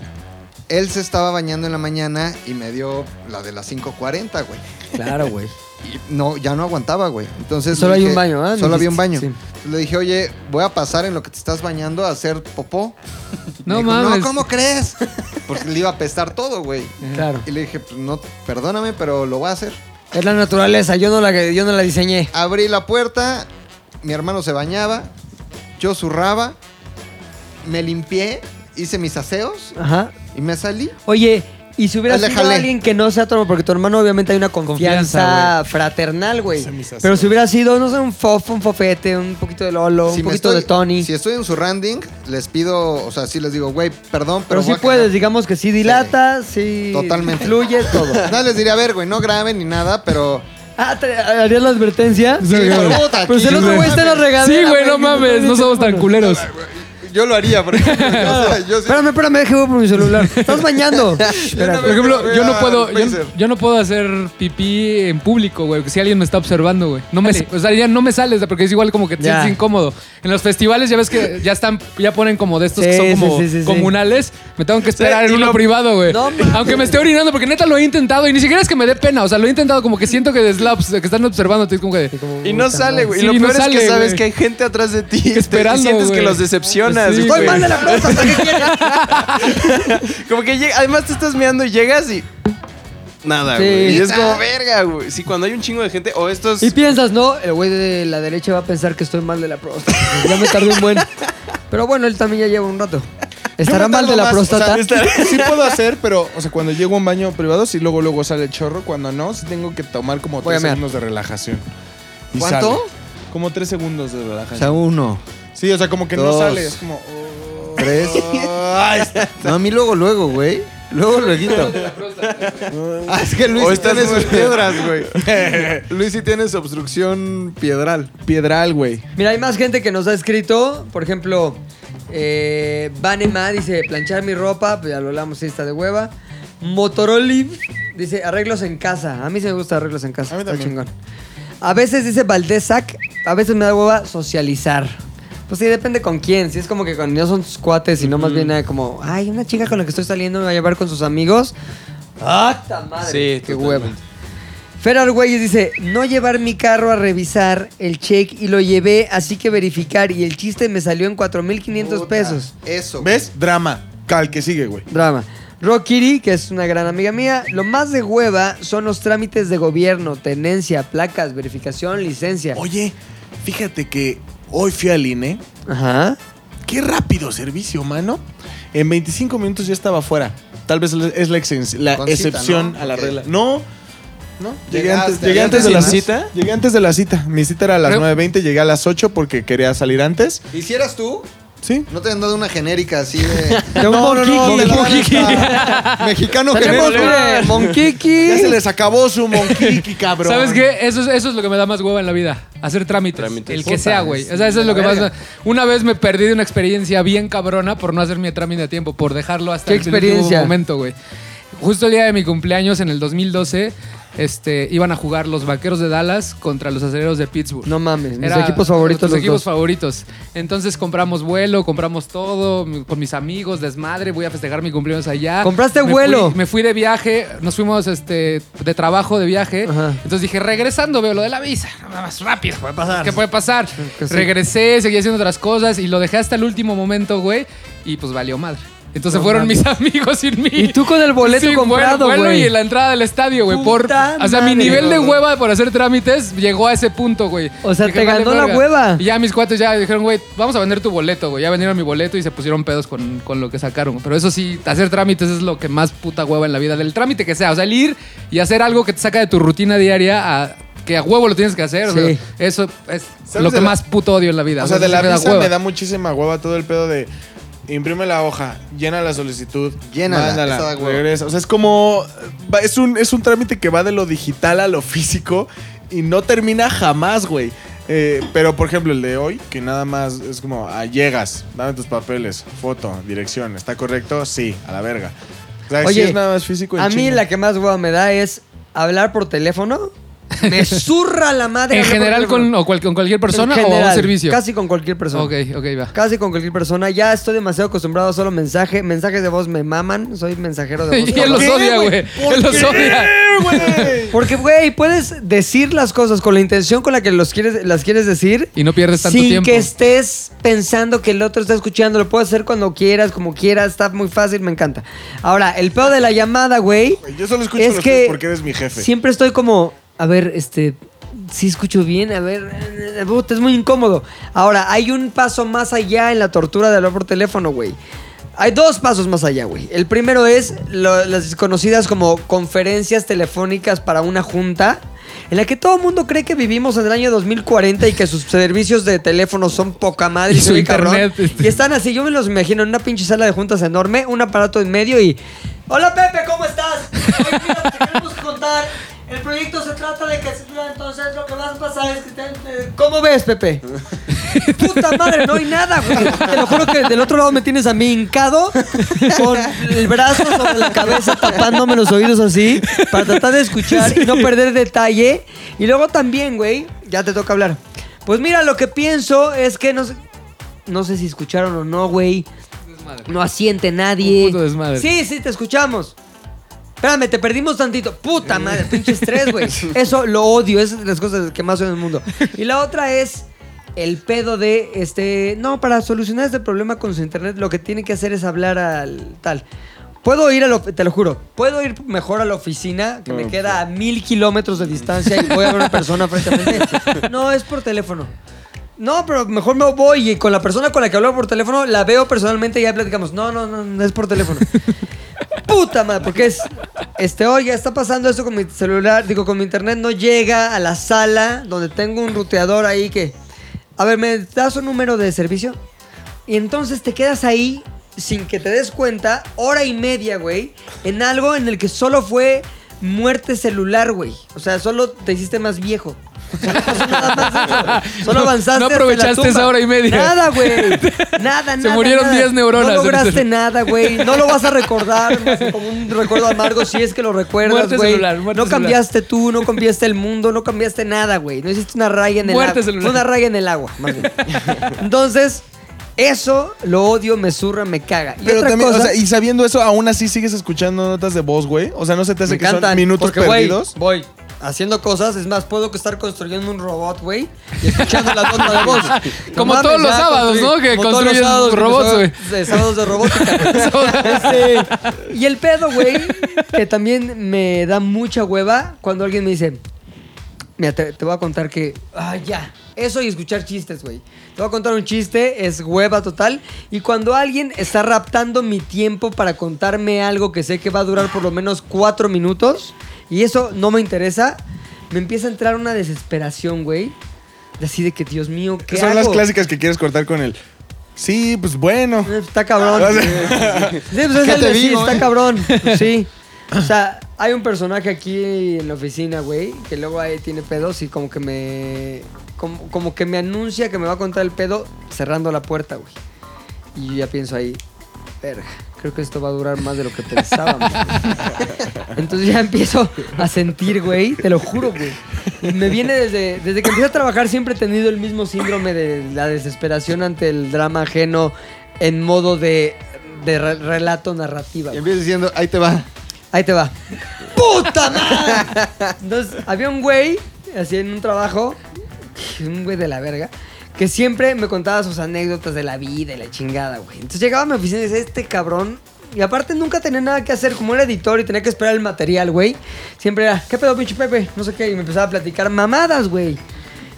Speaker 5: él se estaba bañando en la mañana y me dio la de las 5.40, güey.
Speaker 2: Claro, güey.
Speaker 5: Y no, ya no aguantaba, güey. Entonces.
Speaker 2: Solo
Speaker 5: le
Speaker 2: hay
Speaker 5: dije-
Speaker 2: un baño, ¿ah?
Speaker 5: Solo había un baño.
Speaker 2: Sí.
Speaker 5: Le dije, oye, voy a pasar en lo que te estás bañando a hacer popó.
Speaker 3: No
Speaker 5: Me dijo,
Speaker 3: mames.
Speaker 5: No, ¿cómo crees? Porque le iba a pestar todo, güey.
Speaker 2: Claro.
Speaker 5: Y le dije, pues, no, perdóname, pero lo voy a hacer.
Speaker 2: Es la naturaleza, yo no la, yo no la diseñé.
Speaker 5: Abrí la puerta, mi hermano se bañaba, yo zurraba, me limpié, hice mis aseos
Speaker 2: Ajá.
Speaker 5: y me salí.
Speaker 2: Oye, y si hubiera
Speaker 5: Le
Speaker 2: sido
Speaker 5: jalé.
Speaker 2: alguien que no sea tu hermano, porque tu hermano obviamente hay una confianza,
Speaker 3: Confianza,
Speaker 2: fraternal, güey.
Speaker 7: Se me hizo
Speaker 2: Pero
Speaker 7: así.
Speaker 2: si hubiera sido, no sé, un fofo, un fofete, un poquito de Lolo, un
Speaker 5: Si me
Speaker 2: poquito
Speaker 5: estoy-
Speaker 2: de Tony.
Speaker 5: Si estoy en zurranding, les pido, o sea, sí les digo, güey, perdón,
Speaker 2: pero
Speaker 5: pero.
Speaker 2: sí
Speaker 5: voy a
Speaker 2: puedes,
Speaker 5: cagar".
Speaker 2: digamos que sí dilata, sí,
Speaker 5: Totalmente.
Speaker 2: fluye todo.
Speaker 5: No les diría, a ver, güey, no graben ni nada, pero.
Speaker 2: ah, ¿te- ¿harías la advertencia?
Speaker 3: Sí,
Speaker 5: Sí,
Speaker 3: güey.
Speaker 5: pero puta,
Speaker 2: Pues el
Speaker 5: aquí,
Speaker 2: otro güey está en la regadera.
Speaker 3: Sí, güey, no mames, no somos tan culeros.
Speaker 5: Yo lo haría, por ejemplo. O sea, yo sí-
Speaker 2: Espérame, espérame, deje voy por mi celular. Estás bañando. Espérate.
Speaker 3: Por ejemplo, yo no puedo, yo,
Speaker 5: Pacer.
Speaker 3: yo no puedo hacer pipí en público, güey, si alguien me está observando, güey. No me, o sea, ya no me sales, porque es igual como que te
Speaker 2: Ya.
Speaker 3: sientes incómodo. En los festivales ya ves que ya están, ya ponen como de estos que
Speaker 2: Sí,
Speaker 3: son como
Speaker 2: sí, sí, sí, sí.
Speaker 3: comunales. Me tengo que esperar
Speaker 4: y
Speaker 3: en uno
Speaker 4: lo-
Speaker 3: privado, güey.
Speaker 2: No mames.
Speaker 3: Aunque me esté orinando, porque neta lo he intentado y ni siquiera es que me dé pena, o sea, lo he intentado como que siento que, es la obs- que están observándote, es como que...
Speaker 4: Y no sale, güey.
Speaker 3: Sí,
Speaker 4: y lo
Speaker 3: no
Speaker 4: peor es
Speaker 3: sale,
Speaker 4: que sabes
Speaker 3: güey.
Speaker 4: que hay gente atrás de ti. este,
Speaker 3: esperando,
Speaker 4: y sientes
Speaker 3: güey.
Speaker 4: que los decepcionas,
Speaker 3: Sí,
Speaker 4: güey.
Speaker 2: Estoy mal de la próstata, ¿qué quieres?
Speaker 4: Como que llega- además te estás meando y llegas y. Nada,
Speaker 2: Sí.
Speaker 4: güey. Y
Speaker 3: Ah.
Speaker 4: es como verga, güey. Sí, cuando hay un chingo de gente. O estos.
Speaker 2: Y piensas, ¿no? El güey de la derecha va a pensar que estoy mal de la próstata. Ya me tardé un buen. Pero bueno, él también ya lleva un rato. ¿Estará
Speaker 1: Yo me
Speaker 2: mal de
Speaker 1: tardo
Speaker 2: la
Speaker 1: más,
Speaker 2: próstata?
Speaker 1: o sea, sí puedo hacer, pero, o sea, cuando llego a un baño privado, sí luego luego sale el chorro. Cuando no, sí tengo que tomar como
Speaker 2: Voy a
Speaker 1: tres
Speaker 2: mear.
Speaker 1: segundos de relajación. Y
Speaker 5: ¿Cuánto?
Speaker 1: sale. Como tres segundos de relajación.
Speaker 5: O sea, uno,
Speaker 1: sí, o sea, como que no
Speaker 5: dos.
Speaker 1: sale. Es como. oh,
Speaker 5: tres.
Speaker 1: ay, está-
Speaker 5: No, a mí luego, luego, güey. Luego, luego. ah, es que Luis
Speaker 4: o
Speaker 5: sí
Speaker 4: están
Speaker 5: tiene sus
Speaker 4: esos piedras, güey.
Speaker 5: Luis sí tiene su obstrucción piedral.
Speaker 1: Piedral, güey.
Speaker 2: Mira, hay más gente que nos ha escrito. Por ejemplo, eh, Vanema dice, planchar mi ropa. Pues ya lo hablamos, sí, está de hueva. Motoroliv dice, arreglos en casa. A mí sí me gusta arreglos en casa.
Speaker 1: A mí
Speaker 2: está
Speaker 1: también.
Speaker 2: chingón. A veces dice Valdesac, a veces me da hueva socializar. Pues sí, depende con quién. Si es como que cuando no son sus cuates y no más viene como, ay, una chica con la que estoy saliendo me va a llevar con sus amigos. ¡Ah, ta madre!
Speaker 4: Sí,
Speaker 2: qué
Speaker 4: totalmente.
Speaker 2: hueva. Fer Argüelles dice, no llevar mi carro a revisar el check y lo llevé, así que verificar y el chiste me salió en 4.500 pesos.
Speaker 5: Eso. güey.
Speaker 1: ¿Ves? Drama. Cal, que sigue, güey.
Speaker 2: Drama. Rockiri, que es una gran amiga mía, lo más de hueva son los trámites de gobierno, tenencia, placas, verificación, licencia.
Speaker 3: Oh,
Speaker 7: Oye, fíjate que hoy fui al INE.
Speaker 2: Ajá.
Speaker 7: Qué rápido servicio, mano. En 25 minutos ya estaba fuera. Tal vez es la, exen- la
Speaker 5: Con cita,
Speaker 7: excepción
Speaker 5: ¿no?
Speaker 7: a la
Speaker 5: Ok.
Speaker 7: regla. No, no.
Speaker 1: Llegué
Speaker 5: Llegaste,
Speaker 1: antes, llegué
Speaker 5: ¿ya
Speaker 1: antes de
Speaker 5: te
Speaker 1: la
Speaker 5: sientas?
Speaker 1: cita. Llegué antes de la cita. Mi cita era a las
Speaker 3: Pero-
Speaker 1: 9.20, llegué a las 8 porque quería salir antes.
Speaker 5: ¿Y si eras tú?
Speaker 1: Sí.
Speaker 5: ¿No te han dado una genérica así de.
Speaker 2: De un monquiqui.
Speaker 5: de la neta. Mexicano
Speaker 2: Tenemos,
Speaker 5: genérico.
Speaker 2: mire, monquiqui.
Speaker 1: Ya se les acabó su monquiqui, cabrón.
Speaker 3: ¿Sabes qué? Eso es, eso es lo que me da más hueva en la vida. Hacer trámites.
Speaker 4: Trámites.
Speaker 3: El que sea, güey. O sea, eso es lo que más... Una vez me perdí de una experiencia bien cabrona por no hacer mi trámite a tiempo, por dejarlo hasta
Speaker 2: ¿Qué
Speaker 3: el
Speaker 2: experiencia?
Speaker 3: último momento, güey. Justo el día de mi cumpleaños, en el 2012, este, iban a jugar los Vaqueros de Dallas contra los Aceleros de Pittsburgh.
Speaker 2: No mames, mis
Speaker 3: Era
Speaker 2: equipos favoritos
Speaker 3: nuestros
Speaker 2: los
Speaker 3: equipos
Speaker 2: dos.
Speaker 3: favoritos. Entonces compramos vuelo, compramos todo mi- con mis amigos, desmadre, voy a festejar mi cumpleaños allá.
Speaker 2: ¿Compraste
Speaker 3: Me
Speaker 2: vuelo?
Speaker 3: fui- me fui de viaje, nos fuimos este de trabajo de viaje.
Speaker 2: Ajá.
Speaker 3: Entonces dije, regresando veo lo de la visa, nada más rápido, puede pasar. ¿Qué puede pasar?
Speaker 2: que sí.
Speaker 3: Regresé, seguí haciendo otras cosas y lo dejé hasta el último momento, güey, y pues valió madre. Entonces fueron mis amigos sin mí.
Speaker 2: Y tú con el boleto
Speaker 3: Sí,
Speaker 2: comprado,
Speaker 3: vuelo- vuelo
Speaker 2: güey.
Speaker 3: y la entrada del estadio, güey. Por,
Speaker 2: Puta
Speaker 3: o sea, mi
Speaker 2: madre,
Speaker 3: nivel de
Speaker 2: güey.
Speaker 3: hueva por hacer trámites llegó a ese punto, güey.
Speaker 2: O sea, te ganó la
Speaker 3: verga".
Speaker 2: hueva.
Speaker 3: Y ya mis cuates ya dijeron, güey, vamos a vender tu boleto, güey. Ya vendieron mi boleto y se pusieron pedos con, con lo que sacaron. Pero eso sí, hacer trámites es lo que más puta hueva en la vida. Del trámite que sea. O sea, el ir y hacer algo que te saca de tu rutina diaria a... Que a huevo lo tienes que hacer. o sea,
Speaker 2: Sí.
Speaker 3: eso es
Speaker 1: ¿Sabes
Speaker 3: lo que
Speaker 1: de la-
Speaker 3: más puto odio en la vida.
Speaker 1: O sea, de
Speaker 3: sí
Speaker 1: la
Speaker 3: me da
Speaker 1: visa
Speaker 3: hueva.
Speaker 1: me da muchísima hueva todo el pedo de imprime la hoja, llena la solicitud,
Speaker 5: Llénala, esa da
Speaker 1: mándala,
Speaker 5: hueva.
Speaker 1: regresa. O sea, es como va- es un es un trámite que va de lo digital a lo físico y no termina jamás, güey. Eh, pero por ejemplo el de hoy que nada más es como ah, llegas, dame tus papeles, foto, dirección, está correcto, sí, a la verga. O sea, sí
Speaker 2: Oye,
Speaker 1: es nada más físico. en
Speaker 2: A mí
Speaker 1: chinga.
Speaker 2: la que más hueva me da es hablar por teléfono. Me zurra la madre.
Speaker 3: En
Speaker 2: hablar por
Speaker 3: general
Speaker 2: teléfono.
Speaker 3: con, o cual- con cualquier persona
Speaker 2: En
Speaker 3: o un
Speaker 2: general,
Speaker 3: servicio.
Speaker 2: Casi con cualquier persona.
Speaker 3: Ok, ok, va.
Speaker 2: Casi con cualquier persona. Ya estoy demasiado acostumbrado a solo mensaje. Mensajes de voz me maman. Soy mensajero de voz.
Speaker 3: Y él los odia, güey. Él los odia.
Speaker 1: ¡Eh,
Speaker 2: Porque, güey, puedes decir las cosas con la intención con la que los quieres, las quieres decir.
Speaker 3: Y no pierdes tanto
Speaker 2: sin
Speaker 3: tiempo.
Speaker 2: que estés pensando que el otro está escuchando. Lo puedes hacer cuando quieras, como quieras. Está muy fácil, me encanta. Ahora, el pedo de la llamada, güey.
Speaker 1: yo solo escucho
Speaker 2: es
Speaker 1: los
Speaker 2: que
Speaker 1: tres porque eres mi jefe.
Speaker 2: Siempre estoy como, a ver, este, si escucho bien, a ver, eh, puta, es muy incómodo. Ahora, hay un paso más allá en la tortura de hablar por teléfono, güey. Hay dos pasos más allá, güey. El primero es lo- las conocidas como conferencias telefónicas para una junta, en la que todo el mundo cree que vivimos en el año 2040 y que sus servicios de teléfono son poca madre.
Speaker 3: Y
Speaker 2: se
Speaker 3: su
Speaker 2: ve cabrón.
Speaker 3: internet, este.
Speaker 2: Y están así, yo me los imagino en una pinche sala de juntas enorme, un aparato en medio y. Hola Pepe, ¿cómo estás? Oye, mira, te queremos contar. El proyecto se trata de que entonces lo que vas a pasar es que te, eh, ¿Cómo ves, Pepe? Puta madre, no hay nada, güey. Te lo juro que del otro lado me tienes a mí hincado con el brazo sobre la cabeza tapándome los oídos así para tratar de escuchar y no perder detalle. Y luego también, güey, ya te toca hablar. Pues mira, lo que pienso es que no sé, no sé si escucharon o no, güey. No asiente nadie.
Speaker 3: Un puto desmadre.
Speaker 2: Sí, sí, te escuchamos. Espérame, te perdimos tantito. Puta madre, pinche estrés, güey. Eso lo odio, es de las cosas que más odio en el mundo. Y la otra es el pedo de, este, no, para solucionar este problema con su internet, lo que tiene que hacer es hablar al tal. Puedo ir a la, te lo juro, puedo ir mejor a la oficina, que me queda a mil kilómetros de distancia y voy a ver una persona frente a frente. No, es por teléfono. No, pero mejor me voy y con la persona con la que hablo por teléfono la veo personalmente y ya platicamos. No, no, no, no es por teléfono. Puta madre, porque es. Este, oye, está pasando esto con mi celular, digo, con mi internet, no llega a la sala donde tengo un ruteador ahí que. A ver, ¿me das un número de servicio? Y entonces te quedas ahí, sin que te des cuenta, hora y media, güey, en algo en el que solo fue muerte celular, güey. O sea, solo te hiciste más viejo. O sea, no pasó nada más de eso. Solo
Speaker 3: No-
Speaker 2: avanzaste.
Speaker 3: no
Speaker 2: hasta la
Speaker 3: aprovechaste
Speaker 2: tumba.
Speaker 3: esa hora y media.
Speaker 2: Nada, güey. Nada, nada.
Speaker 3: Se murieron
Speaker 2: nada.
Speaker 3: 10 neuronas.
Speaker 2: No lograste nada, güey. No lo vas a recordar más que como un recuerdo amargo si es que lo recuerdas,
Speaker 3: Muerte
Speaker 2: güey.
Speaker 3: celular, muerte
Speaker 2: No
Speaker 3: celular.
Speaker 2: cambiaste tú, no cambiaste el mundo, no cambiaste nada, güey. No hiciste una raya en el
Speaker 3: Muerte
Speaker 2: agua.
Speaker 3: celular.
Speaker 2: Fue una raya en el agua, más bien. Entonces, eso lo odio, me zurra, me caga. Y
Speaker 1: Pero
Speaker 2: otra
Speaker 1: también,
Speaker 2: cosa,
Speaker 1: o sea, y sabiendo eso, aún así sigues escuchando notas de voz, güey. O sea, no se te hace
Speaker 2: me
Speaker 1: que son
Speaker 2: encantan,
Speaker 1: minutos
Speaker 2: porque, güey,
Speaker 1: perdidos.
Speaker 2: voy haciendo cosas, es más, puedo estar construyendo un robot, güey, y escuchando la nota de voz. No
Speaker 3: Como todos los sábados, ¿no? Que
Speaker 2: como todos
Speaker 3: construyes
Speaker 2: los sábados,
Speaker 3: robots,
Speaker 2: que
Speaker 3: güey.
Speaker 2: son- de Sábados de robótica, güey. Este, y el pedo, güey, que también me da mucha hueva cuando alguien me dice, Mira, te, te voy a contar que. Ah, ya. Eso y escuchar chistes, güey. Te voy a contar un chiste, es hueva total. Y cuando alguien está raptando mi tiempo para contarme algo que sé que va a durar por lo menos cuatro minutos, y eso no me interesa, me empieza a entrar una desesperación, güey. de Así de que, Dios mío, ¿qué
Speaker 1: Son
Speaker 2: hago?
Speaker 1: las clásicas que quieres cortar con el. Sí, pues bueno.
Speaker 2: Está cabrón.
Speaker 1: O sea-
Speaker 2: Sí, pues es
Speaker 5: ¿Qué
Speaker 2: el
Speaker 5: te
Speaker 2: de sí,
Speaker 5: digo,
Speaker 2: está
Speaker 5: eh?
Speaker 2: cabrón. Sí. O sea, hay un personaje aquí en la oficina, güey, que luego ahí tiene pedos y como que me. Como, como que me anuncia que me va a contar el pedo cerrando la puerta, güey. Y yo ya pienso ahí, verga, creo que esto va a durar más de lo que pensábamos. güey". Entonces ya empiezo a sentir, güey, te lo juro, güey. Y me viene desde, desde que empecé a trabajar, siempre he tenido el mismo síndrome de la desesperación ante el drama ajeno en modo de, de re- relato narrativa.
Speaker 5: Y
Speaker 2: güey.
Speaker 5: empiezas diciendo, ahí te va.
Speaker 2: Ahí te va. ¡Puta madre! Entonces, había un güey, así en un trabajo, un güey de la verga, que siempre me contaba sus anécdotas de la vida y la chingada, güey. Entonces llegaba a mi oficina y decía, este cabrón. Y aparte nunca tenía nada que hacer, como era editor y tenía que esperar el material, güey. Siempre era, ¿qué pedo, pinche Pepe? No sé qué. Y me empezaba a platicar mamadas, güey.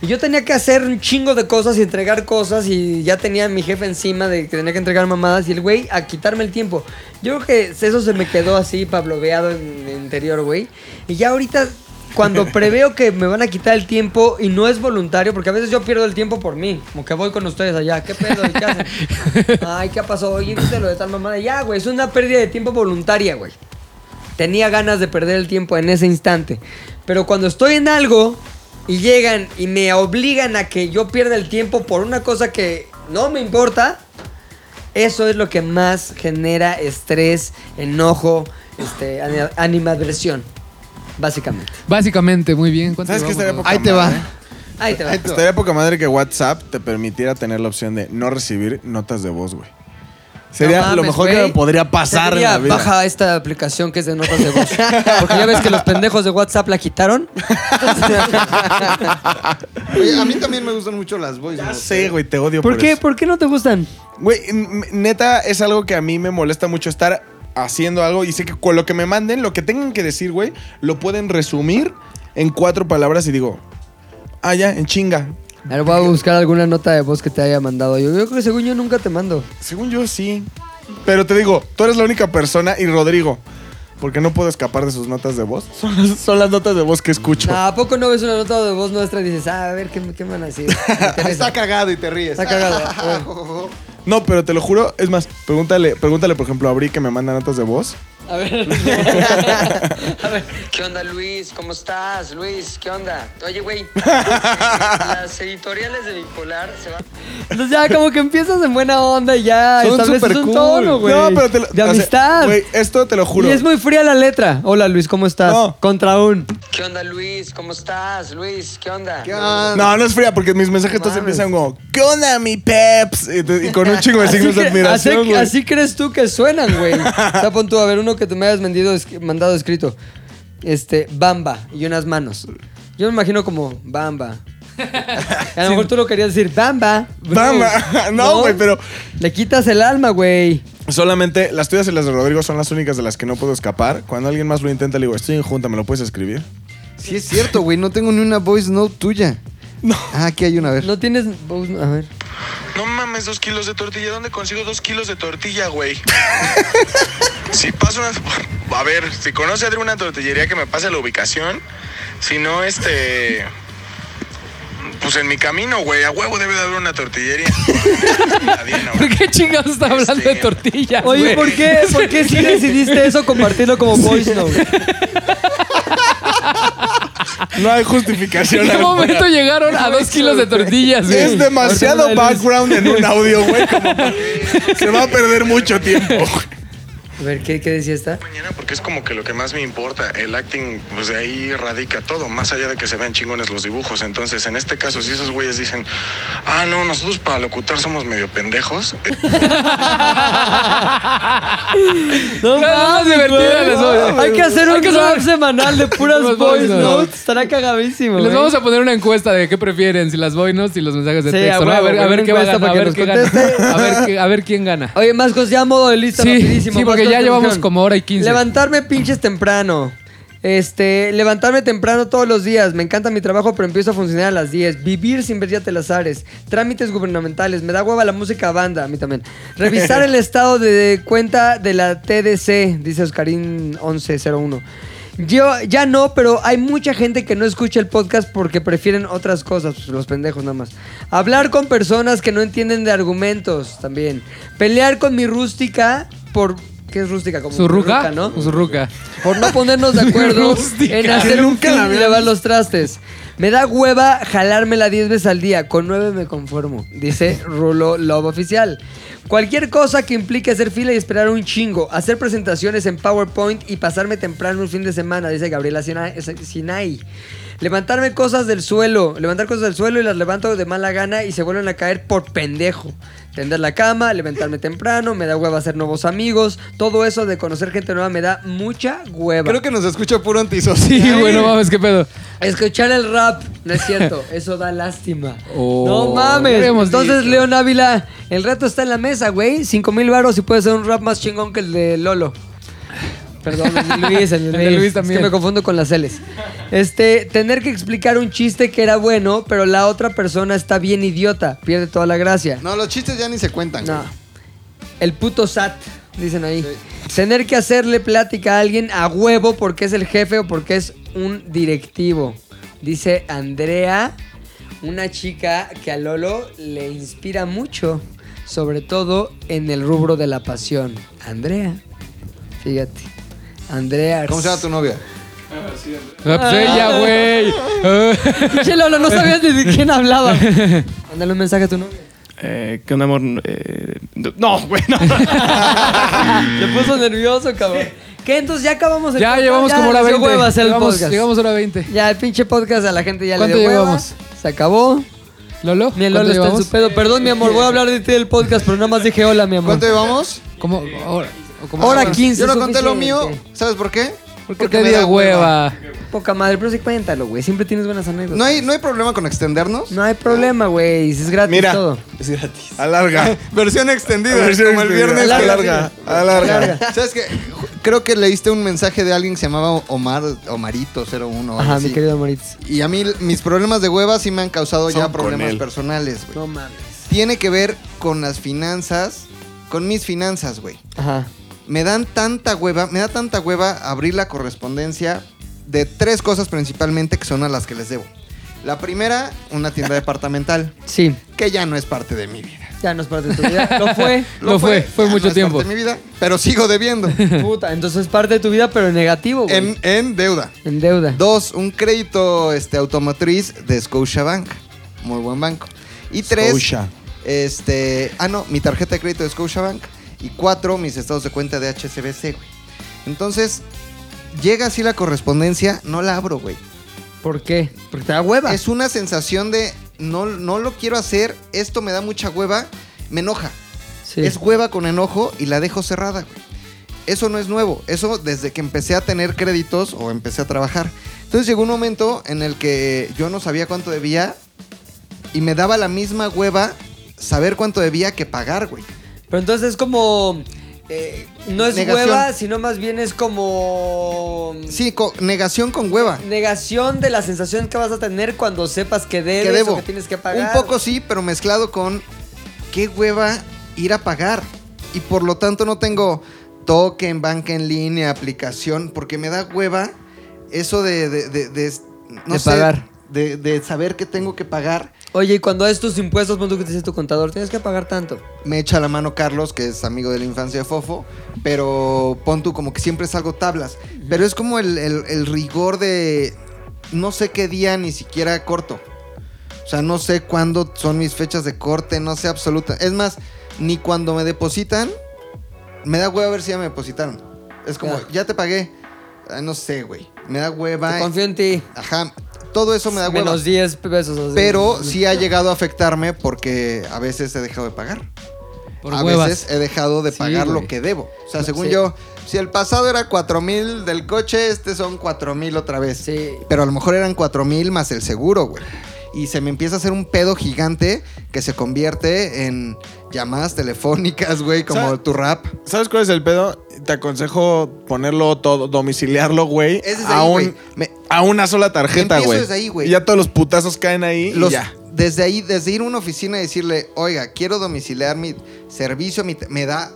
Speaker 2: Y yo tenía que hacer un chingo de cosas y entregar cosas y ya tenía a mi jefe encima de que tenía que entregar mamadas y el güey a quitarme el tiempo. Yo creo que eso se me quedó así pabloveado en el interior, güey. Y ya ahorita cuando preveo que me van a quitar el tiempo y no es voluntario, porque a veces yo pierdo el tiempo por mí, como que voy con ustedes allá, ¿qué pedo? ¿Y qué hacen? Ay, ¿qué pasó? Oye, viste lo de tal mamada. Ya, güey, es una pérdida de tiempo voluntaria, güey. Tenía ganas de perder el tiempo en ese instante. Pero cuando estoy en algo y llegan y me obligan a que yo pierda el tiempo por una cosa que no me importa, eso es lo que más genera estrés, enojo, este, ani- animadversión, básicamente.
Speaker 3: Básicamente, muy bien. ¿Cuánto
Speaker 1: ¿Sabes qué estaría
Speaker 3: llevamos?
Speaker 1: poca
Speaker 5: Ahí te
Speaker 1: madre?
Speaker 5: va.
Speaker 2: Ahí te va.
Speaker 1: Estaría poca madre que WhatsApp te permitiera tener la opción de no recibir notas de voz, güey. Sería
Speaker 2: No
Speaker 1: lo
Speaker 2: mames,
Speaker 1: mejor que
Speaker 2: güey.
Speaker 1: me podría pasar
Speaker 2: Te
Speaker 1: en
Speaker 2: diría,
Speaker 1: la vida.
Speaker 2: Baja esta aplicación que es de notas de voz. Porque ya ves que los pendejos de WhatsApp la quitaron.
Speaker 5: Oye, a mí también me gustan mucho las voice
Speaker 1: Ya
Speaker 5: notes.
Speaker 1: sé, güey, te odio
Speaker 2: ¿Por
Speaker 1: por,
Speaker 2: qué?
Speaker 1: eso.
Speaker 2: ¿Por qué no te gustan?
Speaker 1: Güey, n- neta, es algo que a mí me molesta mucho estar haciendo algo y sé que con lo que me manden, lo que tengan que decir, güey, lo pueden resumir en cuatro palabras y digo, ah, ya, en chinga.
Speaker 2: A ver, voy a buscar alguna nota de voz que te haya mandado. Yo, yo creo que según yo nunca te mando.
Speaker 1: Según yo, sí. Pero te digo, tú eres la única persona y Rodrigo, porque no puedo escapar de sus notas de voz. Son las, son las notas de voz que escucho.
Speaker 2: No, ¿A poco no ves una nota de voz nuestra y dices, ah, a ver, ¿qué, qué me van a decir? Me interesa.
Speaker 5: Está cagado y te ríes.
Speaker 2: Está cagado.
Speaker 1: No, pero te lo juro, es más, pregúntale, pregúntale, por ejemplo, a Bri que me manda notas de voz.
Speaker 2: A ver. A ver. ¿Qué onda, Luis? ¿Cómo estás, Luis? ¿Qué onda? Oye, güey. Las editoriales de Bipolar se van. Entonces ya como que empiezas en buena onda y ya estableces un tono, güey.
Speaker 1: No, pero te lo,
Speaker 2: De
Speaker 1: o sea,
Speaker 2: amistad.
Speaker 1: Güey, esto te lo juro.
Speaker 2: y es muy fría la letra. Hola, Luis, ¿cómo estás?
Speaker 1: No.
Speaker 2: Contra un. ¿Qué onda, Luis? ¿Cómo estás, Luis? ¿Qué onda?
Speaker 5: ¿Qué onda?
Speaker 1: No, no es fría porque mis mensajes todos empiezan como, ¿qué onda, mi peps? Y, te- y con un chingo de
Speaker 2: Así,
Speaker 1: signos de
Speaker 2: cre-
Speaker 1: admiración.
Speaker 2: así-
Speaker 1: güey.
Speaker 2: así crees tú que suenan, güey. O sea, pon tú a ver uno que te me hayas vendido, es- mandado escrito. Este, bamba y unas manos. Yo me imagino como bamba. A lo mejor tú lo querías decir, bamba.
Speaker 1: Bamba. No, güey, pero-
Speaker 2: Le quitas el alma, güey.
Speaker 1: Solamente las tuyas y las de Rodrigo son las únicas de las que no puedo escapar. Cuando alguien más lo intenta, le digo, estoy en junta, ¿me lo puedes escribir?
Speaker 5: Sí, es cierto, güey. No tengo ni una voice note tuya. No. Ah, aquí hay una, a ver.
Speaker 2: No tienes. pues, A ver.
Speaker 10: No mames, dos kilos de tortilla. ¿Dónde consigo dos kilos de tortilla, güey? si paso una. A ver, si conoce de una tortillería que me pase la ubicación. Si no, este. Pues en mi camino, güey. A huevo debe de haber una tortillería. Adriana,
Speaker 3: ¿Por qué chingados está hablando
Speaker 10: Este-
Speaker 3: de tortillas?
Speaker 2: Oye,
Speaker 3: güey?
Speaker 2: ¿por qué, ¿por qué si decidiste eso compartirlo como voice note?
Speaker 1: No hay
Speaker 3: ¿En
Speaker 1: justificación.
Speaker 3: qué
Speaker 1: alguna.
Speaker 3: momento llegaron a dos kilos de tortillas, güey?
Speaker 1: Es demasiado background en un audio, güey. como para- Se va a perder mucho tiempo.
Speaker 2: A ver, ¿qué, qué decía esta?
Speaker 10: mañana porque es como que lo que más me importa. El acting, pues de ahí radica todo, más allá de que se vean chingones los dibujos. Entonces, en este caso, si esos güeyes dicen, ah, no, nosotros para locutar somos medio pendejos. eh,
Speaker 2: No
Speaker 3: Claro, más divertidas las voces.
Speaker 2: Hay que hacer
Speaker 3: Hay
Speaker 2: un
Speaker 3: que
Speaker 2: rap
Speaker 3: hacer-
Speaker 2: semanal de
Speaker 3: Los
Speaker 2: puras voice
Speaker 3: voice notes.
Speaker 2: notes. Estará cagadísimo.
Speaker 3: Les
Speaker 2: güey.
Speaker 3: vamos a poner una encuesta de qué prefieren, si las boinos y los mensajes de
Speaker 2: Sí,
Speaker 3: texto.
Speaker 2: a
Speaker 3: ¿no? A
Speaker 2: huevo,
Speaker 3: ver, a
Speaker 2: güey,
Speaker 3: ver
Speaker 2: una
Speaker 3: qué va a
Speaker 2: encuesta
Speaker 3: ganar, a
Speaker 2: para
Speaker 3: ver
Speaker 2: que
Speaker 3: qué
Speaker 2: nos conteste.
Speaker 3: gana. A ver, qué- a ver quién gana.
Speaker 2: Oye, Mascos, ya modo de lista
Speaker 3: Sí,
Speaker 2: rapidísimo.
Speaker 3: sí, porque
Speaker 2: Mascos,
Speaker 3: ya
Speaker 2: ¿qué
Speaker 3: llevamos
Speaker 2: dijeron?
Speaker 3: como hora y quince.
Speaker 2: Levantarme pinches temprano. Este, levantarme temprano todos los días. Me encanta mi trabajo, pero empiezo a funcionar a las 10. Vivir sin ver ya telazares. Trámites gubernamentales. Me da hueva la música banda. A mí también. Revisar el estado de cuenta de la TDC, dice Oscarín 1101. Yo ya no, pero hay mucha gente que no escucha el podcast porque prefieren otras cosas, pues, los pendejos nada más. Hablar con personas que no entienden de argumentos también. Pelear con mi rústica por ¿qué es rústica? Como
Speaker 3: ¿Su ruca?
Speaker 2: ruca, ¿no?
Speaker 3: Su ruca.
Speaker 2: Por no ponernos de acuerdo
Speaker 3: Rústica.
Speaker 2: en hacer un film y lavar los trastes. Me da hueva jalármela 10 veces al día. Con 9 me conformo, dice Rulo Love Oficial. Cualquier cosa que implique hacer fila y esperar un chingo, hacer presentaciones en PowerPoint y pasarme temprano un fin de semana, dice Gabriela Sina- Sinai. Levantarme cosas del suelo, levantar cosas del suelo y las levanto de mala gana y se vuelven a caer por pendejo. Tender la cama, levantarme temprano, me da hueva hacer nuevos amigos, todo eso de conocer gente nueva me da mucha hueva.
Speaker 5: Creo que nos escucha puro antisocial.
Speaker 3: Sí, güey, no mames, qué pedo.
Speaker 2: Escuchar el rap, no es cierto, eso da lástima.
Speaker 3: Oh,
Speaker 2: no mames.
Speaker 3: ya hemos
Speaker 2: Entonces,
Speaker 3: dicho.
Speaker 2: León Ávila, el reto está en la mesa, güey. Cinco mil baros y puede ser un rap más chingón que el de Lolo. Perdón, el de Luis, el de Luis.
Speaker 3: también.
Speaker 2: Es que me confundo con las L's. Este, tener que explicar un chiste que era bueno, pero la otra persona está bien idiota. Pierde toda la gracia.
Speaker 5: No, los chistes ya ni se cuentan.
Speaker 2: No.
Speaker 5: güey.
Speaker 2: El puto SAT, dicen ahí. Tener que hacerle plática a alguien a huevo porque es el jefe o porque es un directivo. Dice Andrea, una chica que a Lolo le inspira mucho, sobre todo en el rubro de la pasión. Andrea, fíjate. Andrea.
Speaker 5: ¿Cómo se llama tu novia?
Speaker 3: Ah, pues ella, güey. Ah.
Speaker 2: Che, Lolo, no sabías ni de quién hablaba. Mándale un mensaje a tu novia.
Speaker 8: Eh, ¿Qué onda, amor? Eh, no, güey, no.
Speaker 2: Se puso nervioso, cabrón. ¿Qué? Entonces Pues ya acabamos el
Speaker 3: Ya
Speaker 2: podcast?
Speaker 3: llevamos como hora
Speaker 2: les dio
Speaker 3: 20.
Speaker 2: hueva hacer el
Speaker 3: llegamos,
Speaker 2: podcast.
Speaker 3: llegamos hora 20.
Speaker 2: Ya, el pinche podcast a la gente ya le
Speaker 3: ¿Cuánto
Speaker 2: dio hueva.
Speaker 3: llevamos?
Speaker 2: Se acabó.
Speaker 3: ¿Lolo?
Speaker 2: Mi
Speaker 3: ¿cuánto
Speaker 2: Lolo está en
Speaker 3: llevamos?
Speaker 2: su pedo. Perdón, mi amor, voy a hablar de ti del podcast, pero nada más dije hola, mi amor.
Speaker 5: ¿Cuánto llevamos?
Speaker 3: ¿Cómo? Hora, o como-
Speaker 2: Hora 15.
Speaker 5: Yo no conté lo mío.
Speaker 2: suficiente.
Speaker 5: ¿Sabes por qué?
Speaker 3: ¿Por qué
Speaker 5: Porque
Speaker 3: te
Speaker 5: me da
Speaker 3: dio hueva?
Speaker 2: Poca madre, pero sí cuéntalo, güey. Siempre tienes buenas anécdotas.
Speaker 5: ¿No hay, ¿No hay problema con extendernos?
Speaker 2: No hay problema, güey. Es gratis
Speaker 1: Mira.
Speaker 2: todo.
Speaker 1: Es gratis. Alarga.
Speaker 5: Versión extendida,
Speaker 1: Versión
Speaker 5: como
Speaker 1: extendida.
Speaker 5: el viernes.
Speaker 2: Alarga,
Speaker 1: Alarga. Alarga.
Speaker 5: ¿Sabes qué? Creo que leíste un mensaje de alguien que se llamaba Omar, Omarito01 o algo
Speaker 2: Ajá,
Speaker 5: así.
Speaker 2: mi querido Moritz.
Speaker 5: Y a mí mis problemas de hueva sí me han causado
Speaker 1: Son
Speaker 5: ya
Speaker 1: con
Speaker 5: problemas
Speaker 1: él.
Speaker 5: personales, güey.
Speaker 2: No mames.
Speaker 5: Tiene que ver con las finanzas, con mis finanzas, güey.
Speaker 2: Ajá.
Speaker 5: Me dan tanta hueva, me da tanta hueva abrir la correspondencia de tres cosas principalmente que son a las que les debo. La primera, una tienda departamental,
Speaker 2: Sí,
Speaker 5: que ya no es parte de mi vida.
Speaker 2: ya nos parte de tu vida. Lo fue.
Speaker 3: Lo fue, fue
Speaker 5: ya
Speaker 3: mucho
Speaker 5: no es
Speaker 3: tiempo.
Speaker 5: parte de mi vida, pero sigo debiendo.
Speaker 2: Puta, entonces parte de tu vida, pero en negativo, güey.
Speaker 5: en,
Speaker 2: En,
Speaker 5: en deuda.
Speaker 2: deuda.
Speaker 5: Dos, un crédito este, automotriz de Scotiabank. Muy buen banco. Y tres,
Speaker 1: Scotia.
Speaker 5: este. Ah, no, mi tarjeta de crédito de Scotiabank. Y cuatro, mis estados de cuenta de HSBC, güey. Entonces, llega así la correspondencia, no la abro, güey.
Speaker 2: ¿Por qué? Porque te da hueva.
Speaker 5: Es una sensación de no, no lo quiero hacer, esto me da mucha hueva, me enoja.
Speaker 2: Sí.
Speaker 5: Es hueva con enojo y la dejo cerrada, güey. Eso no es nuevo. Eso desde que empecé a tener créditos o empecé a trabajar. Entonces llegó un momento en el que yo no sabía cuánto debía y me daba la misma hueva saber cuánto debía que pagar, güey.
Speaker 2: Pero entonces es como. eh, no es
Speaker 5: Negación.
Speaker 2: hueva, sino más bien es como.
Speaker 5: Sí, co- negación con hueva.
Speaker 2: Negación de la sensación que vas a tener cuando sepas que debes
Speaker 5: Que debo.
Speaker 2: o que tienes que pagar.
Speaker 5: Un poco sí, pero mezclado con qué hueva ir a pagar. Y por lo tanto no tengo token, banca en línea, aplicación, porque me da hueva eso de... de, de- de- no
Speaker 2: De
Speaker 5: sé,
Speaker 2: pagar.
Speaker 5: De, de saber que tengo que pagar.
Speaker 2: Oye, y cuando es tus impuestos, pon tú que te dice tu contador, tienes que pagar tanto.
Speaker 5: Me echa la mano Carlos, que es amigo de la infancia de Fofo, pero pon tú como que siempre salgo tablas. Pero es como el, el- el rigor de no sé qué día ni siquiera corto. O sea, no sé cuándo son mis fechas de corte, no sé absoluta. Es más, ni cuando me depositan, me da hueva ver si ya me depositaron. Es como,
Speaker 2: Ya.
Speaker 5: ya te pagué. Ay, no sé, güey. Me da hueva.
Speaker 2: Te confío en ti.
Speaker 5: Ajá. Todo eso me da hueva.
Speaker 2: Menos 10 pesos. así.
Speaker 5: Pero sí ha llegado a afectarme porque a veces he dejado de pagar.
Speaker 3: Por
Speaker 5: a
Speaker 3: huevas.
Speaker 5: veces he dejado de
Speaker 2: Sí,
Speaker 5: pagar
Speaker 2: güey.
Speaker 5: lo que debo. O sea,
Speaker 2: No,
Speaker 5: según
Speaker 2: sí.
Speaker 5: yo, si el pasado era 4 mil del coche, este son 4 mil otra vez.
Speaker 2: Sí.
Speaker 5: Pero a lo mejor eran 4 mil más el seguro, güey. Y se me empieza a hacer un pedo gigante que se convierte en llamadas telefónicas, güey, como
Speaker 1: ¿Sabes?
Speaker 5: tu rap.
Speaker 1: ¿Sabes cuál es el pedo? Te aconsejo ponerlo todo, domiciliarlo, güey.
Speaker 5: Ese es
Speaker 1: a,
Speaker 5: ahí,
Speaker 1: un-
Speaker 5: güey. Me-
Speaker 1: a una sola tarjeta,
Speaker 5: Empiezo
Speaker 1: güey.
Speaker 5: desde ahí, güey.
Speaker 1: Y ya todos los putazos caen ahí y
Speaker 5: Los-
Speaker 1: ya.
Speaker 5: Desde ahí, desde ir a una oficina y decirle, oiga, quiero domiciliar mi servicio, mi t- me da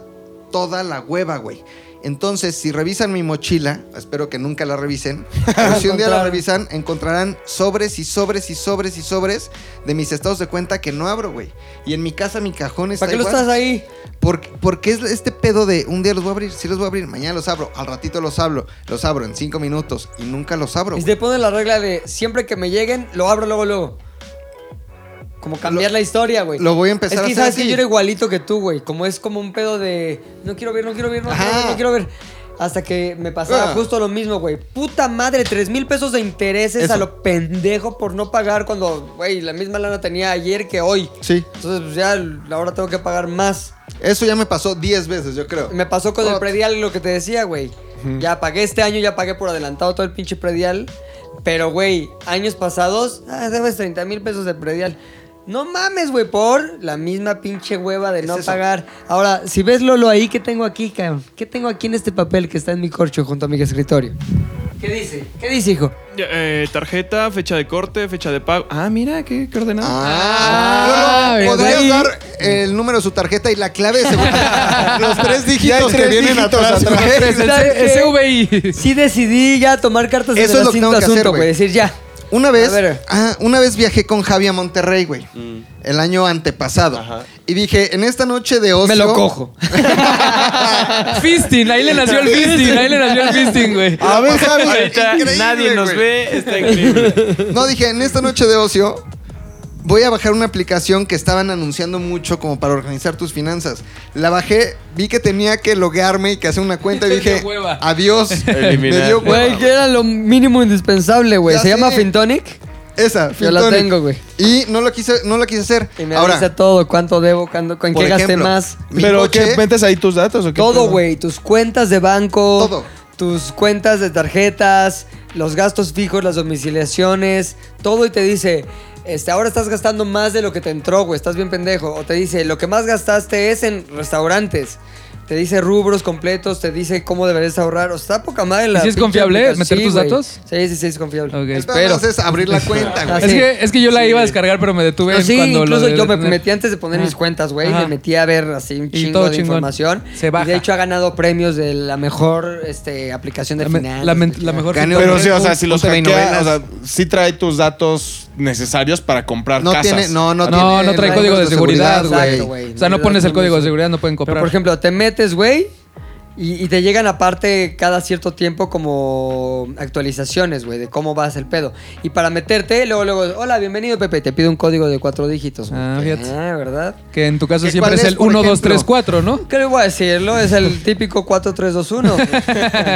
Speaker 5: toda la hueva, güey. Entonces, si revisan mi mochila, espero que nunca la revisen, pero si un día
Speaker 2: Encontraron.
Speaker 5: la revisan, encontrarán sobres y sobres y sobres y sobres de mis estados de cuenta que no abro, güey. Y en mi casa mi cajón está
Speaker 2: ¿Para qué lo
Speaker 5: igual.
Speaker 2: estás ahí?
Speaker 5: Porque, porque es este pedo de un día los voy a abrir, sí los voy a abrir, mañana los abro, al ratito los abro, los abro en cinco minutos y nunca los abro.
Speaker 2: Y
Speaker 5: güey.
Speaker 2: te ponen la regla de siempre que me lleguen, lo abro luego, luego. Como cambiar la historia, güey.
Speaker 5: lo voy a empezar
Speaker 2: es que
Speaker 5: a hacer
Speaker 2: sabes que
Speaker 5: así.
Speaker 2: yo era igualito que tú, güey. Como es como un pedo de no quiero ver, no quiero ver, no, quiero
Speaker 5: Ajá.
Speaker 2: ver, no quiero ver. Hasta que me pasaba
Speaker 5: Ah.
Speaker 2: justo lo mismo, güey. Puta madre, tres mil pesos de intereses
Speaker 5: Eso.
Speaker 2: a lo pendejo por no pagar cuando, güey, la misma lana tenía ayer que hoy.
Speaker 5: Sí.
Speaker 2: Entonces, pues ya ahora tengo que pagar más.
Speaker 5: Eso ya me pasó 10 veces, yo creo.
Speaker 2: Me pasó con el
Speaker 5: Ot-
Speaker 2: predial lo que te decía, güey. Ya pagué este año, ya pagué por adelantado todo el pinche predial. Pero, güey, años pasados, ah, debes 30 mil pesos de predial. No mames, güey, por la misma pinche hueva de no pagar. Ahora, si ves Lolo ahí, ¿qué tengo aquí, cabrón? ¿Qué tengo aquí en este papel que está en mi corcho junto a mi escritorio? ¿Qué dice? ¿Qué dice, hijo?
Speaker 8: Ya, eh, tarjeta, fecha de corte, fecha de pago. Ah, mira, qué, qué ordenado.
Speaker 5: Ah,
Speaker 3: Ah,
Speaker 5: Lolo,
Speaker 3: ¿verdad?
Speaker 5: ¿podrías
Speaker 3: Y-
Speaker 5: dar el número de su tarjeta y la clave de seguridad? Los tres dígitos
Speaker 1: hay tres
Speaker 5: que vienen
Speaker 1: dígitos
Speaker 5: atrás.
Speaker 1: atrás.
Speaker 5: güey.
Speaker 3: Es el
Speaker 2: ¿Sabes
Speaker 3: C-
Speaker 2: qué?
Speaker 3: SVI.
Speaker 2: Sí decidí ya tomar cartas en
Speaker 5: Eso
Speaker 2: el
Speaker 5: es lo que tengo
Speaker 2: asunto,
Speaker 5: que hacer,
Speaker 2: asunto,
Speaker 5: güey.
Speaker 2: güey. Decir, ya.
Speaker 5: Una
Speaker 2: A
Speaker 5: vez,
Speaker 2: ver.
Speaker 5: ah, una vez viajé con Javi a Monterrey, güey.
Speaker 4: Mm.
Speaker 5: El año antepasado.
Speaker 4: Ajá.
Speaker 5: Y dije, en esta noche de ocio.
Speaker 2: Me lo cojo.
Speaker 3: Fisting, ahí le nació el fisting, ahí le nació el fisting, güey.
Speaker 1: A ver, Javi.
Speaker 4: Ahorita
Speaker 5: Increíble,
Speaker 4: nadie nos
Speaker 5: güey.
Speaker 4: ve, está increíble.
Speaker 5: No, dije, en esta noche de ocio voy a bajar una aplicación que estaban anunciando mucho como para organizar tus finanzas. La bajé, vi que tenía que loguearme y que hacer una cuenta y dije,
Speaker 3: dio hueva.
Speaker 5: adiós.
Speaker 4: Eliminar.
Speaker 5: Me dio hueva.
Speaker 2: Güey, que era lo mínimo indispensable, güey.
Speaker 5: Ya
Speaker 2: ¿Se llama
Speaker 5: sé.
Speaker 2: Fintonic?
Speaker 5: Esa,
Speaker 2: Yo la
Speaker 5: Fintonic.
Speaker 2: tengo, güey.
Speaker 5: Y no lo quise, no la quise hacer.
Speaker 2: Y me avisa
Speaker 5: Ahora,
Speaker 2: todo, cuánto debo, cuándo- con
Speaker 5: por
Speaker 2: qué gasté
Speaker 5: ejemplo,
Speaker 2: más.
Speaker 5: mi
Speaker 1: ¿Pero
Speaker 5: coche-
Speaker 1: qué? ¿Metes ahí tus datos o qué?
Speaker 2: Todo,
Speaker 1: pedo?
Speaker 2: güey. Tus cuentas de banco.
Speaker 5: Todo.
Speaker 2: Tus cuentas de tarjetas, los gastos fijos, las domiciliaciones, todo y te dice, este, ahora estás gastando más de lo que te entró, güey, estás bien pendejo. O te dice, lo que más gastaste es en restaurantes. Te dice rubros completos, te dice cómo deberías ahorrar. O sea, está poca madre la
Speaker 3: ¿Y si es
Speaker 2: pinche
Speaker 3: confiable
Speaker 2: aplicación.
Speaker 3: meter
Speaker 2: Sí,
Speaker 3: tus
Speaker 2: güey.
Speaker 3: datos?
Speaker 2: Sí, sí, sí, es confiable.
Speaker 3: Ok.
Speaker 5: El pedo nada más es abrir la cuenta, güey.
Speaker 2: Ah,
Speaker 3: Es
Speaker 2: sí.
Speaker 3: que, es que yo la iba a descargar, pero me detuve
Speaker 2: No,
Speaker 3: en
Speaker 2: sí,
Speaker 3: Pues cuando lo
Speaker 2: incluso
Speaker 3: de
Speaker 2: yo me
Speaker 3: detener.
Speaker 2: metí antes de poner mis cuentas, güey.
Speaker 3: Ajá.
Speaker 2: Me metí a ver así un
Speaker 3: Y
Speaker 2: chingo
Speaker 3: todo
Speaker 2: de
Speaker 3: chingón.
Speaker 2: información.
Speaker 3: Se
Speaker 2: Y
Speaker 3: baja.
Speaker 2: de hecho ha ganado premios de la mejor este, aplicación de
Speaker 3: La, me-
Speaker 2: finanzas.
Speaker 3: la men-
Speaker 2: güey.
Speaker 3: la mejor.
Speaker 5: Gané
Speaker 1: Pero sí, o sea, si
Speaker 5: Un
Speaker 1: los
Speaker 5: TV y
Speaker 1: hackea, o sea,
Speaker 5: novelas.
Speaker 1: sí trae tus datos necesarios para comprar
Speaker 5: No
Speaker 1: casas.
Speaker 5: tiene, no,
Speaker 3: No,
Speaker 5: no, tiene
Speaker 3: no trae
Speaker 5: el
Speaker 3: código de seguridad,
Speaker 2: Exacto,
Speaker 5: güey.
Speaker 3: O sea, no pones el código de seguridad, no pueden
Speaker 2: Pero,
Speaker 3: comprar.
Speaker 2: por ejemplo, te metes, güey, y, y te llegan aparte cada cierto tiempo como actualizaciones, güey, de cómo vas el pedo. Y para meterte, luego, luego, hola, bienvenido, Pepe, te pido un código de cuatro dígitos. güey.
Speaker 3: Ah, fíjate.
Speaker 2: Ah, ¿verdad?
Speaker 3: que en tu caso
Speaker 5: ¿Que
Speaker 3: siempre
Speaker 5: cuál
Speaker 3: es
Speaker 5: es,
Speaker 3: el
Speaker 5: por
Speaker 3: 1, 2,
Speaker 5: ejemplo?
Speaker 3: 3, 4, ¿no?
Speaker 2: ¿Qué le voy a decirlo? Es el típico 4321.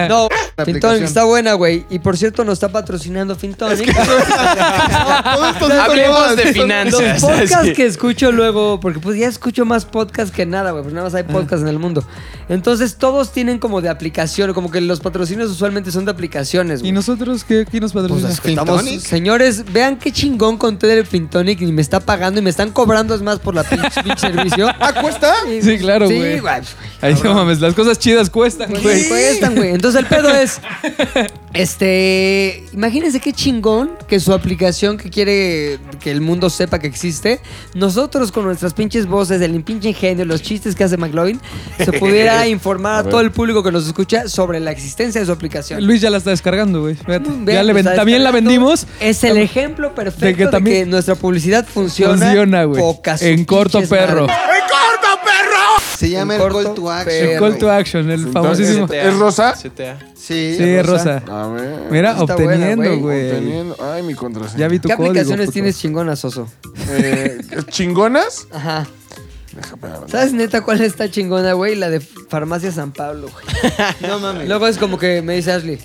Speaker 2: No, Fintonic
Speaker 5: aplicación.
Speaker 2: está buena, güey. Y por cierto, nos está patrocinando Fintonic. Ah,
Speaker 8: pues,
Speaker 4: Hablemos de
Speaker 2: Los
Speaker 4: finanzas.
Speaker 2: podcasts
Speaker 4: así.
Speaker 2: que escucho luego, porque pues ya escucho más podcasts que nada, güey, pues nada más hay podcasts en el mundo. Entonces todos tienen como de aplicación, como que los patrocinios usualmente son de aplicaciones,
Speaker 3: ¿Y
Speaker 2: güey.
Speaker 3: nosotros qué, qué nos patrocina?
Speaker 5: Pues,
Speaker 2: Estamos-
Speaker 5: ¿Fintonic?
Speaker 2: señores, vean qué chingón conté el Fintonic y me está pagando y me están cobrando es más por la pinche, pinche servicio.
Speaker 1: ¿Ah, cuesta?
Speaker 2: Y-
Speaker 3: Sí, claro, güey.
Speaker 2: Sí, güey.
Speaker 3: Ay, no mames, las cosas chidas cuestan,
Speaker 2: Pues
Speaker 3: güey.
Speaker 2: sí, cuestan, güey. Entonces el pedo es. Este. Imagínense qué chingón que su aplicación que quiere que el mundo sepa que existe. Nosotros con nuestras pinches voces, el pinche ingenio, los chistes que hace McLovin, se pudiera informar a, todo el público que nos escucha sobre la existencia de su aplicación.
Speaker 3: Luis ya la está descargando, güey. Fíjate.
Speaker 2: Vean,
Speaker 3: ya le ven-
Speaker 2: Mm, pues, está
Speaker 3: también la
Speaker 2: descargando.
Speaker 3: vendimos.
Speaker 2: Es el ejemplo perfecto de que,
Speaker 3: también-
Speaker 2: nuestra publicidad funciona.
Speaker 3: Funciona, güey.
Speaker 2: Poca su
Speaker 3: En corto
Speaker 2: pinches
Speaker 3: perro.
Speaker 2: madre.
Speaker 5: Se llama el
Speaker 2: corto,
Speaker 5: call to action.
Speaker 2: pero-
Speaker 3: El call to
Speaker 5: güey.
Speaker 3: action, el
Speaker 1: Entonces,
Speaker 3: famosísimo.
Speaker 1: ¿Es es rosa?
Speaker 5: Sí,
Speaker 3: Sí, Rosa.
Speaker 1: A ver.
Speaker 3: Mira,
Speaker 2: Está
Speaker 3: obteniendo,
Speaker 2: buena, güey.
Speaker 3: güey.
Speaker 1: Obteniendo- Ay, mi contraseña.
Speaker 3: Ya vi tu
Speaker 2: ¿Qué
Speaker 3: código,
Speaker 2: aplicaciones
Speaker 3: puto.
Speaker 2: tienes chingonas, Oso?
Speaker 1: Eh, ¿Chingonas?
Speaker 2: Ajá.
Speaker 1: Déjame ver.
Speaker 2: ¿Sabes neta cuál está chingona, güey? La de Farmacia San Pablo, güey.
Speaker 5: No mames.
Speaker 2: Luego es como que me dice Ashley,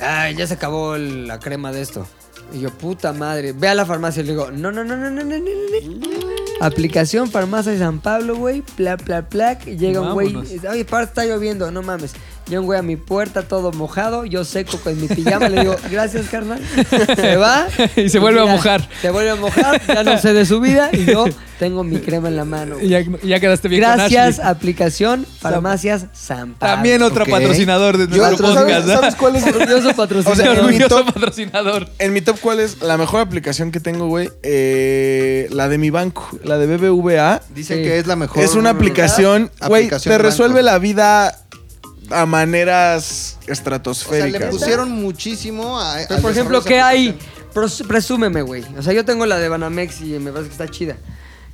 Speaker 2: ay, ya se acabó el- la crema de esto. Y yo, puta madre, ve a la farmacia. Y le digo, no, no, no, no, no, no, no, no. Aplicación Farmacia San Pablo, güey. Pla, pla, pla. Y llega un güey.
Speaker 3: Vámonos.
Speaker 2: dice, Oye, par, está lloviendo, no mames. Llega un güey a mi puerta todo mojado. Yo seco con mi pijama. le digo, gracias, carnal. Se va.
Speaker 3: Y se vuelve a
Speaker 2: mira,
Speaker 3: mojar.
Speaker 2: Se vuelve a mojar. Ya no sé de su vida. Y yo tengo mi crema en la mano. güey.
Speaker 3: Y Ya, y ya quedaste bien con
Speaker 2: Gracias,
Speaker 3: Ashley.
Speaker 2: aplicación Farmacias San Pablo.
Speaker 3: También otro
Speaker 5: Ok.
Speaker 3: patrocinador de
Speaker 1: Yo,
Speaker 3: nuestro
Speaker 1: ¿sabes,
Speaker 3: podcast. ¿eh?
Speaker 1: ¿Sabes cuál es?
Speaker 2: Orgulloso
Speaker 1: O sea,
Speaker 2: patrocinador.
Speaker 1: en mi
Speaker 3: Orgulloso
Speaker 1: top-
Speaker 3: patrocinador.
Speaker 1: En mi top, ¿cuál es la mejor aplicación que tengo, güey? Eh, la de mi banco, la de BBVA.
Speaker 5: Dicen
Speaker 2: Sí.
Speaker 5: que es la mejor.
Speaker 1: es una aplicación, güey, te
Speaker 5: banco.
Speaker 1: resuelve la vida a maneras
Speaker 5: O sea, le
Speaker 1: estratosféricas. güey.
Speaker 5: pusieron muchísimo a.
Speaker 2: Pero, Pues, por ejemplo, ¿qué hay? Pros- Presúmeme, güey. O sea, yo tengo la de Banamex y me parece que está chida.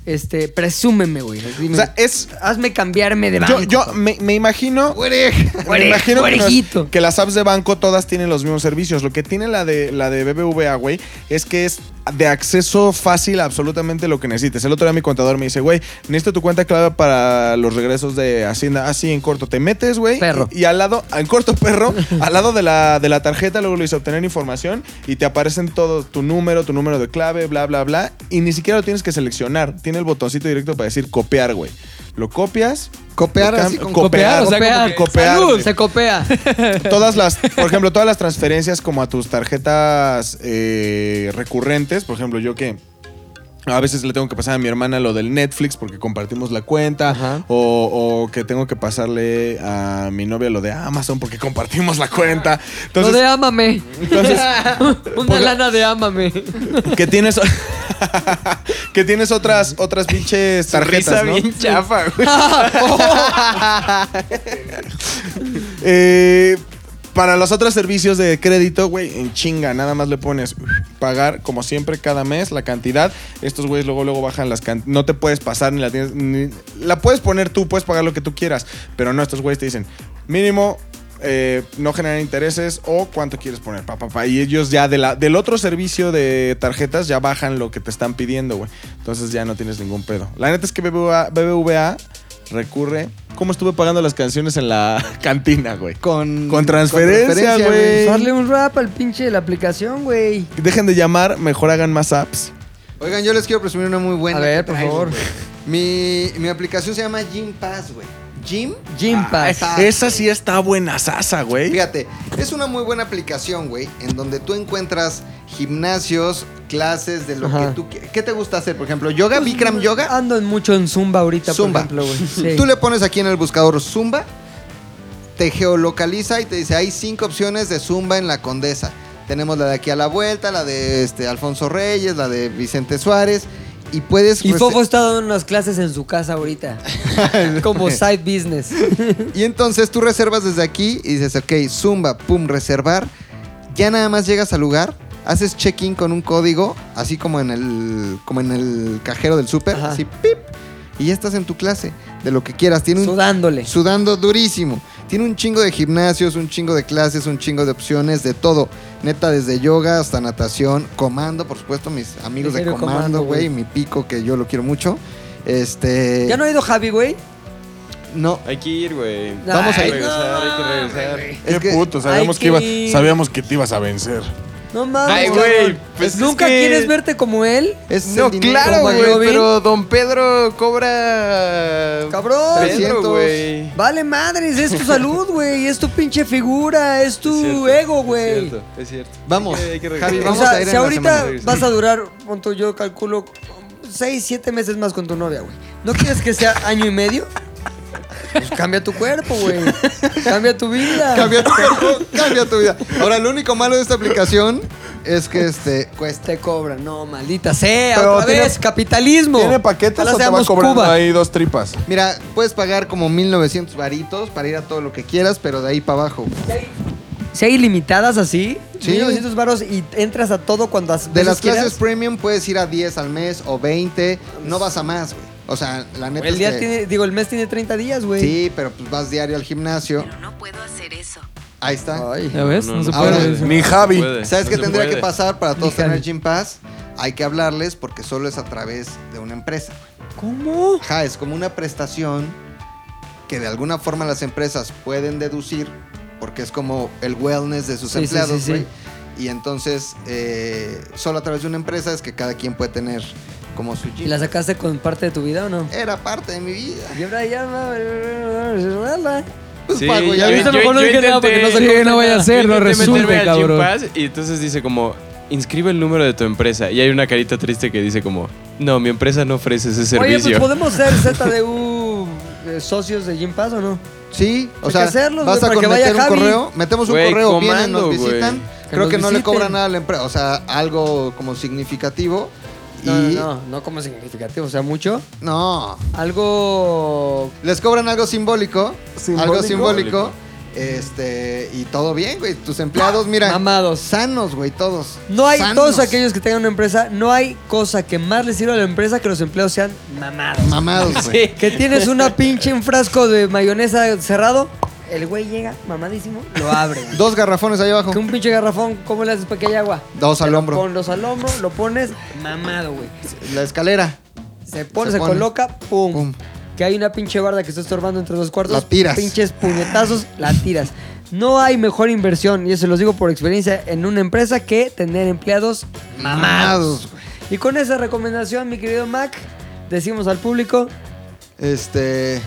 Speaker 2: Este, presúmeme, güey. Dime,
Speaker 1: O sea, es...
Speaker 2: hazme cambiarme de
Speaker 1: Yo,
Speaker 2: banco.
Speaker 1: yo me, me imagino...
Speaker 2: Güere-
Speaker 1: Me imagino que,
Speaker 2: güerejito.
Speaker 1: nos- que las apps de banco todas tienen los mismos servicios. Lo que tiene la de, la de BBVA, güey, es que es de acceso fácil a absolutamente lo que necesites. El otro día mi contador me dice, güey, necesito tu cuenta clave para los regresos de Hacienda. Así en corto, te metes, güey.
Speaker 2: Perro.
Speaker 1: Y, y al lado, en corto, perro, al lado de la, de la tarjeta, luego le dice obtener información y te aparecen todo, tu número, tu número de clave, bla, bla, bla. Y ni siquiera lo tienes que seleccionar. Tiene el botoncito directo para decir copiar, güey. Lo copias.
Speaker 5: Copiar
Speaker 1: lo cam-
Speaker 5: así con
Speaker 3: copiar, o sea, como
Speaker 2: Copear.
Speaker 1: que copear,
Speaker 2: ¡Salud!
Speaker 1: güey.
Speaker 2: Se copea.
Speaker 1: todas las, por ejemplo, todas las transferencias como a tus tarjetas eh, recurrentes, por ejemplo, yo que a veces le tengo que pasar a mi hermana lo del Netflix porque compartimos la cuenta,
Speaker 2: Ajá.
Speaker 1: o, o que tengo que pasarle a mi novia lo de Amazon porque compartimos la cuenta.
Speaker 2: Lo de
Speaker 1: Entonces,
Speaker 2: ámame.
Speaker 1: entonces
Speaker 2: Una lana de ámame.
Speaker 1: que tienes que tienes otras otras pinches tarjetas, ¿no?
Speaker 4: chafa, güey.
Speaker 1: Eh, para los otros servicios de crédito, güey, en chinga, nada más le pones uf, pagar como siempre cada mes la cantidad. Estos güeyes luego luego bajan las cantidades. No te puedes pasar ni la tienes. ni- la puedes poner tú, puedes pagar lo que tú quieras. Pero no, estos güeyes te dicen mínimo. eh, no generar intereses o cuánto quieres poner, pa, pa, pa. Y ellos ya de la- del otro servicio de tarjetas ya bajan lo que te están pidiendo, güey. Entonces ya no tienes ningún pedo. La neta es que BBVA, BBVA recurre. ¿Cómo estuve pagando las canciones en la cantina, güey?
Speaker 5: Con,
Speaker 1: Con transferencia, güey.
Speaker 2: Darle un rap al pinche de la aplicación, güey.
Speaker 1: Dejen de llamar, mejor hagan más apps.
Speaker 5: Oigan, yo les quiero presumir una muy buena.
Speaker 2: A
Speaker 5: que
Speaker 2: ver, por
Speaker 5: traigo,
Speaker 2: favor.
Speaker 5: güey. Mi, mi aplicación se llama Gym Pass, güey. Gym
Speaker 2: Gym Pass.
Speaker 5: Ah,
Speaker 1: Esa sí está buena sasa, güey.
Speaker 5: Fíjate, es una muy buena aplicación, güey, en donde tú encuentras gimnasios, clases de lo
Speaker 2: Ajá.
Speaker 5: que tú quieras. ¿Qué te gusta hacer? Por ejemplo, yoga, Bikram yoga,
Speaker 2: Ando en mucho en Zumba ahorita,
Speaker 5: Zumba.
Speaker 2: por ejemplo, güey. Sí.
Speaker 5: Tú le pones aquí en el buscador Zumba, te geolocaliza y te dice, hay cinco opciones de Zumba en la Condesa. Tenemos la de aquí a la vuelta, la de este Alfonso Reyes, la de Vicente Suárez y puedes
Speaker 2: Y
Speaker 5: rese-
Speaker 2: Fofo está dando unas clases en su casa ahorita. Como side business.
Speaker 5: Y entonces tú reservas desde aquí y dices, ok, Zumba, pum, reservar. Ya nada más llegas al lugar, haces check-in con un código, así como en el, como en el cajero del súper,
Speaker 2: Ajá.
Speaker 5: así, pip, y ya estás en tu clase, de lo que quieras. Tiene un,
Speaker 2: Sudándole.
Speaker 5: Sudando durísimo. Tiene un chingo de gimnasios, un chingo de clases, un chingo de opciones, de todo. Neta, desde yoga hasta natación, comando, por supuesto, mis amigos de
Speaker 2: Ligero
Speaker 5: comando,
Speaker 2: Comando,
Speaker 5: güey,
Speaker 2: güey.
Speaker 5: mi pico, que yo lo quiero mucho. Este.
Speaker 2: ¿Ya no ha ido Javi, güey?
Speaker 5: No.
Speaker 4: Hay que ir, güey.
Speaker 5: Vamos a
Speaker 4: Hay
Speaker 5: ir.
Speaker 4: que regresar, hay que regresar.
Speaker 5: Es que-
Speaker 2: sabíamos Ay, que iba- que- sabíamos
Speaker 1: que te ibas a vencer.
Speaker 2: No mames.
Speaker 4: Ay, güey,
Speaker 2: cabrón.
Speaker 4: pues es
Speaker 2: ¿Nunca
Speaker 4: que-
Speaker 2: quieres verte como él?
Speaker 5: Es
Speaker 4: No,
Speaker 5: el dinero,
Speaker 4: claro,
Speaker 2: Como
Speaker 4: güey,
Speaker 2: Globin.
Speaker 4: pero Don Pedro cobra...
Speaker 2: Cabrón.
Speaker 4: 300, güey.
Speaker 2: Vale madres, es tu salud, güey. Es tu pinche figura, es
Speaker 4: Es
Speaker 2: tu
Speaker 4: cierto,
Speaker 2: ego,
Speaker 4: Es
Speaker 2: güey.
Speaker 4: cierto, es cierto.
Speaker 5: Vamos,
Speaker 4: Hay que- hay que regresar.
Speaker 5: Javi,
Speaker 2: O
Speaker 5: vamos a
Speaker 2: sea,
Speaker 5: ir
Speaker 2: si
Speaker 5: en la
Speaker 2: ahorita
Speaker 5: semana.
Speaker 2: vas a durar, punto, yo calculo 6, 7 meses más con tu novia, güey. ¿No quieres que sea año y medio? Pues cambia tu cuerpo, güey. Cambia tu vida.
Speaker 5: Cambia tu cuerpo, cambia tu vida. Ahora, lo único malo de esta aplicación es que este cuesta.
Speaker 2: Te cobra, no, maldita sea.
Speaker 1: Pero
Speaker 2: otra
Speaker 1: tiene-
Speaker 2: vez, capitalismo.
Speaker 1: ¿Tiene paquetes
Speaker 2: Ojalá
Speaker 1: o te va
Speaker 2: seamos
Speaker 1: cobrando
Speaker 2: Cuba.
Speaker 1: ahí dos tripas?
Speaker 5: Mira, puedes pagar como 1900 varitos para ir a todo lo que quieras, pero de ahí para abajo.
Speaker 2: Si hay ilimitadas así,
Speaker 5: Sí.
Speaker 2: 1900 varos y entras a todo cuando has-
Speaker 5: De las
Speaker 2: veces quieras.
Speaker 5: clases premium puedes ir a 10 al mes o 20, no vas a más, güey. O sea, la neta
Speaker 2: El
Speaker 5: es
Speaker 2: día
Speaker 5: que-
Speaker 2: tiene, digo, el mes tiene 30 días, güey.
Speaker 5: Sí, pero pues vas diario al gimnasio.
Speaker 6: No puedo hacer eso.
Speaker 5: Ahí está.
Speaker 2: Ay.
Speaker 3: ¿Ya ves?
Speaker 4: No,
Speaker 3: No,
Speaker 4: no,
Speaker 3: se
Speaker 5: no.
Speaker 3: puede.
Speaker 5: Ahora-
Speaker 3: eso.
Speaker 1: Ni Javi.
Speaker 4: puede.
Speaker 5: ¿Sabes
Speaker 4: No
Speaker 5: qué
Speaker 4: se
Speaker 5: tentaría
Speaker 4: puede.
Speaker 5: que pasar para todos
Speaker 2: Híjale.
Speaker 5: tener Gym Pass? Hay que hablarles porque solo es a través de una empresa.
Speaker 2: ¿Cómo?
Speaker 5: Ajá, es como una prestación que de alguna forma las empresas pueden deducir porque es como el wellness de sus
Speaker 2: Sí, sí,
Speaker 5: empleados,
Speaker 2: sí, sí.
Speaker 5: güey. Y entonces, eh, solo a través de una empresa es que cada quien puede tener como su
Speaker 2: ¿Y
Speaker 5: gym.
Speaker 2: la sacaste con parte de tu vida o no?
Speaker 5: Era parte de mi vida.
Speaker 2: Y ahora ya va.
Speaker 5: Pues
Speaker 4: Sí, yo-
Speaker 5: pago, ya ves.
Speaker 2: Ahorita mejor no dije nada porque no sé
Speaker 3: Sí,
Speaker 2: cómo
Speaker 3: no vaya a
Speaker 2: nada.
Speaker 3: ser, lo
Speaker 4: Intenté meterme
Speaker 3: resuelve,
Speaker 4: al Gym
Speaker 3: cabrón.
Speaker 4: Pass y entonces dice como, inscribe el número de tu empresa. Y hay una carita triste que dice como, no, mi empresa no ofrece ese
Speaker 2: Oye, pues
Speaker 4: servicio.
Speaker 2: podemos ser ZDU eh, socios de Gym Pass o no?
Speaker 5: Sí, o
Speaker 2: Hay
Speaker 5: sea,
Speaker 2: que hacerlo,
Speaker 5: vas
Speaker 2: güey,
Speaker 5: a
Speaker 2: para que vaya
Speaker 5: cometer un
Speaker 2: Javi.
Speaker 5: correo, metemos un
Speaker 4: Güey,
Speaker 5: correo, vienen,
Speaker 4: comando,
Speaker 5: nos
Speaker 4: güey.
Speaker 5: visitan.
Speaker 2: Que
Speaker 5: Creo
Speaker 2: nos
Speaker 5: que no le
Speaker 2: visiten.
Speaker 5: cobran nada a la empresa, o sea, algo como significativo.
Speaker 2: No,
Speaker 5: y
Speaker 2: no, no, no como significativo, o sea, mucho.
Speaker 5: no,
Speaker 2: Algo.
Speaker 5: Les cobran algo simbólico, algo
Speaker 1: ¿Simbólico?
Speaker 5: simbólico, este, y todo bien, güey. Tus empleados, mira,
Speaker 2: Mamados.
Speaker 5: sanos, güey, todos.
Speaker 2: No hay,
Speaker 5: Sanos.
Speaker 2: todos aquellos que tengan una empresa, no hay cosa que más les sirva a la empresa que los empleados sean mamados.
Speaker 5: mamados, güey.
Speaker 2: Que tienes una pinche un frasco de mayonesa cerrado, El güey llega mamadísimo, lo abre. güey.
Speaker 5: Dos garrafones ahí abajo.
Speaker 2: Que un pinche garrafón, ¿cómo le haces para que haya agua?
Speaker 5: Dos
Speaker 2: Te
Speaker 5: al
Speaker 2: lo
Speaker 5: hombro.
Speaker 2: Pon dos al hombro, lo pones mamado, güey.
Speaker 5: La escalera.
Speaker 2: Se pone,
Speaker 5: Se
Speaker 2: se,
Speaker 5: pone.
Speaker 2: coloca, pum.
Speaker 5: Pum.
Speaker 2: Que hay una pinche barda que está estorbando entre los cuartos.
Speaker 5: La tiras.
Speaker 2: Pinches puñetazos, la tiras. No hay mejor inversión, y eso los digo por experiencia, en una empresa que tener empleados mamados.
Speaker 5: Mamados, güey.
Speaker 2: Y con esa recomendación, mi querido Mac, decimos al público,
Speaker 5: Este.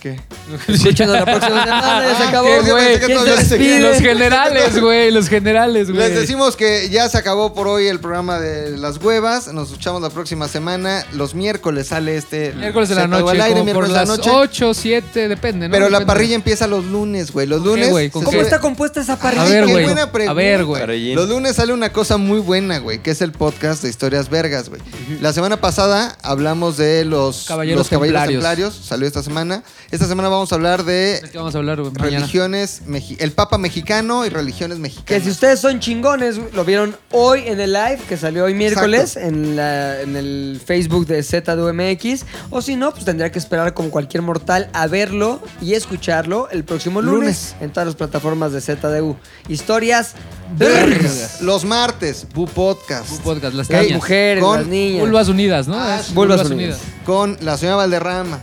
Speaker 5: ¿Qué?
Speaker 2: escúchenos la próxima semana, ya se acabó.
Speaker 3: ¿Qué,
Speaker 5: yo
Speaker 3: güey?
Speaker 5: pensé que
Speaker 2: ¿Quién se
Speaker 5: todavía
Speaker 2: despide?
Speaker 5: seguía.
Speaker 3: Los generales, güey. Los generales, güey.
Speaker 5: Les decimos que ya se acabó por hoy el programa de las huevas. Nos escuchamos la próxima semana. Los miércoles sale este.
Speaker 3: Miércoles de la
Speaker 5: Se acabó
Speaker 3: noche.
Speaker 5: al aire,
Speaker 3: como por
Speaker 5: miércoles de la
Speaker 3: las
Speaker 5: noche.
Speaker 3: 8, 7, depende, ¿no?
Speaker 5: Pero la
Speaker 3: Depende.
Speaker 5: parrilla empieza los lunes, güey. Los lunes.
Speaker 3: güey? ¿Con
Speaker 5: se
Speaker 2: ¿Cómo
Speaker 5: sube-
Speaker 2: está compuesta esa
Speaker 5: Ay,
Speaker 3: A
Speaker 2: parrilla?
Speaker 3: ver,
Speaker 5: qué
Speaker 3: güey.
Speaker 5: buena
Speaker 3: A ver, güey.
Speaker 4: Parrillín.
Speaker 5: Los lunes sale una cosa muy buena, güey, que es el podcast de historias vergas, güey. La semana pasada hablamos de los
Speaker 3: Caballeros
Speaker 5: los caballeros
Speaker 3: templarios.
Speaker 5: templarios. Salió esta semana. Esta semana vamos a hablar de
Speaker 3: ¿De qué vamos a hablar, güey? Mañana.
Speaker 5: religiones, meji- el Papa mexicano y religiones
Speaker 2: Que
Speaker 5: mexicanas.
Speaker 2: si ustedes son chingones, lo vieron hoy en el live que salió hoy miércoles en, la- en el Facebook de ZDUMX. O si no, pues tendría que esperar como cualquier mortal a verlo y escucharlo el próximo lunes,
Speaker 5: Lunes.
Speaker 2: en todas las plataformas de ZDU. Historias vergas.
Speaker 5: Vergas. Los martes, Bu Podcast.
Speaker 3: Un podcast, las
Speaker 2: Las
Speaker 3: cañas.
Speaker 2: mujeres,
Speaker 5: Con
Speaker 2: las niñas.
Speaker 3: Vulvas unidas, ¿no?
Speaker 5: Ah,
Speaker 3: Es
Speaker 5: sí.
Speaker 2: Vulvas unidas.
Speaker 5: Con la señora Valderrama.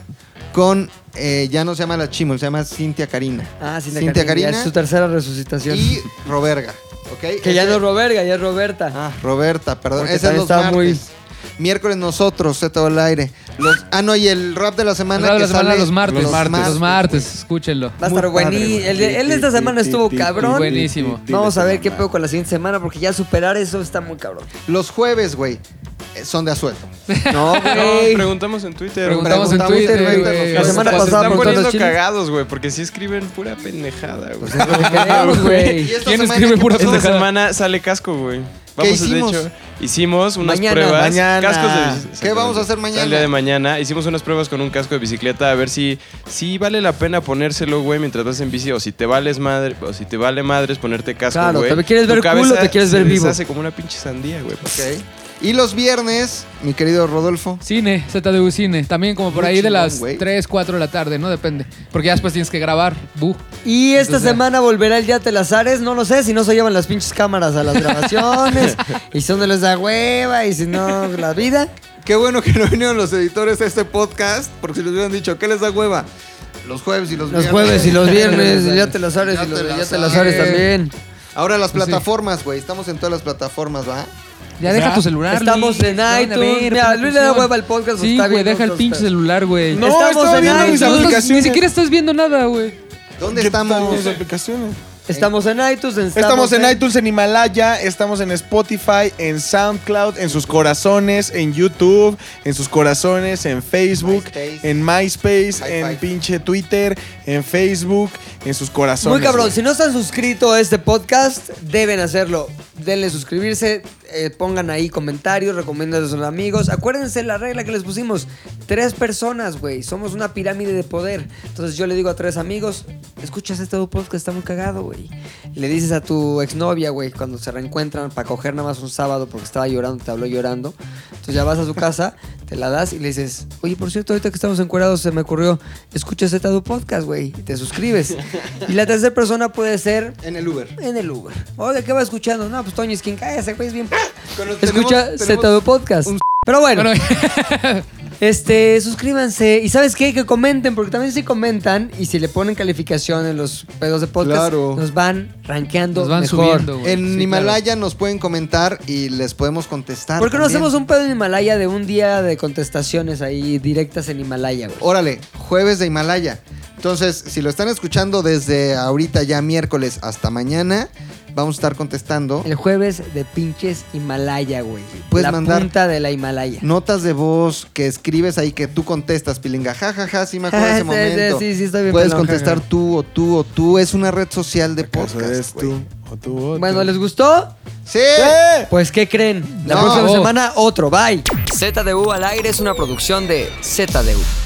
Speaker 5: Con, eh, ya no se llama la Chimol, se llama Cintia Karina.
Speaker 2: Ah, Cintia, Karina.
Speaker 5: Cintia
Speaker 2: ya
Speaker 5: Karina
Speaker 2: Es su tercera resucitación.
Speaker 5: y Roberga. ¿ok?
Speaker 2: que ya
Speaker 5: Ese-
Speaker 2: no es Roberga, ya es Roberta.
Speaker 5: Ah, Roberta, perdón.
Speaker 2: Porque
Speaker 5: Ese es
Speaker 2: también
Speaker 5: los
Speaker 2: estaba
Speaker 5: martes.
Speaker 2: muy-
Speaker 5: Miércoles nosotros, Z al aire. Los... Ah, no, y el rap de la semana.
Speaker 3: Hablar de
Speaker 5: que
Speaker 3: la semana
Speaker 5: sale
Speaker 3: los martes.
Speaker 5: los
Speaker 3: Los martes, escúchenlo.
Speaker 2: Va a estar
Speaker 5: Muy padre,
Speaker 2: buenísimo.
Speaker 5: güey.
Speaker 2: El, de- el de esta semana estuvo cabrón.
Speaker 3: Buenísimo.
Speaker 2: Vamos a ver qué pedo con la siguiente semana, porque ya superar eso está muy cabrón.
Speaker 5: Los jueves, güey, eh, son de asueto.
Speaker 2: No, güey.
Speaker 4: Preguntamos en Twitter.
Speaker 3: Preguntamos en
Speaker 5: Preguntamos
Speaker 3: Twitter,
Speaker 5: en Twitter,
Speaker 3: güey.
Speaker 5: La semana
Speaker 4: Se
Speaker 2: pasada preguntó
Speaker 4: están
Speaker 2: a los
Speaker 4: poniendo
Speaker 2: chiles.
Speaker 4: cagados, güey, porque sí escriben pura pendejada, güey.
Speaker 2: Queremos, güey.
Speaker 5: Y esta
Speaker 3: ¿Quién
Speaker 5: semana
Speaker 3: escribe
Speaker 5: que-
Speaker 3: pura
Speaker 4: Esta
Speaker 3: pendejada?
Speaker 4: semana sale casco, güey. Vamos,
Speaker 5: hicimos?
Speaker 4: de hecho, hicimos unas
Speaker 2: Mañana.
Speaker 4: pruebas.
Speaker 1: Mañana.
Speaker 4: Cascos de
Speaker 5: ¿Qué vamos a hacer mañana?
Speaker 4: El día de mañana. Hicimos unas pruebas con un casco de bicicleta a ver si, si vale la pena ponérselo, güey, mientras vas en bici. O si te vales madre, o si te vale madres ponerte casco,
Speaker 2: Claro,
Speaker 4: güey.
Speaker 2: ¿te quieres
Speaker 4: Tu
Speaker 2: ver culo
Speaker 4: cabeza
Speaker 2: o te quieres
Speaker 4: se
Speaker 2: ver vivo?
Speaker 4: deshace como una pinche sandía, güey.
Speaker 5: Ok. Y los viernes, mi querido Rodolfo.
Speaker 3: Cine, ZDU Cine. También como por
Speaker 5: Muy
Speaker 3: ahí de
Speaker 5: chingón,
Speaker 3: las
Speaker 5: güey.
Speaker 3: 3, 4 de la tarde, ¿no? Depende. Porque ya después tienes que grabar. Bu.
Speaker 2: Y esta
Speaker 3: Entonces,
Speaker 2: semana volverá el Yate Lazares, no lo sé, si no se llevan las pinches cámaras a las grabaciones, y si no les da hueva, y si no, la vida.
Speaker 5: Qué bueno que no vinieron los editores a este podcast, porque si les hubieran dicho, ¿qué les da hueva? Los jueves y los,
Speaker 2: Los
Speaker 5: viernes.
Speaker 2: jueves y los viernes, el Yate Lazares y
Speaker 5: Yate
Speaker 2: los del Yate Lazares
Speaker 5: Lazares.
Speaker 2: también.
Speaker 5: Ahora las
Speaker 3: Pues sí.
Speaker 5: plataformas, güey. Estamos en todas las plataformas, ¿va?
Speaker 3: Ya deja tu celular.
Speaker 2: Estamos
Speaker 3: Luis.
Speaker 2: en
Speaker 3: Van a ver,
Speaker 2: iTunes.
Speaker 3: pon
Speaker 2: Mira, Luis le da
Speaker 3: atención.
Speaker 2: hueva al podcast,
Speaker 3: Sí,
Speaker 2: está
Speaker 3: güey,
Speaker 2: viendo
Speaker 3: deja el
Speaker 2: otros
Speaker 3: pinche
Speaker 2: pedos.
Speaker 3: celular, güey.
Speaker 1: No,
Speaker 2: Estamos
Speaker 1: estaba
Speaker 2: en
Speaker 1: viendo mis
Speaker 2: iTunes.
Speaker 3: No estás- ni
Speaker 1: aplicaciones.
Speaker 3: siquiera estás viendo nada, güey.
Speaker 5: ¿Dónde
Speaker 1: Yo
Speaker 5: estamos?
Speaker 1: estaba en mis aplicaciones.
Speaker 2: Estamos en iTunes, en-
Speaker 1: Estamos en iTunes, en Himalaya, estamos en Spotify, en SoundCloud, en sus corazones, en YouTube, en sus corazones, en Facebook,
Speaker 5: MySpace.
Speaker 1: en MySpace,
Speaker 5: Hi-Fi.
Speaker 1: en pinche Twitter, en Facebook, en sus corazones.
Speaker 2: Muy cabrón,
Speaker 1: güey.
Speaker 2: si no están suscritos a este podcast, deben hacerlo. Denle suscribirse, eh, pongan ahí comentarios, recomienden a sus amigos. Acuérdense la regla que les pusimos. Tres personas, güey. Somos una pirámide de poder. Entonces yo le digo a tres amigos, escuchas este podcast, está muy cagado, güey. Le dices a tu exnovia, güey, cuando se reencuentran para coger nada más un sábado porque estaba llorando, te habló llorando. Entonces ya vas a su casa, te la das y le dices, oye, por cierto, ahorita que estamos encuerados se me ocurrió, escucha ZDU Podcast, güey, y te suscribes. y la tercera persona puede ser
Speaker 5: En el Uber.
Speaker 2: en el Uber. Oiga, ¿qué va escuchando? No, pues Toño es quien cae, ese güey es bien...
Speaker 5: Pero tenemos-
Speaker 2: Escucha
Speaker 5: tenemos-
Speaker 2: ZDU Podcast. Pero bueno,
Speaker 3: Bueno,
Speaker 2: este, suscríbanse y ¿sabes qué? Que comenten, porque también si comentan y si le ponen calificación en los pedos de podcast,
Speaker 5: Claro.
Speaker 2: nos van rankeando
Speaker 3: nos van
Speaker 2: mejor.
Speaker 3: subiendo, güey.
Speaker 5: En
Speaker 3: Sí, claro.
Speaker 5: Himalaya nos pueden comentar y les podemos contestar.
Speaker 2: ¿Por qué no
Speaker 5: también.
Speaker 2: hacemos un pedo en Himalaya de un día de contestaciones ahí directas en Himalaya, güey?
Speaker 5: Órale, jueves de Himalaya. Entonces, si lo están escuchando desde ahorita ya miércoles hasta mañana, vamos a estar contestando
Speaker 2: El jueves de pinches Himalaya, güey.
Speaker 5: Puedes
Speaker 2: la
Speaker 5: mandar-
Speaker 2: punta de la Himalaya.
Speaker 5: notas de voz que escribes ahí que tú contestas, Pilinga. Ja, ja, ja, sí me acuerdo de
Speaker 2: Sí,
Speaker 5: ese
Speaker 2: sí,
Speaker 5: momento.
Speaker 2: sí, sí, estoy bien
Speaker 5: Puedes
Speaker 2: pelón,
Speaker 5: contestar
Speaker 2: jaja.
Speaker 5: tú o tú o tú. Es una red social de
Speaker 1: ¿Acaso
Speaker 5: podcast.
Speaker 1: eres
Speaker 5: güey.
Speaker 1: tú o tú o tú?
Speaker 2: Bueno, ¿les gustó?
Speaker 5: ¡Sí!
Speaker 1: ¡Eh!
Speaker 2: Pues, ¿qué creen? La
Speaker 5: No. Oh.
Speaker 2: próxima semana, otro. Bye. ZDU al aire es una producción de ZDU.